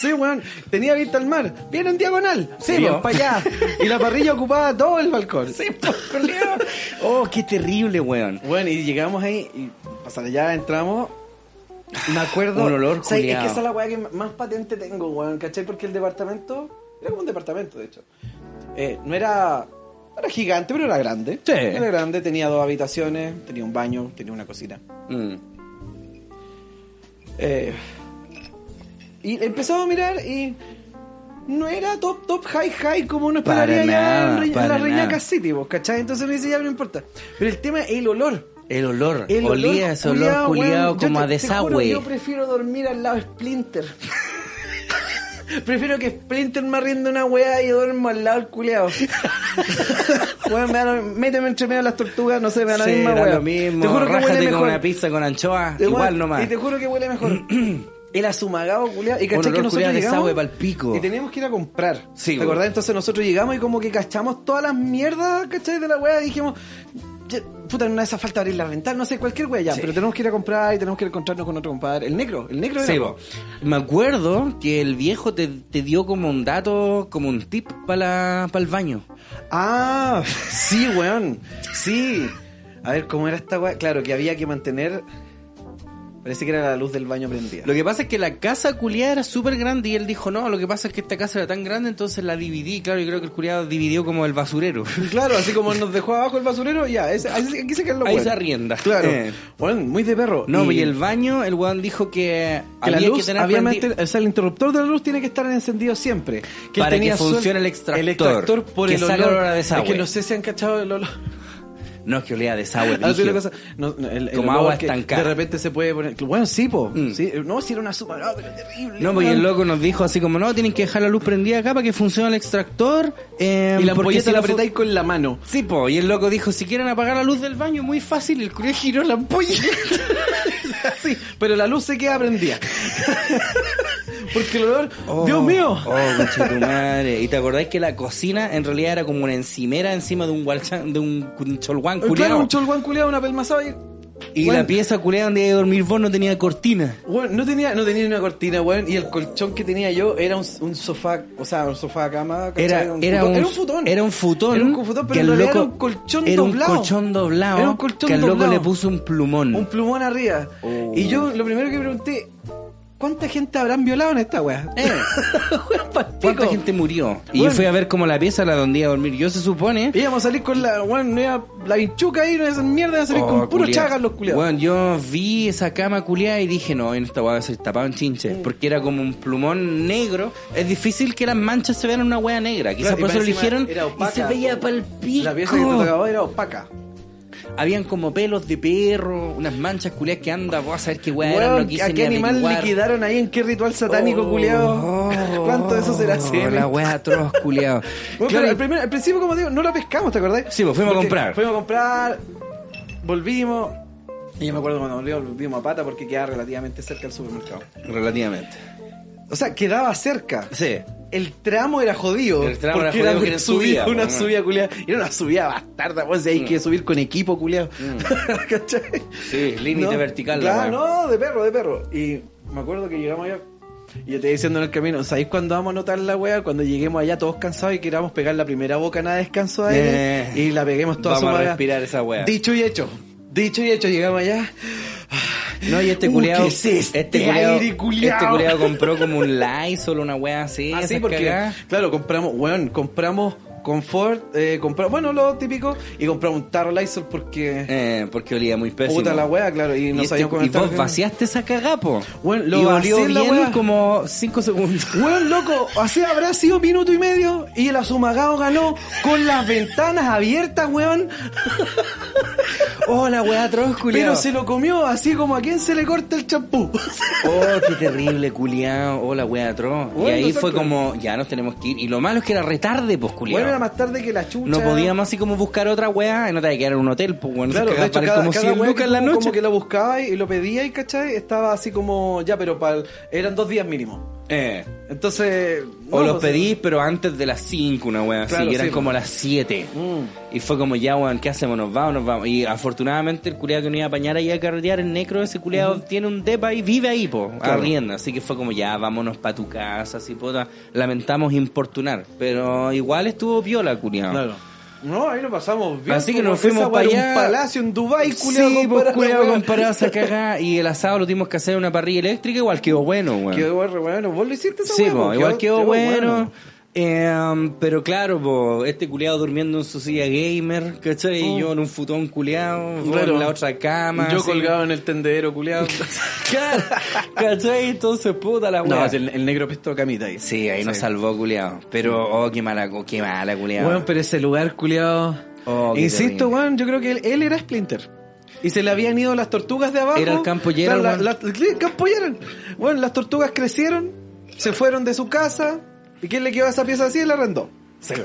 Sí, weón, tenía vista al mar, viene en diagonal, sí,
Vio. (laughs)
para allá. Y la parrilla ocupaba todo el balcón.
Sí, po, culiao. Oh, qué terrible, weón.
Bueno, y llegamos ahí, y pasar allá, entramos. Me acuerdo.
Un olor
¿sabes? Es
culiao.
que esa es la weá que más patente tengo, weón, ¿cachai? Porque el departamento. Era como un departamento, de hecho. Eh, no era. no Era gigante, pero era grande.
Sí.
Era grande, tenía dos habitaciones, tenía un baño, tenía una cocina.
Mm.
Eh, y empezamos a mirar y. No era top, top, high, high como uno
Para
esperaría
nada,
ya en, Re- en
para
la
nada.
Reñaca City, vos, ¿cachai? Entonces me dice, ya no importa. Pero el tema es el olor.
El olor,
El
olía ese olor
culiao,
culiado
weón, yo
como
te-
a
te juro,
desagüe.
yo prefiero dormir al lado de Splinter. (laughs) prefiero que Splinter me arriende una weá y duermo al lado
(laughs)
del culiado. weón, me da lo- méteme entre medio de las tortugas, no sé, me da la
Sí,
misma
da
weá.
lo mismo.
Te juro que
Rájate
huele
con
mejor.
una pizza con anchoa,
Te juro-
igual nomás.
Y te juro que
(clears throat)
huele mejor. El azumagado, culiado. Y
Un
cachai
olor
que nosotros
culiao de
llegamos
desagüe pa'l pico.
y teníamos que ir a comprar.
Sí,
¿Te
weón.
acordás? Entonces nosotros llegamos y como que cachamos todas las mierdas, ¿cachai? De la weá. Y dijimos, ya, puta, en una de esas falta abrir la ventana, no sé, cualquier weá ya. Pero tenemos que ir a comprar y tenemos que ir a encontrarnos con otro compadre. El negro, el negro era,
Sí,
po.
po. Me acuerdo que el viejo te, te dio como un dato, como un tip para el baño. (laughs)
Ah, sí, weón. Sí. A ver, ¿cómo era esta weá? Claro, que había que mantener. Parece que era la luz del baño prendida.
Lo que pasa es que la casa culiada era súper grande y él dijo, no, lo que pasa es que esta casa era tan grande, entonces la dividí. Claro, yo creo que el culiado dividió como el basurero. (laughs)
Claro, así como nos dejó abajo el basurero, ya, ese- así- aquí se quedan los
Ahí
hueones.
se arrienda.
Claro.
Eh.
Bueno, muy de perro.
No, pues, y el baño, el weón dijo que,
que la
había
luz,
que tener
había
prendi-
manten- o sea, el interruptor de la luz tiene que estar encendido siempre. él
Para que
tenía suerte-
funcione el extractor.
El extractor por
Que
el
salga
olor.
olor a desagüe.
Es que no sé si han cachado el olor.
No, es que olía a desagüe.
Ah,
(laughs)
sí,
brígido.
la cosa- no, no, el- el
Como
olor
agua
que
estancada.
De repente se puede poner. Bueno, sí, po.
Mm.
Sí, no, si era una super. ah, pero terrible.
No, porque
weón.
el loco nos dijo así como, no, tienen que dejar la luz prendida acá para que funcione el extractor. eh,
Y la
porque si
ampolleta la
no fu-
apretáis con la mano. (laughs)
Sí, po, y el loco dijo, si quieren apagar la luz del baño, muy fácil, el culiado giró la ampolla.
Así, pero la luz se queda prendida. Porque el olor. ¡Dios mío!
(laughs) Oh, concha tu madre. Y te acordáis que la cocina en realidad era como una encimera encima de un gualchán, de un cu- cholguán
Eh, Claro,
culiao.
un cholguán culiado, una pelmazada y.
y
Bueno.
la pieza culiada donde iba a dormir vos no tenía cortina.
Bueno, no tenía, no tenía ni una cortina, weón. Y el colchón que tenía yo era un, un sofá, o sea, un sofá cama. ¿cachai?
Era,
un
era,
futón.
un,
era un futón.
Era un futón.
Era un futón, pero
que
en
el
realidad
loco-
era un colchón
era un
doblado.
colchón doblado.
Era un colchón
que al loco
doblado.
le puso un plumón.
Un plumón arriba.
Oh.
Y yo lo primero que pregunté, ¿cuánta gente habrán violado en esta weá?
Eh,
(laughs) Weón, pa'l
¿Cuánta
pico.
gente murió? Y
Bueno.
yo fui a ver como la pieza la donde iba a dormir. Yo se supone.
Íbamos a salir con la, weón, no iba- la vinchuca ahí, no iba a hacer mierda, iba a salir
Oh,
con puro
culiao.
chagas los culiados.
Bueno, yo vi esa cama culiada y dije, no, en esta hueá se tapaba un chinche. Porque era como un plumón negro. Es difícil que las manchas se vean en una hueá negra. Quizás
Claro, y
por eso lo
más encima
eligieron
era opaca.
y se veía pa'l pico.
La pieza que te tocaba era opaca.
Habían como pelos de perro, unas manchas culiadas que anda, vos a saber qué hueá eran, no
Weón,
quise
¿A
ni
qué animal
averiguar.
liquidaron ahí? ¿En qué ritual satánico,
Oh,
culiado?
oh,
(laughs) ¿Cuánto de eso será
oh,
semen?
La hueá atroz, culiado.
Bueno, pero al, primer- al principio, como digo, no la pescamos, ¿te acordás?
Sí, pues, fuimos a comprar.
Fuimos a comprar, volvimos. Y yo me acuerdo cuando volvimos, volvimos a pata porque quedaba relativamente cerca del supermercado.
Relativamente.
O sea, quedaba cerca.
Sí.
El tramo era jodido.
El tramo era jodido porque era
subida,
subida, pues, po,
una
man.
subida culiada. Era una subida bastarda, pues si hay
Mm.
que subir con equipo culiado. (laughs) ¿Cachai?
Sí, límite vertical. la
Claro,
hueá.
no, de perro, de perro. Y me acuerdo que llegamos allá. Y yo te iba diciendo en el camino, ¿sabéis cuándo vamos a notar la wea? Cuando lleguemos allá todos cansados y queramos pegar la primera bocanada de descanso de aire
Eh,
y la peguemos toda
vamos a
sumada.
respirar esa wea.
Dicho y hecho. Dicho y hecho, llegamos allá.
No, y este
Uh,
culiado.
¿qué es este
culiao-
aire, culiao?
Este culiado compró como un light, solo (laughs) una wea así.
Así
esas
Ah, porque,
cagadas.
claro, compramos, weón, compramos confort, eh, compramos, bueno, lo típico, y compramos un tarro Lysol porque...
Eh, porque olía muy pésimo.
puta la wea, claro, y
Y,
no
este-
sabíamos cómo
y
estar-
vos vaciaste esa cagapo.
Bueno, lo
y
vacié
olió
en la
bien
wea.
como 5 segundos.
(laughs) Weón, loco, así habrá sido minuto y medio y el Azumagao ganó con las ventanas abiertas, weón.
Oh, la wea atroz, culiao.
Pero se lo comió así como a quien se le corta el champú.
Oh, qué terrible, culiao. Oh, la wea atroz.
Bueno,
y ahí
nosotros-
fue como, ya nos tenemos que ir. Y lo malo es que era retarde, pues, culiao.
Bueno, era más tarde que la chucha.
no podíamos así como buscar otra wea. No te había que quedar en un hotel, pues, bueno.
Claro,
se
de
cagaba
hecho,
para
cada,
como
cada
100
weón
lucas en la
como- como
noche.
que lo buscaba y, y lo pedía y, ¿cachai? Estaba así como, ya, pero para eran dos días mínimo.
Eh.
Entonces...
O
no,
los
pues,
pedí, pero antes de las 5, una wea así,
Claro,
que eran
sí,
como las 7.
mm.
Y fue como, ya, weón, ¿qué hacemos? ¿Nos vamos? ¿Nos vamos? Y afortunadamente el culiado que no iba a apañar ahí a carretear, el necro, ese culiado tiene un depa y vive ahí, po, arrienda. Así que fue como, ya, vámonos para tu casa, así, puta. Lamentamos importunar, pero igual estuvo piola, culiado.
Claro. No, ahí lo pasamos bien.
Así que
como
nos fuimos
esa, weá,
pa'
era
allá.
un palacio en Dubái, culiao,
sí, pues
comparado,
culiado
weón.
comparado a esa (laughs) cagada. Y el asado lo tuvimos que hacer en una parrilla eléctrica, igual quedó bueno, weón.
Quedó re bueno. Vos lo hiciste esa
Sí,
weá,
po,
po,
igual quedó bueno.
bueno.
Em, pero claro, po, este culeado durmiendo en su silla gamer, ¿cachai? Y yo en un futón culeado, vos
Oh. Claro.
en la otra cama.
Yo
así.
colgado en el tendedero,
(laughs)
(laughs) culiado.
Claro, ¿cachai? Entonces, puta la
no,
weá.
el, el negro pestó camita ahí.
Sí, ahí nos salvó culeado. Pero, oh, qué mala, co- qué mala culeado.
Weón, pero ese lugar, culiado.
Oh, qué
Insisto,
terrible.
weón, yo creo que él, él era Splinter. Y se le habían ido las tortugas de abajo.
Era el campo Gerald,
Claro,
weón.
la- la- sí, el campo Gerald. Weón, las tortugas crecieron, se fueron de su casa. ¿Y quién le quedó esa pieza así? Y la arrendó.
(laughs)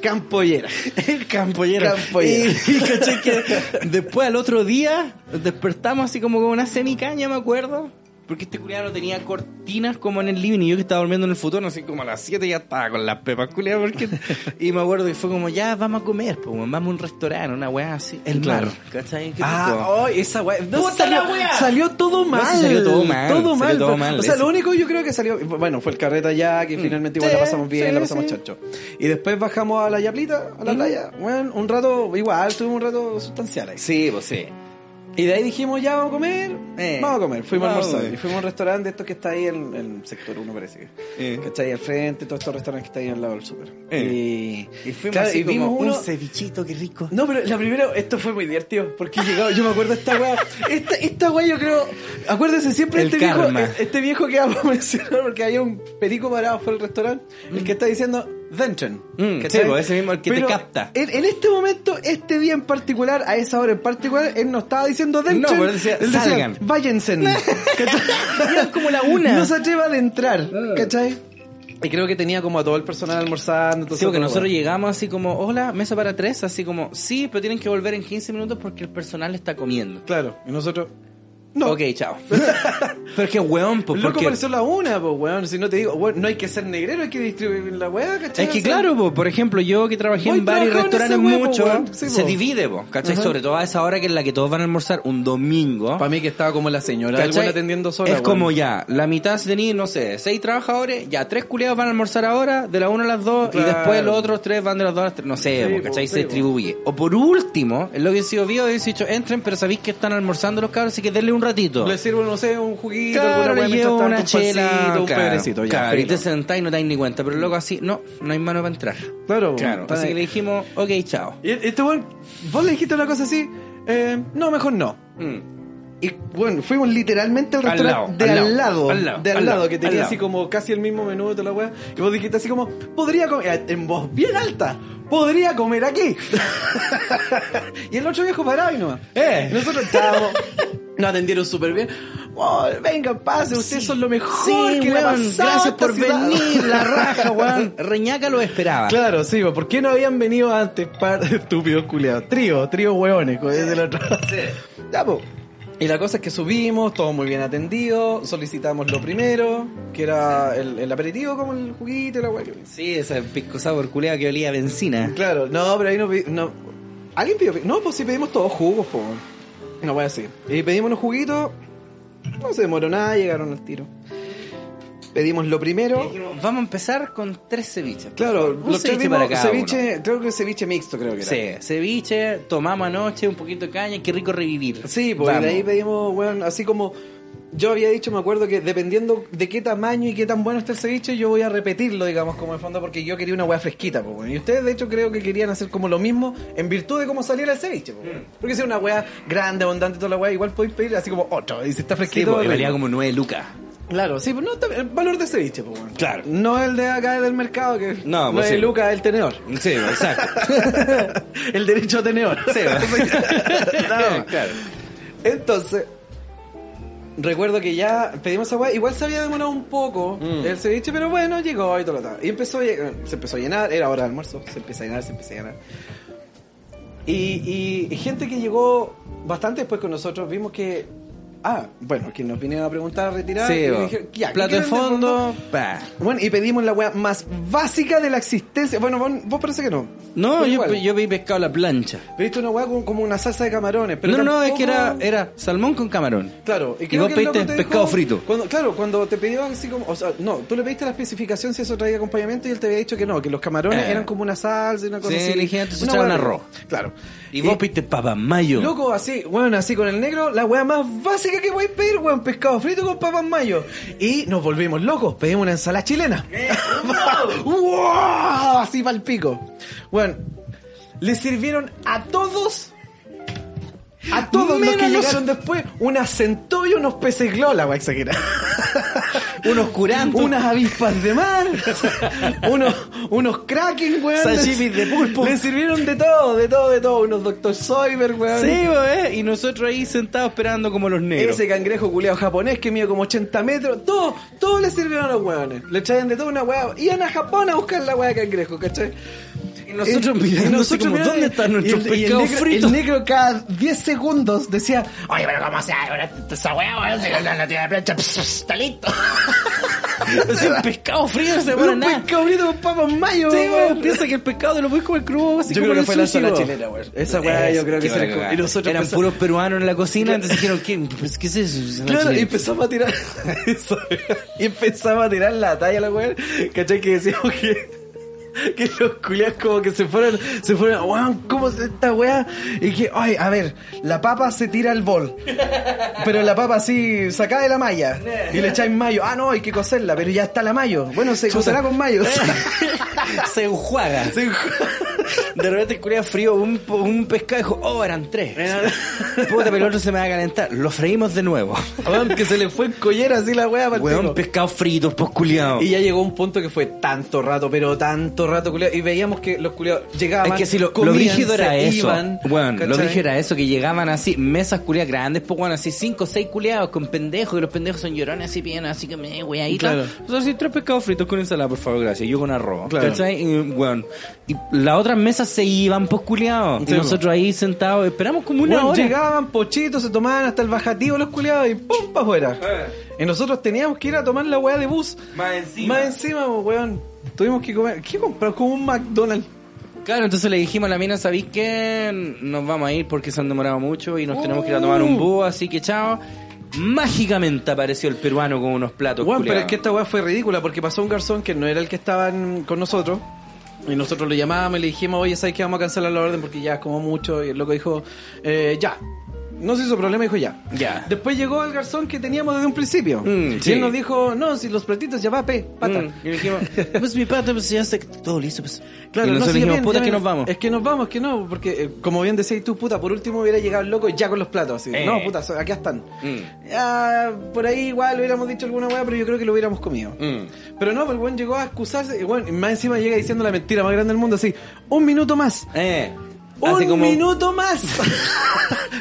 Campollera.
El campollero.
Campollero.
Y, y caché que después al otro día despertamos así como con una semicaña, me acuerdo. Porque este culiado no tenía cortinas como en el living y yo que estaba durmiendo en el futuro, así como a las 7 ya estaba con las pepas culiadas. Porque... Y me acuerdo que fue como, ya vamos a comer, pues, weón, vamos a un restaurante, una weá así. El
Claro.
mar, ¿cachai? Qué
Ah,
rico.
oh, esa weá. No,
¡Puta
salió,
la weá!
salió todo mal.
sí, salió todo mal,
Todo
salió
mal.
todo
pero-
mal,
O sea,
ese.
lo único yo creo que salió. Bueno, fue el carreta ya, que finalmente igual
Sí,
la pasamos bien,
sí,
la pasamos
sí.
chancho. Y después bajamos a la yaplita, a la playa. Bueno, un rato, igual, tuvimos un rato sustancial ahí.
Sí, pues sí.
Y de ahí dijimos, ya vamos a comer,
Eh,
vamos a comer. Fuimos a
vamos a
almorzar.
comer.
Y fuimos a un restaurante de estos que está ahí en el sector 1, parece que.
Eh.
Que está ahí al frente, todos estos restaurantes que está ahí al lado del súper.
Eh.
Y,
Y fuimos
claro,
así
y
como
vimos uno...
un cevichito, qué rico.
No, pero la primera, esto fue muy divertido, porque llegaba, yo me acuerdo de esta weá, esta, esta weá yo creo, acuérdense siempre de
El
este viejo,
karma.
eh, este viejo que vamos a mencionar, porque había un perico parado fuera del restaurante, el que está diciendo, Dentren.
Mm,
¿cachai?
sí, pues, ese mismo, el que te
Pero
capta.
En, en este momento, este día en particular, a esa hora en particular, él no estaba diciendo Dentren.
No, pero él decía, "Salgan".
Váyanse.
(laughs)
¿Cachai?
Era como la una. Ah.
No se atreva de entrar, ¿cachai? Y creo que tenía como a todo el personal almorzando. entonces
Sí, porque
todo,
nosotros
bueno.
llegamos así como, hola, mesa para tres, así como, sí, pero tienen que volver en 15 minutos porque el personal está comiendo.
Claro, y nosotros... No.
Ok, chao. (laughs) pero es que weón, pues,
Loco,
porque...
pero son las una, pues, weón. Si no te digo, weón, no hay que ser negrero, hay que distribuir la weá, ¿cachai?
Es
O
que
sea,
claro, po, por ejemplo, yo que trabajé
Voy
en bares y
trabajando en
restaurantes
ese huevo,
mucho,
weón. Sí,
se
po.
divide, po, ¿cachai?
Ajá.
Sobre todo a esa hora que es la que todos van a almorzar, un domingo.
Para mí que estaba como la señora,
¿cachai?
el weón atendiendo sola.
Es
weón.
como ya, la mitad se tenía, no sé, seis trabajadores, ya tres culiados van a almorzar ahora, de la una a las dos,
Claro.
y después los otros tres van de las dos a las tres, no sé,
Sí,
po, ¿cachai?
po,
se
sí, po.
distribuye. O por último, es lo que he sido vivo, he dicho, entren, pero sabéis que están almorzando los cabros, así que denle un ratito.
Le sirvo, no sé, un juguito,
Claro,
alguna
le
weá,
llevo
mientras
una
tanto, un
chela,
pancito, un
claro,
pedrecito, ya.
claro, y te
filo.
sentás y no te das ni cuenta, pero el loco así, no, no hay mano para entrar.
Claro,
Claro,
está
así
ahí.
que le dijimos, ok, chao.
Y este weón, vos le dijiste una cosa así, eh, no, mejor no. Y bueno, fuimos literalmente al
Al lado,
restaurante de
al
al
lado,
lado,
al lado,
de al,
al
lado,
lado,
que
al
tenía
lado.
así como casi el mismo menú de toda la weá. Y vos dijiste así como, podría comer, en voz bien alta, podría comer aquí. (laughs) y el otro viejo parado y nomás.
Eh.
Nosotros estábamos, nos atendieron súper bien. Oh, venga, pase, ustedes son lo mejor
Sí,
que le ha
weón,
pasado a
gracias
esta
por
ciudad".
venir, la raja, weón. (laughs) Reñaca lo esperaba.
Claro, sí, po, ¿por qué no habían venido antes? Par de estúpidos culiados. Trío, trío hueones, co- es del otro. (laughs) Ya, po. Y la cosa es que subimos, todo muy bien atendido, solicitamos lo primero, que era el, el aperitivo, como el juguito y la hueá. que-
Sí, esa pisco sour culeada que olía a benzina.
Claro, no, pero ahí no, pedi- no. ¿Alguien pidió? pi- No, pues sí pedimos todos jugos, po. No voy a decir. Y pedimos unos juguitos, no se demoró nada, llegaron al tiro. Pedimos lo primero.
Vamos a empezar con tres ceviches.
Claro,
Un
lo que
ceviche para cada
ceviche, creo que ceviche mixto creo que era.
Sí, ceviche, tomamos anoche un poquito de caña, qué rico revivir.
Sí, pues y
Vamos.
de ahí pedimos, weón, así como yo había dicho, me acuerdo que dependiendo de qué tamaño y qué tan bueno está el ceviche, yo voy a repetirlo, digamos, como de fondo, porque yo quería una weá fresquita, pues, weón. Y ustedes, de hecho, creo que querían hacer como lo mismo en virtud de cómo saliera el ceviche, pues, weón. Porque si era una weá grande, abundante, toda la weá, igual podéis pedir así como otro, y si está
Sí,
fresquito.
pues, y valía
rico.
como nueve lucas.
Claro, sí, pues no, está- el valor de ceviche, pues, weón.
Claro.
No el de acá del mercado, que
No, pues,
es
sí.
Lucas, el tenedor.
Sí, (laughs) exacto.
el derecho a tenedor.
Sí, (laughs)
(laughs)
pues.
Nada más.
claro.
Entonces, recuerdo que ya pedimos esa weá. Igual se había demorado un poco
Mm.
el ceviche, pero bueno, llegó y todo lo tal. Y empezó a lle- se empezó a llenar, era hora de almuerzo, se empezó a llenar, se empezó a llenar. Y, y- y gente que llegó bastante después con nosotros, vimos que. Ah, bueno, que nos vinieron a preguntar a retirar.
Sí,
y
pues.
dijeron, "Ya, ¿qué
plato de
quieren
fondo. pa.
Bueno, y pedimos la weá más básica de la existencia. Bueno, vos, vos parece que no.
No,
Pero
yo,
igual.
yo vi pescado a la plancha.
Pediste una weá con- como una salsa de camarones. Pero
no, no, es
tampoco-
que era, era salmón con camarón.
Claro,
Y vos
que el
pediste
loco te dijo-
pescado frito.
Cuando, claro, cuando te pidió así como. O sea, no, tú le pediste la especificación si eso traía acompañamiento y él te había dicho que no, que los camarones
Eh.
eran como una salsa y una cosa
Sí,
así.
le dije, entonces
Una
echaron
hueá-
arroz.
Claro.
Y vos piste papa mayo.
Loco, así, bueno, así con el negro, la weá más básica que podéis pedir, weón, pescado frito con papas mayo. Y nos volvimos locos, pedimos una ensalada chilena. (laughs) ¡Wow! Así pa'l pico. Bueno, le sirvieron a todos. A todos
Menos
los que
los-
llegaron después, una centollo, unos peces glola, weá, exagerada.
(laughs) unos curantos.
Unas avispas de
(laughs)
mar, unos, unos kraken, weón.
Sashimis de pulpo.
Le (laughs) sirvieron de todo, de todo, de todo. Unos Dr. Soyber, weón.
Sí, eh. Y nosotros ahí sentados esperando como los negros.
Ese cangrejo culeado japonés que mide como 80 metros, todo, todo le sirvieron a los hueones. Le traían de todo una hueá. Iban a Japón a buscar la hueá de cangrejo, ¿cachai?
Y nosotros mirando así como,
mirando,
¿dónde están
y el-
nuestros
y el
pescados
negro-
fritos?
El negro cada 10 segundos decía, oye, pero ¿cómo se abre esa hueá, weón? Si no la- la tiene de plancha, pss, pss, está listo.
Así, un pescado frío se
Pero
pone
un
nada.
pescado frito con papas mayo,
Sí,
weón.
weón, piensa que el pescado lo puedes comer crudo, así
Yo
como
creo que
en el
fue la
sushi,
sala
weón.
chilena, weón. Esa weá yo creo que
Qué
se la
buena
comió.
cagada.
Y nosotros
Eran
empezamos-
puros (laughs) peruanos en la cocina, entonces dijeron, ¿qué, Pues, ¿qué es eso?
Claro, y empezamos a tirar. (laughs) Eso, y empezamos a tirar la talla a la weá. ¿Cachai? Que decíamos que. que los culiados como que se fueron, se fueron, weón, ¿cómo es esta weá? Y que, ay, a ver, la papa se tira al bol. Pero la papa así, sacada de la malla. Y le echáis mayo. Ah, no, hay que cocerla, pero ya está la mayo. Bueno, se cocerá con mayo.
Se enjuaga.
Se enju-
De repente el culiao frío un, po- un pescado y dijo, oh, eran tres. Puta, pero el otro se me va a calentar. Lo freímos de nuevo.
Weón, que se le fue en collera así la weá. partido.
Weón, pescado frito, pues culiao.
Y ya llegó un punto que fue tanto rato, pero tanto rato, culiado. Y veíamos que los culiados llegaban.
Es que si lo, lo
comían,
brígido era
se
eso.
iban,
weón, lo
¿cachai?
brígido era eso, que llegaban así, mesas culiadas grandes, pues weón, así cinco o seis culiados con pendejos, y los pendejos son llorones así pidiendo, así que me wey ahí.
Claro.
tal. O sea, sí, tres pescados fritos con ensalada, por favor, gracias. Yo con arroz.
Claro.
¿Cachai? Y, weón, y las otras mesas se iban, pues culiados.
Sí,
y nosotros ahí sentados, esperamos como una
Weón,
hora.
llegaban pochitos, se tomaban hasta el bajativo los culiados y ¡pum! para afuera. Y nosotros teníamos que ir a tomar la weá de bus.
Eh. Más encima.
Más encima, weón. Tuvimos que comer. ¿Qué compramos? Como un McDonald's.
Claro, entonces le dijimos a la mina, ¿sabéis qué? Nos vamos a ir porque se han demorado mucho y nos tenemos que ir a tomar un búho, así que chao. Mágicamente apareció el peruano con unos platos
Weón, pero
culiados.
es que esta weá fue ridícula porque pasó un garzón que no era el que estaba en- con nosotros. Y nosotros lo llamábamos y le dijimos, oye, ¿sabes qué? Vamos a cancelar la orden porque ya es como mucho. Y el loco dijo, eh, ya. No se hizo problema, dijo ya.
Ya.
Después llegó el garzón que teníamos desde un principio.
Mm,
Y
sí.
él nos dijo, no, si los platitos ya va, pe, pata.
Mm, y le
(laughs)
dijimos, pues mi pata, pues ya está todo listo, pues.
Claro,
y
no,
nosotros
sí,
dijimos,
ya
puta,
ya
que nos vamos.
Es que nos vamos, que no, porque eh, como bien decías tú, puta, por último hubiera llegado el loco ya con los platos. Así,
Eh.
No, puta, so- acá están.
Mm.
Ah, por ahí igual hubiéramos dicho alguna weá, pero yo creo que lo hubiéramos comido.
Mm.
Pero no, pues, el buen llegó a excusarse y bueno, más encima llega diciendo la mentira más grande del mundo, así, un minuto más.
Eh,
Un
(laughs)
minuto más.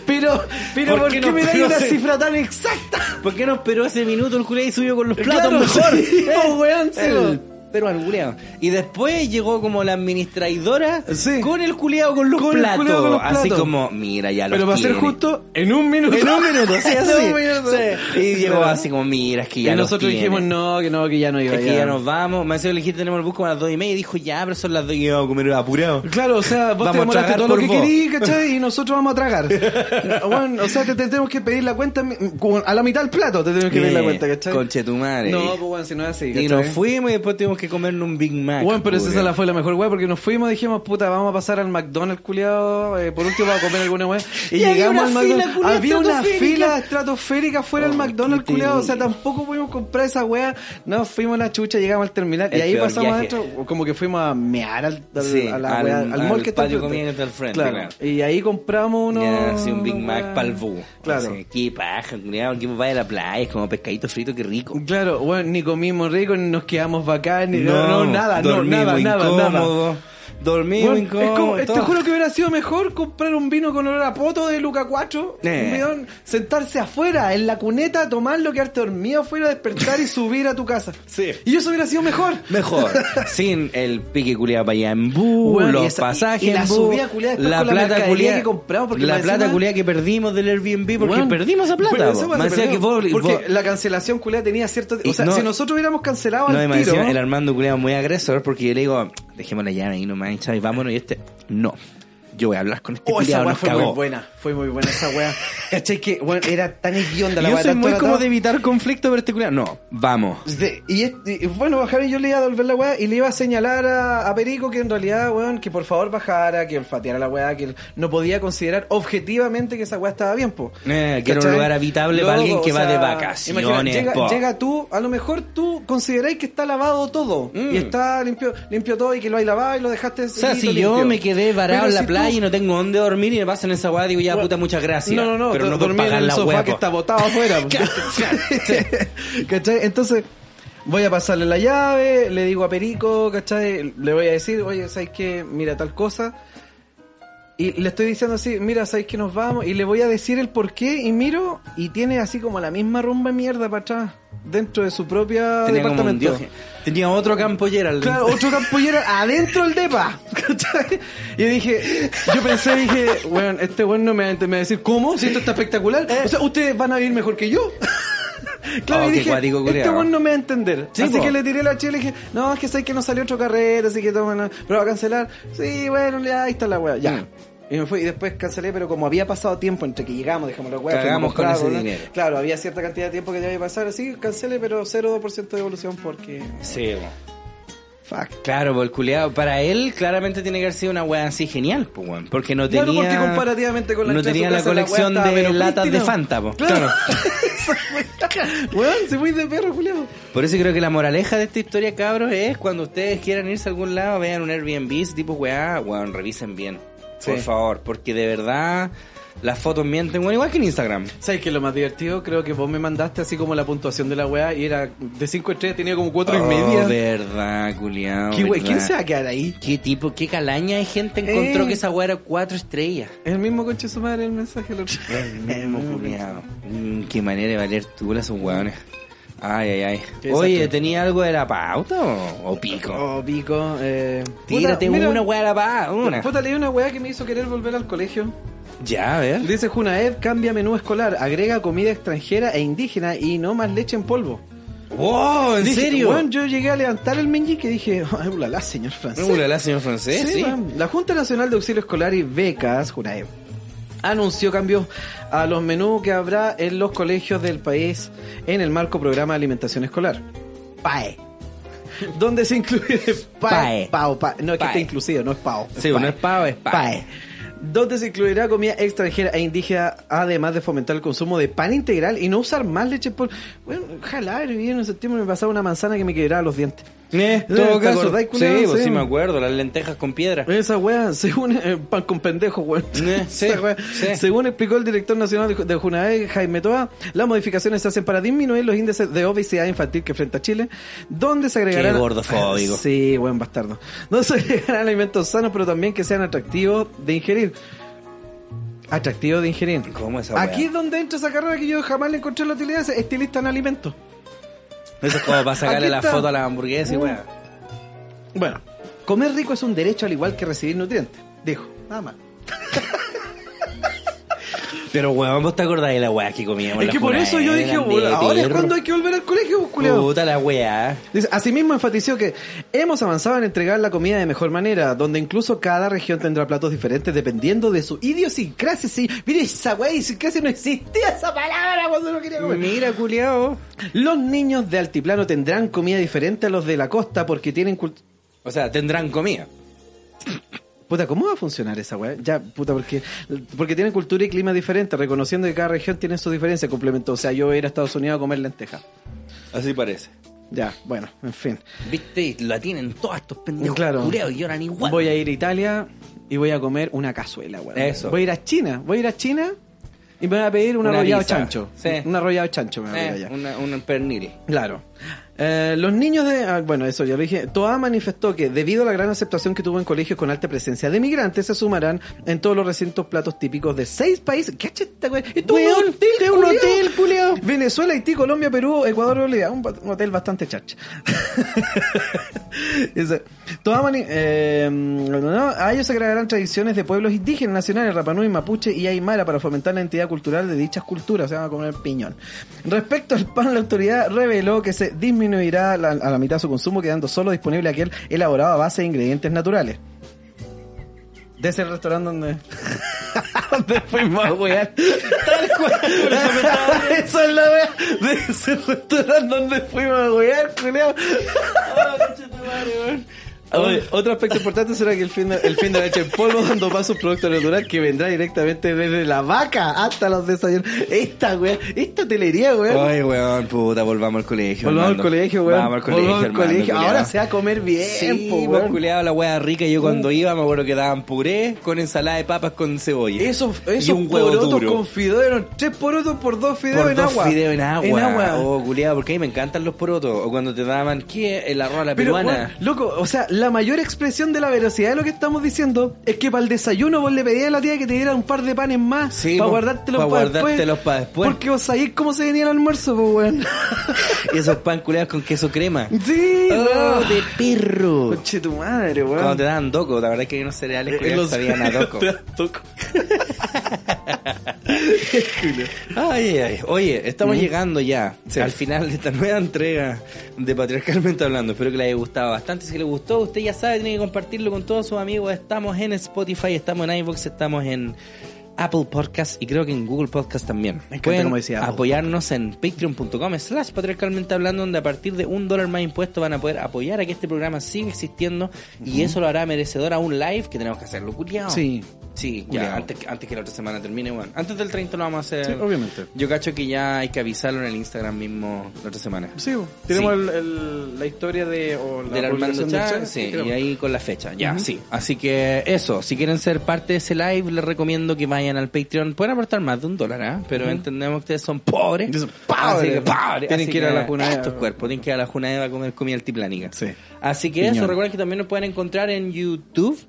pero, pero
¿Por
¿por,
qué
qué,
no-
me dais
no
una
sé?
cifra tan exacta?
¿Por qué no esperó ese minuto el culiao y subió con los platos
Claro,
mejor?
(laughs) sí, po, weón, sí,
el
po.
peruano culiao. Y después llegó como la administradora
Sí.
con el culiao con los
Con el
platos.
culiao con los
Así
platos.
como, mira, ya los
Pero para ser
tiene.
justo, en un minuto.
(laughs) En un minuto,
(laughs)
sí,
En
así.
un minuto.
Sí.
(laughs)
Y llegó así como, mira, es que ya
y
los
nosotros
tiene.
dijimos, no, que no, que ya no iba
Es que
ya.
ya nos vamos. Me decía que le dijiste tenemos el bus como a las dos y media y dijo, ya, pero son las dos y yo voy a comer (laughs) apurado.
Claro, o sea, vos
Vamos a
te demoraste
tragar
todo lo
por
que
vos.
querís,
(laughs)
¿cachai? Y nosotros vamos a tragar. Bueno, o sea, te, te tenemos que pedir la cuenta mm, como a la mitad del plato, te tenemos que pedir la
Eh,
cuenta, ¿cachai?
conchetumare.
No, pues bueno, si no es así.
Y nos fuimos y después tuvimos que comernos un Big Mac. pues,
Bueno, pero esa
culiao.
la fue la mejor weá porque nos fuimos, dijimos, puta, vamos a pasar al McDonald's, culiado, por último vamos a comer
(laughs)
alguna weá. Y,
Y había
llegamos al
una fila,
McDonald's.
culiao,
había una
estratosférica.
fila estratosférica fuera del
Oh,
McDonald's,
qué
culiado, o sea,
terrible.
tampoco pudimos comprar esa weá. No, fuimos a la chucha, llegamos al terminal
El
y ahí
peor
pasamos
viaje.
adentro, como que fuimos a mear al, al-
Sí,
a la
al-
weá, al,
al
mall que está
patio
al frente.
comida que está al frente,
Claro.
claro.
Y ahí compramos uno.
Ya, sí, un Big Mac pa'l búho.
Claro.
Así, qué paja, culiao, que vaya a la playa, es como pescadito frito, qué rico.
Claro, bueno, ni comimos rico, ni nos quedamos bacán, ni no, nada, no,
dormimos
nada, nada, nada.
incómodo, Dormimos
Bueno,
incómodo.
es como- eh, te
todo.
juro que hubiera sido mejor comprar un vino con olor a poto de Luca 4,
Eh.
weón, sentarse afuera, en la cuneta, tomarlo, quedarte dormido afuera, despertar y subir a tu casa.
Sí.
Y eso hubiera sido mejor. (laughs)
Mejor, sin el pique culiado para allá en bu,
Bueno, y
los
esa- y-
pasajes
y la
en bu,
subida culiá después
la
con la
plata
mercadería
culiá
que compramos, porque
la
más
plata
encima-
culiá que perdimos del Airbnb porque
Bueno,
perdimos esa plata.
pero
po.
esa weá
Me
se
decía
perdió,
que vos-
porque
vos-
la cancelación culea tenía cierto.
Y
O sea,
no-
si nosotros hubiéramos cancelado
No, y
al
me
tiro.
decía, el Armando culiado muy agresor porque yo le digo, dejemos la llave ahí nomás, hinchado, y vámonos. Y este, no, yo voy a hablar con este
Oh, esa
culiado,
weá
nos
fue muy
cagó.
buena, fue muy buena esa weá. ¿Cachai? Que, bueno, era tan hedionda la
yo
weá,
soy
tanto
muy
la
como
tapa.
de evitar conflicto
este
particular. No, vamos.
De- y, es- y- bueno, bajaron y yo le iba a devolver la weá y le iba a señalar a, a Perico que en realidad, weón, que por favor bajara, que olfateara la weá, que él no podía considerar objetivamente que esa weá estaba bien, po.
Eh, que era un
¿Cachai?
lugar habitable para alguien
o
que va de
imagina,
vacaciones,
Llega,
po.
llega tú, a lo mejor tú consideráis que está lavado todo
Mm.
y está limpio, limpio todo y que lo hay lavado y lo dejaste
O sea, si yo me quedé varado en la playa y no tengo dónde dormir y me pasan esa weá, digo ya, puta, muchas gracias.
No, no, no,
pero
do-
no puedo
dormí en
pagar
el
la
sofá
weá.
que
po.
está botado
(laughs)
afuera. (laughs) ¿Cachai? Entonces, voy a pasarle la llave, le digo a Perico, ¿cachai? Le voy a decir, oye, ¿sabes qué? Mira tal cosa. Y le estoy diciendo así, mira, ¿sabes que nos vamos? Y le voy a decir el por qué y miro y tiene así como la misma rumba de mierda para atrás, dentro de su propia
Tenía como un
departamento.
diógeno. Tenía otro campo Gerald.
Claro, otro campollero adentro del depa. (laughs) ¿cachai? Y dije, yo pensé, dije, bueno, este weón no me, va a ent- me va a decir, ¿cómo? Si esto está espectacular. O sea, ustedes van a vivir mejor
(laughs)
que yo. Claro,
Eh. Oh,
y
qué
dije,
cuático,
este
culiao.
weón no me va a entender.
Sí,
así
po.
que le tiré la chela y dije, no, es que sé que no salió otro carrera, así que toma, no, pero va a cancelar. Sí, bueno, ya, ahí está la weá, ya.
Mm.
Y me fui, y después cancelé, pero como había pasado tiempo entre que llegamos, dejamos la weá,
Cagamos
fuimos
con
a comprar,
ese
¿verdad?
dinero.
Claro, había cierta cantidad de tiempo que debía pasar, así cancelé, pero 0,2% de evolución porque
Sí,
Fuck.
Claro, pues el culiado, para él claramente tiene que haber sido una weá así genial, pues weón, porque no tenía...
Claro, porque comparativamente con la
no
entrada
tenía
a su
la
casa, la
colección
weá estaba
de
menos
latas de
prístina. (laughs)
Fanta, po.
Claro.
Claro.
Weón, se fue de perro, Julián.
Por eso creo que la moraleja de esta historia, cabros, es cuando ustedes quieran irse a algún lado, vean un Airbnb, ese tipo weá, weón, revisen bien. Por
Sí.
favor, porque de verdad las fotos mienten, weón, igual que en Instagram.
¿Sabes que lo más divertido? Creo que vos me mandaste así como la puntuación de la weá y era de 5 estrellas, tenía como 4 y
Oh,
media.
verdad, culiao.
¿Qué we-
verdad.
¿Quién se va a quedar ahí?
¿Qué tipo, qué calaña de gente encontró
Eh.
que esa weá era cuatro estrellas?
El mismo conche su madre el mensaje el otro.
El
(laughs)
mismo culiao. Mm, qué manera de valer tú las weones. Ay, ay, ay.
Qué
Oye,
desastre.
¿tenía algo de la pauta o, o pico?
Oh, pico. Eh,
Tírate
puta, mira,
una weá de la pauta. Una.
Puta, leí una weá que me hizo querer volver al colegio.
Ya, a ver.
Dice Junaev, cambia menú escolar, agrega comida extranjera e indígena y no más leche en polvo.
¡Wow! ¿En
Dije,
serio?
weón, yo llegué a levantar el meñique y dije, "Ah, ay, ulala, señor francés.
Ulala, señor francés, sí.
man. La Junta Nacional de Auxilio Escolar y Becas, Junaev, anunció cambios a los menús que habrá en los colegios del país en el marco programa de alimentación escolar. PAE. Donde se
(laughs)
incluye PAE.
PAE.
PAO, PAE. No, es que
PAE.
está inclusivo, no es PAO. es
Sí, pues, no
PAE.
es pavo, es pavo.
PAE. Donde se incluirá comida extranjera e indígena, además de fomentar el consumo de pan integral y no usar más leche por. Bueno, ojalá, viví en un septiembre me pasaba una manzana que me quebraba los dientes.
Eh,
¿Te
todo caso.
acordás, culiao?
sí, pues
Sí. Eh,
sí me acuerdo, las lentejas con piedra.
Esa wea, (laughs) según eh, pan con pendejo, weón.
Eh, sí,
(laughs) Esa wea.
sí.
Según explicó el director nacional de- de Junae, Jaime Toa, las modificaciones se hacen para disminuir los índices de obesidad infantil que enfrenta Chile, donde se agregarán.
Qué gordofóbico.
Sí, buen bastardo. Donde se agregarán alimentos sanos, pero también que sean atractivos de ingerir. Atractivos de ingerir.
¿Cómo esa wea?
Aquí es donde entra esa carrera que yo jamás le encontré la utilidad, es estilista en alimentos.
Eso es como para sacarle
Aquí
la
está.
foto a la hamburguesa y
Mm.
weá.
Bueno, comer rico es un derecho al igual que recibir nutrientes, dijo. Nada más.
Pero weón, vos te acordás de la weá que comíamos.
Es
la
que por
juna,
eso yo
eh,
dije,
eran de
bueno, ahora es
perro.
cuando hay que volver al colegio, culiado.
Puta la weá.
Dice, asimismo enfatizó que hemos avanzado en entregar la comida de mejor manera, donde incluso cada región tendrá platos diferentes dependiendo de su idiosincrasia. Sí, mire esa wey, idiosincrasia no existía esa palabra cuando no quería comer.
Mira, culiao.
Los niños de altiplano tendrán comida diferente a los de la costa porque tienen cult-
O sea, tendrán comida.
Puta, ¿cómo va a funcionar esa weá? Ya, puta, porque, porque tienen cultura y clima diferente, reconociendo que cada región tiene su diferencia, complementó. O sea, yo voy a ir a Estados Unidos a comer lenteja.
Así parece.
Ya, bueno, en fin.
Viste, la tienen todos estos pendejos
Claro.
culiaos y lloran igual.
Voy a ir a Italia y voy a comer una cazuela, weón.
Eso.
Voy a ir a China, voy a ir a China y me voy a pedir un
Una
arrollado
pizza.
chancho.
Sí.
Un arrollado chancho me voy a
Eh,
pedir allá.
una- un pernil.
Claro. Eh, los niños de... ah, bueno, eso ya lo dije. Toa manifestó que debido a la gran aceptación que tuvo en colegios con alta presencia de migrantes, se sumarán en todos los recintos platos típicos de seis países. ¿Qué cheta, güey? Esto es
Weón,
un hotel,
este es un
culiao.
hotel, culiao.
Venezuela, Haití, Colombia, Perú, Ecuador, Bolivia. Un, bat- un hotel bastante chacha. Dice, Toa mani- eh, no, no, a ellos se agregarán tradiciones de pueblos indígenas, nacionales, Rapanui, Mapuche y Aymara para fomentar la entidad cultural de dichas culturas. Se van a comer piñón. Respecto al pan, la autoridad reveló que se disminuirá la- a la mitad su consumo, quedando solo disponible aquel elaborado a base de ingredientes naturales. De ese restaurante (laughs) donde. donde fuimos a wear. Tal cual. (laughs) Eso es la wea. De ese restaurante donde fuimos a wear, culiao. Oye, otro aspecto importante será que el fin de, el fin de la leche en polvo (laughs) dando paso a un producto natural que vendrá directamente desde la vaca hasta los desayunos. Esta wea, esta telería, wea.
Ay, weón, puta, volvamos al colegio.
Volvamos al
Armando.
colegio, weón.
Vamos al colegio,
Volvamos al
Armando,
colegio.
culiao.
Ahora se va a comer bien,
Sí,
po,
pues,
weón.
culiao, la hueá rica. Yo cuando iba me acuerdo que daban puré con ensalada de papas con cebolla.
Eso,
y
esos
un huevo
porotos
duro.
con fideo eran tres porotos por dos fideos
Por
en
dos
agua.
fideos en agua.
En agua.
Oh, culiao, porque a mí me encantan los porotos. O cuando te daban, ¿qué? El arroz a la
Pero,
peruana.
weón, loco, o sea, la mayor expresión de la veracidad de lo que estamos diciendo es que para el desayuno vos le pedías a la tía que te diera un par de panes más
Sí,
para
po,
guardártelos
pa'
para
guardártelos pa' después.
Porque vos sabés cómo se venía el almuerzo, pues, weón. (laughs)
Y esos pan culiados con queso crema.
sí,
Oh,
weón.
de perro.
Conche tu madre,
Cuando te
weón.
daban doco, la verdad es que unos cereales
Eh,
culiados
los-
sabían a doco. (laughs) Ay, ay, oye, estamos
Mm.
llegando ya al final de esta nueva entrega de Patriarcalmente Hablando. Espero que les haya gustado bastante. Si les gustó, usted ya sabe, tiene que compartirlo con todos sus amigos. Estamos en Spotify, estamos en iVoox, estamos en Apple Podcast y creo que en Google Podcast también.
encanta
Pueden
cómo decía Apple.
apoyarnos en patreon.com slash patriarcalmente hablando donde a partir de un dólar más impuesto van a poder apoyar a que este programa siga existiendo y eso lo hará merecedor a un live que tenemos que hacerlo, culiao.
Sí.
Sí,
Culiao.
ya, antes, que- antes que la otra semana termine, bueno. Antes del 30 lo vamos a hacer.
Sí, obviamente.
Yo cacho que ya hay que avisarlo en el Instagram mismo la otra semana.
Sí,
tenemos
tenemos la historia de. O
del Armando Chá, sí, y ahí con la fecha, ya, sí. Así que eso, si quieren ser parte de ese live, les recomiendo que vayan al Patreon. Pueden aportar más de un dólar, ¿ah? Pero entendemos que ustedes son pobres.
Ustedes son pobres.
Así que pobres.
Tienen
Así
que ir a la Junadeva.
Estos cuerpos, tienen que ir a la Junadeva a comer comida altiplánica.
Sí.
Así que eso,
Piñón.
recuerden que también nos pueden encontrar en YouTube.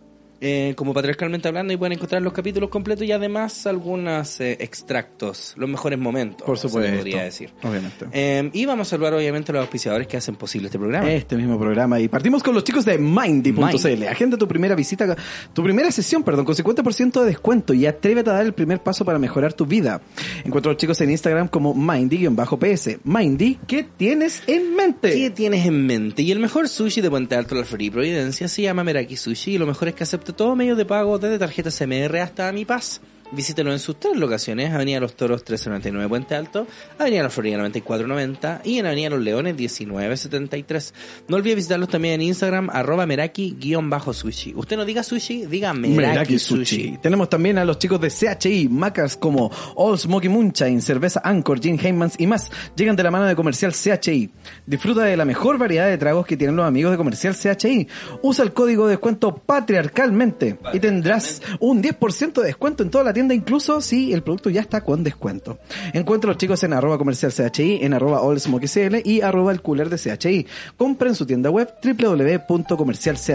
eh, como patriarcalmente hablando y pueden encontrar los capítulos completos y además algunos eh, extractos, los mejores momentos,
Por
se le
supuesto.
podría decir.
Obviamente.
Eh, y vamos a saludar obviamente a los auspiciadores que hacen posible este programa.
Este mismo programa y partimos con los chicos de Mindy.cl.
Mindy.
Agenda tu primera visita, tu primera sesión, perdón, con 50% de descuento y atrévete a dar el primer paso para mejorar tu vida. Encuentra a los chicos en Instagram como Mindy-PS. Mindy, ¿qué tienes en mente?
¿Qué tienes en mente? Y el mejor sushi de Puente Alto, la Florida y Providencia se llama Meraki Sushi y lo mejor es que acepta todo medio de pago desde tarjetas CMR hasta Mi Paz. Visítelo en sus tres locaciones, Avenida Los Toros 1399 Puente Alto, Avenida La Florida 9490 y en Avenida Los Leones 1973. No olvide visitarlos también en Instagram, arroba meraki-sushi. Usted no diga sushi, diga meraki,
Meraki
sushi.
Sushi. Tenemos también a los chicos de CHI, Macas como All Smoky Moonshine, Cerveza Anchor, Gin Heymans y más. Llegan de la mano de Comercial CHI. Disfruta de la mejor variedad de tragos que tienen los amigos de Comercial CHI. Usa el código de descuento patriarcalmente y tendrás un 10% de descuento en toda la tienda, incluso si el producto ya está con descuento. Encuentra a los chicos en arroba comercial CHI, en arroba All Smoky CL y arroba el cooler de CHI. Compra en su tienda web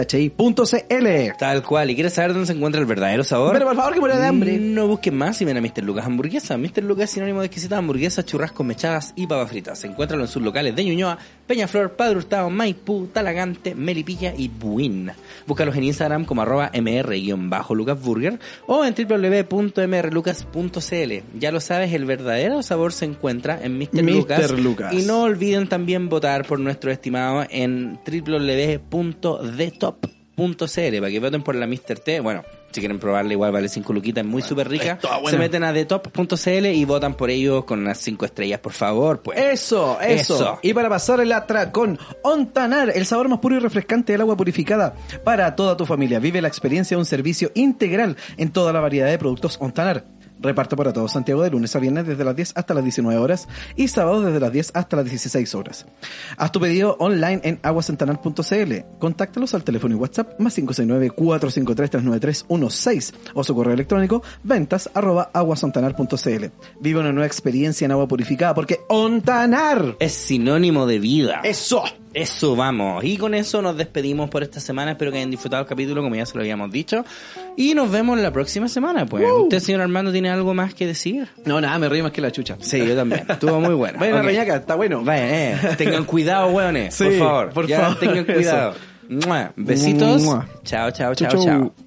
www.comercialchi.cl.
Tal cual. ¿Y quieres saber dónde se encuentra el verdadero sabor?
Pero por favor, que muera de hambre.
No busques más y ven a Mr. Lucas Hamburguesa. Mr. Lucas es sinónimo de exquisitas hamburguesas, churrascos, mechadas y papas fritas. Encuéntralo en sus locales de Ñuñoa, Peñaflor, Padre Hurtado, Maipú, Talagante, Melipilla y Buin. Búscalos en Instagram como arroba mr-lucasburger o en www.mrlucas.cl. Ya lo sabes, el verdadero sabor se encuentra en Mr.
Mr.
Lucas.
Lucas.
Y no olviden también votar por nuestro estimado en www.detop.cl para que voten por la Mr. T. Bueno, si quieren probarla igual vale 5 luquitas, es muy súper rica. Se meten a detop.cl y votan por ellos con unas 5 estrellas, por favor. Pues.
Eso, eso,
Eso.
Y para pasar el atracón, Ontanar, el sabor más puro y refrescante del agua purificada para toda tu familia. Vive la experiencia de un servicio integral en toda la variedad de productos Ontanar. Reparto para todos Santiago de lunes a viernes desde las 10 hasta las 19 horas y sábado desde las 10 hasta las 16 horas. Haz tu pedido online en aguasantanar.cl. Contáctalos al teléfono y WhatsApp más 569-453-393-16 o su correo electrónico ventas arroba aguasontanar.cl. Vive una nueva experiencia en agua purificada porque Ontanar
Es sinónimo de vida.
eso.
Eso vamos. Y con eso nos despedimos por esta semana. Espero que hayan disfrutado el capítulo, como ya se lo habíamos dicho. Y nos vemos la próxima semana, pues. ¿Usted, señor Armando, tiene algo más que decir?
No, nada, me río más que la chucha.
Sí, yo también. Estuvo muy bueno.
Vayan a
Ok.
Reñaca, está (laughs) bueno.
Vayan, eh. Tengan cuidado, hueones.
Sí,
por favor.
por
ya
favor,
Tengan
eso.
cuidado. Mua. Besitos.
Mua.
Chao, chao,
Chau,
chao,
chau.
chao.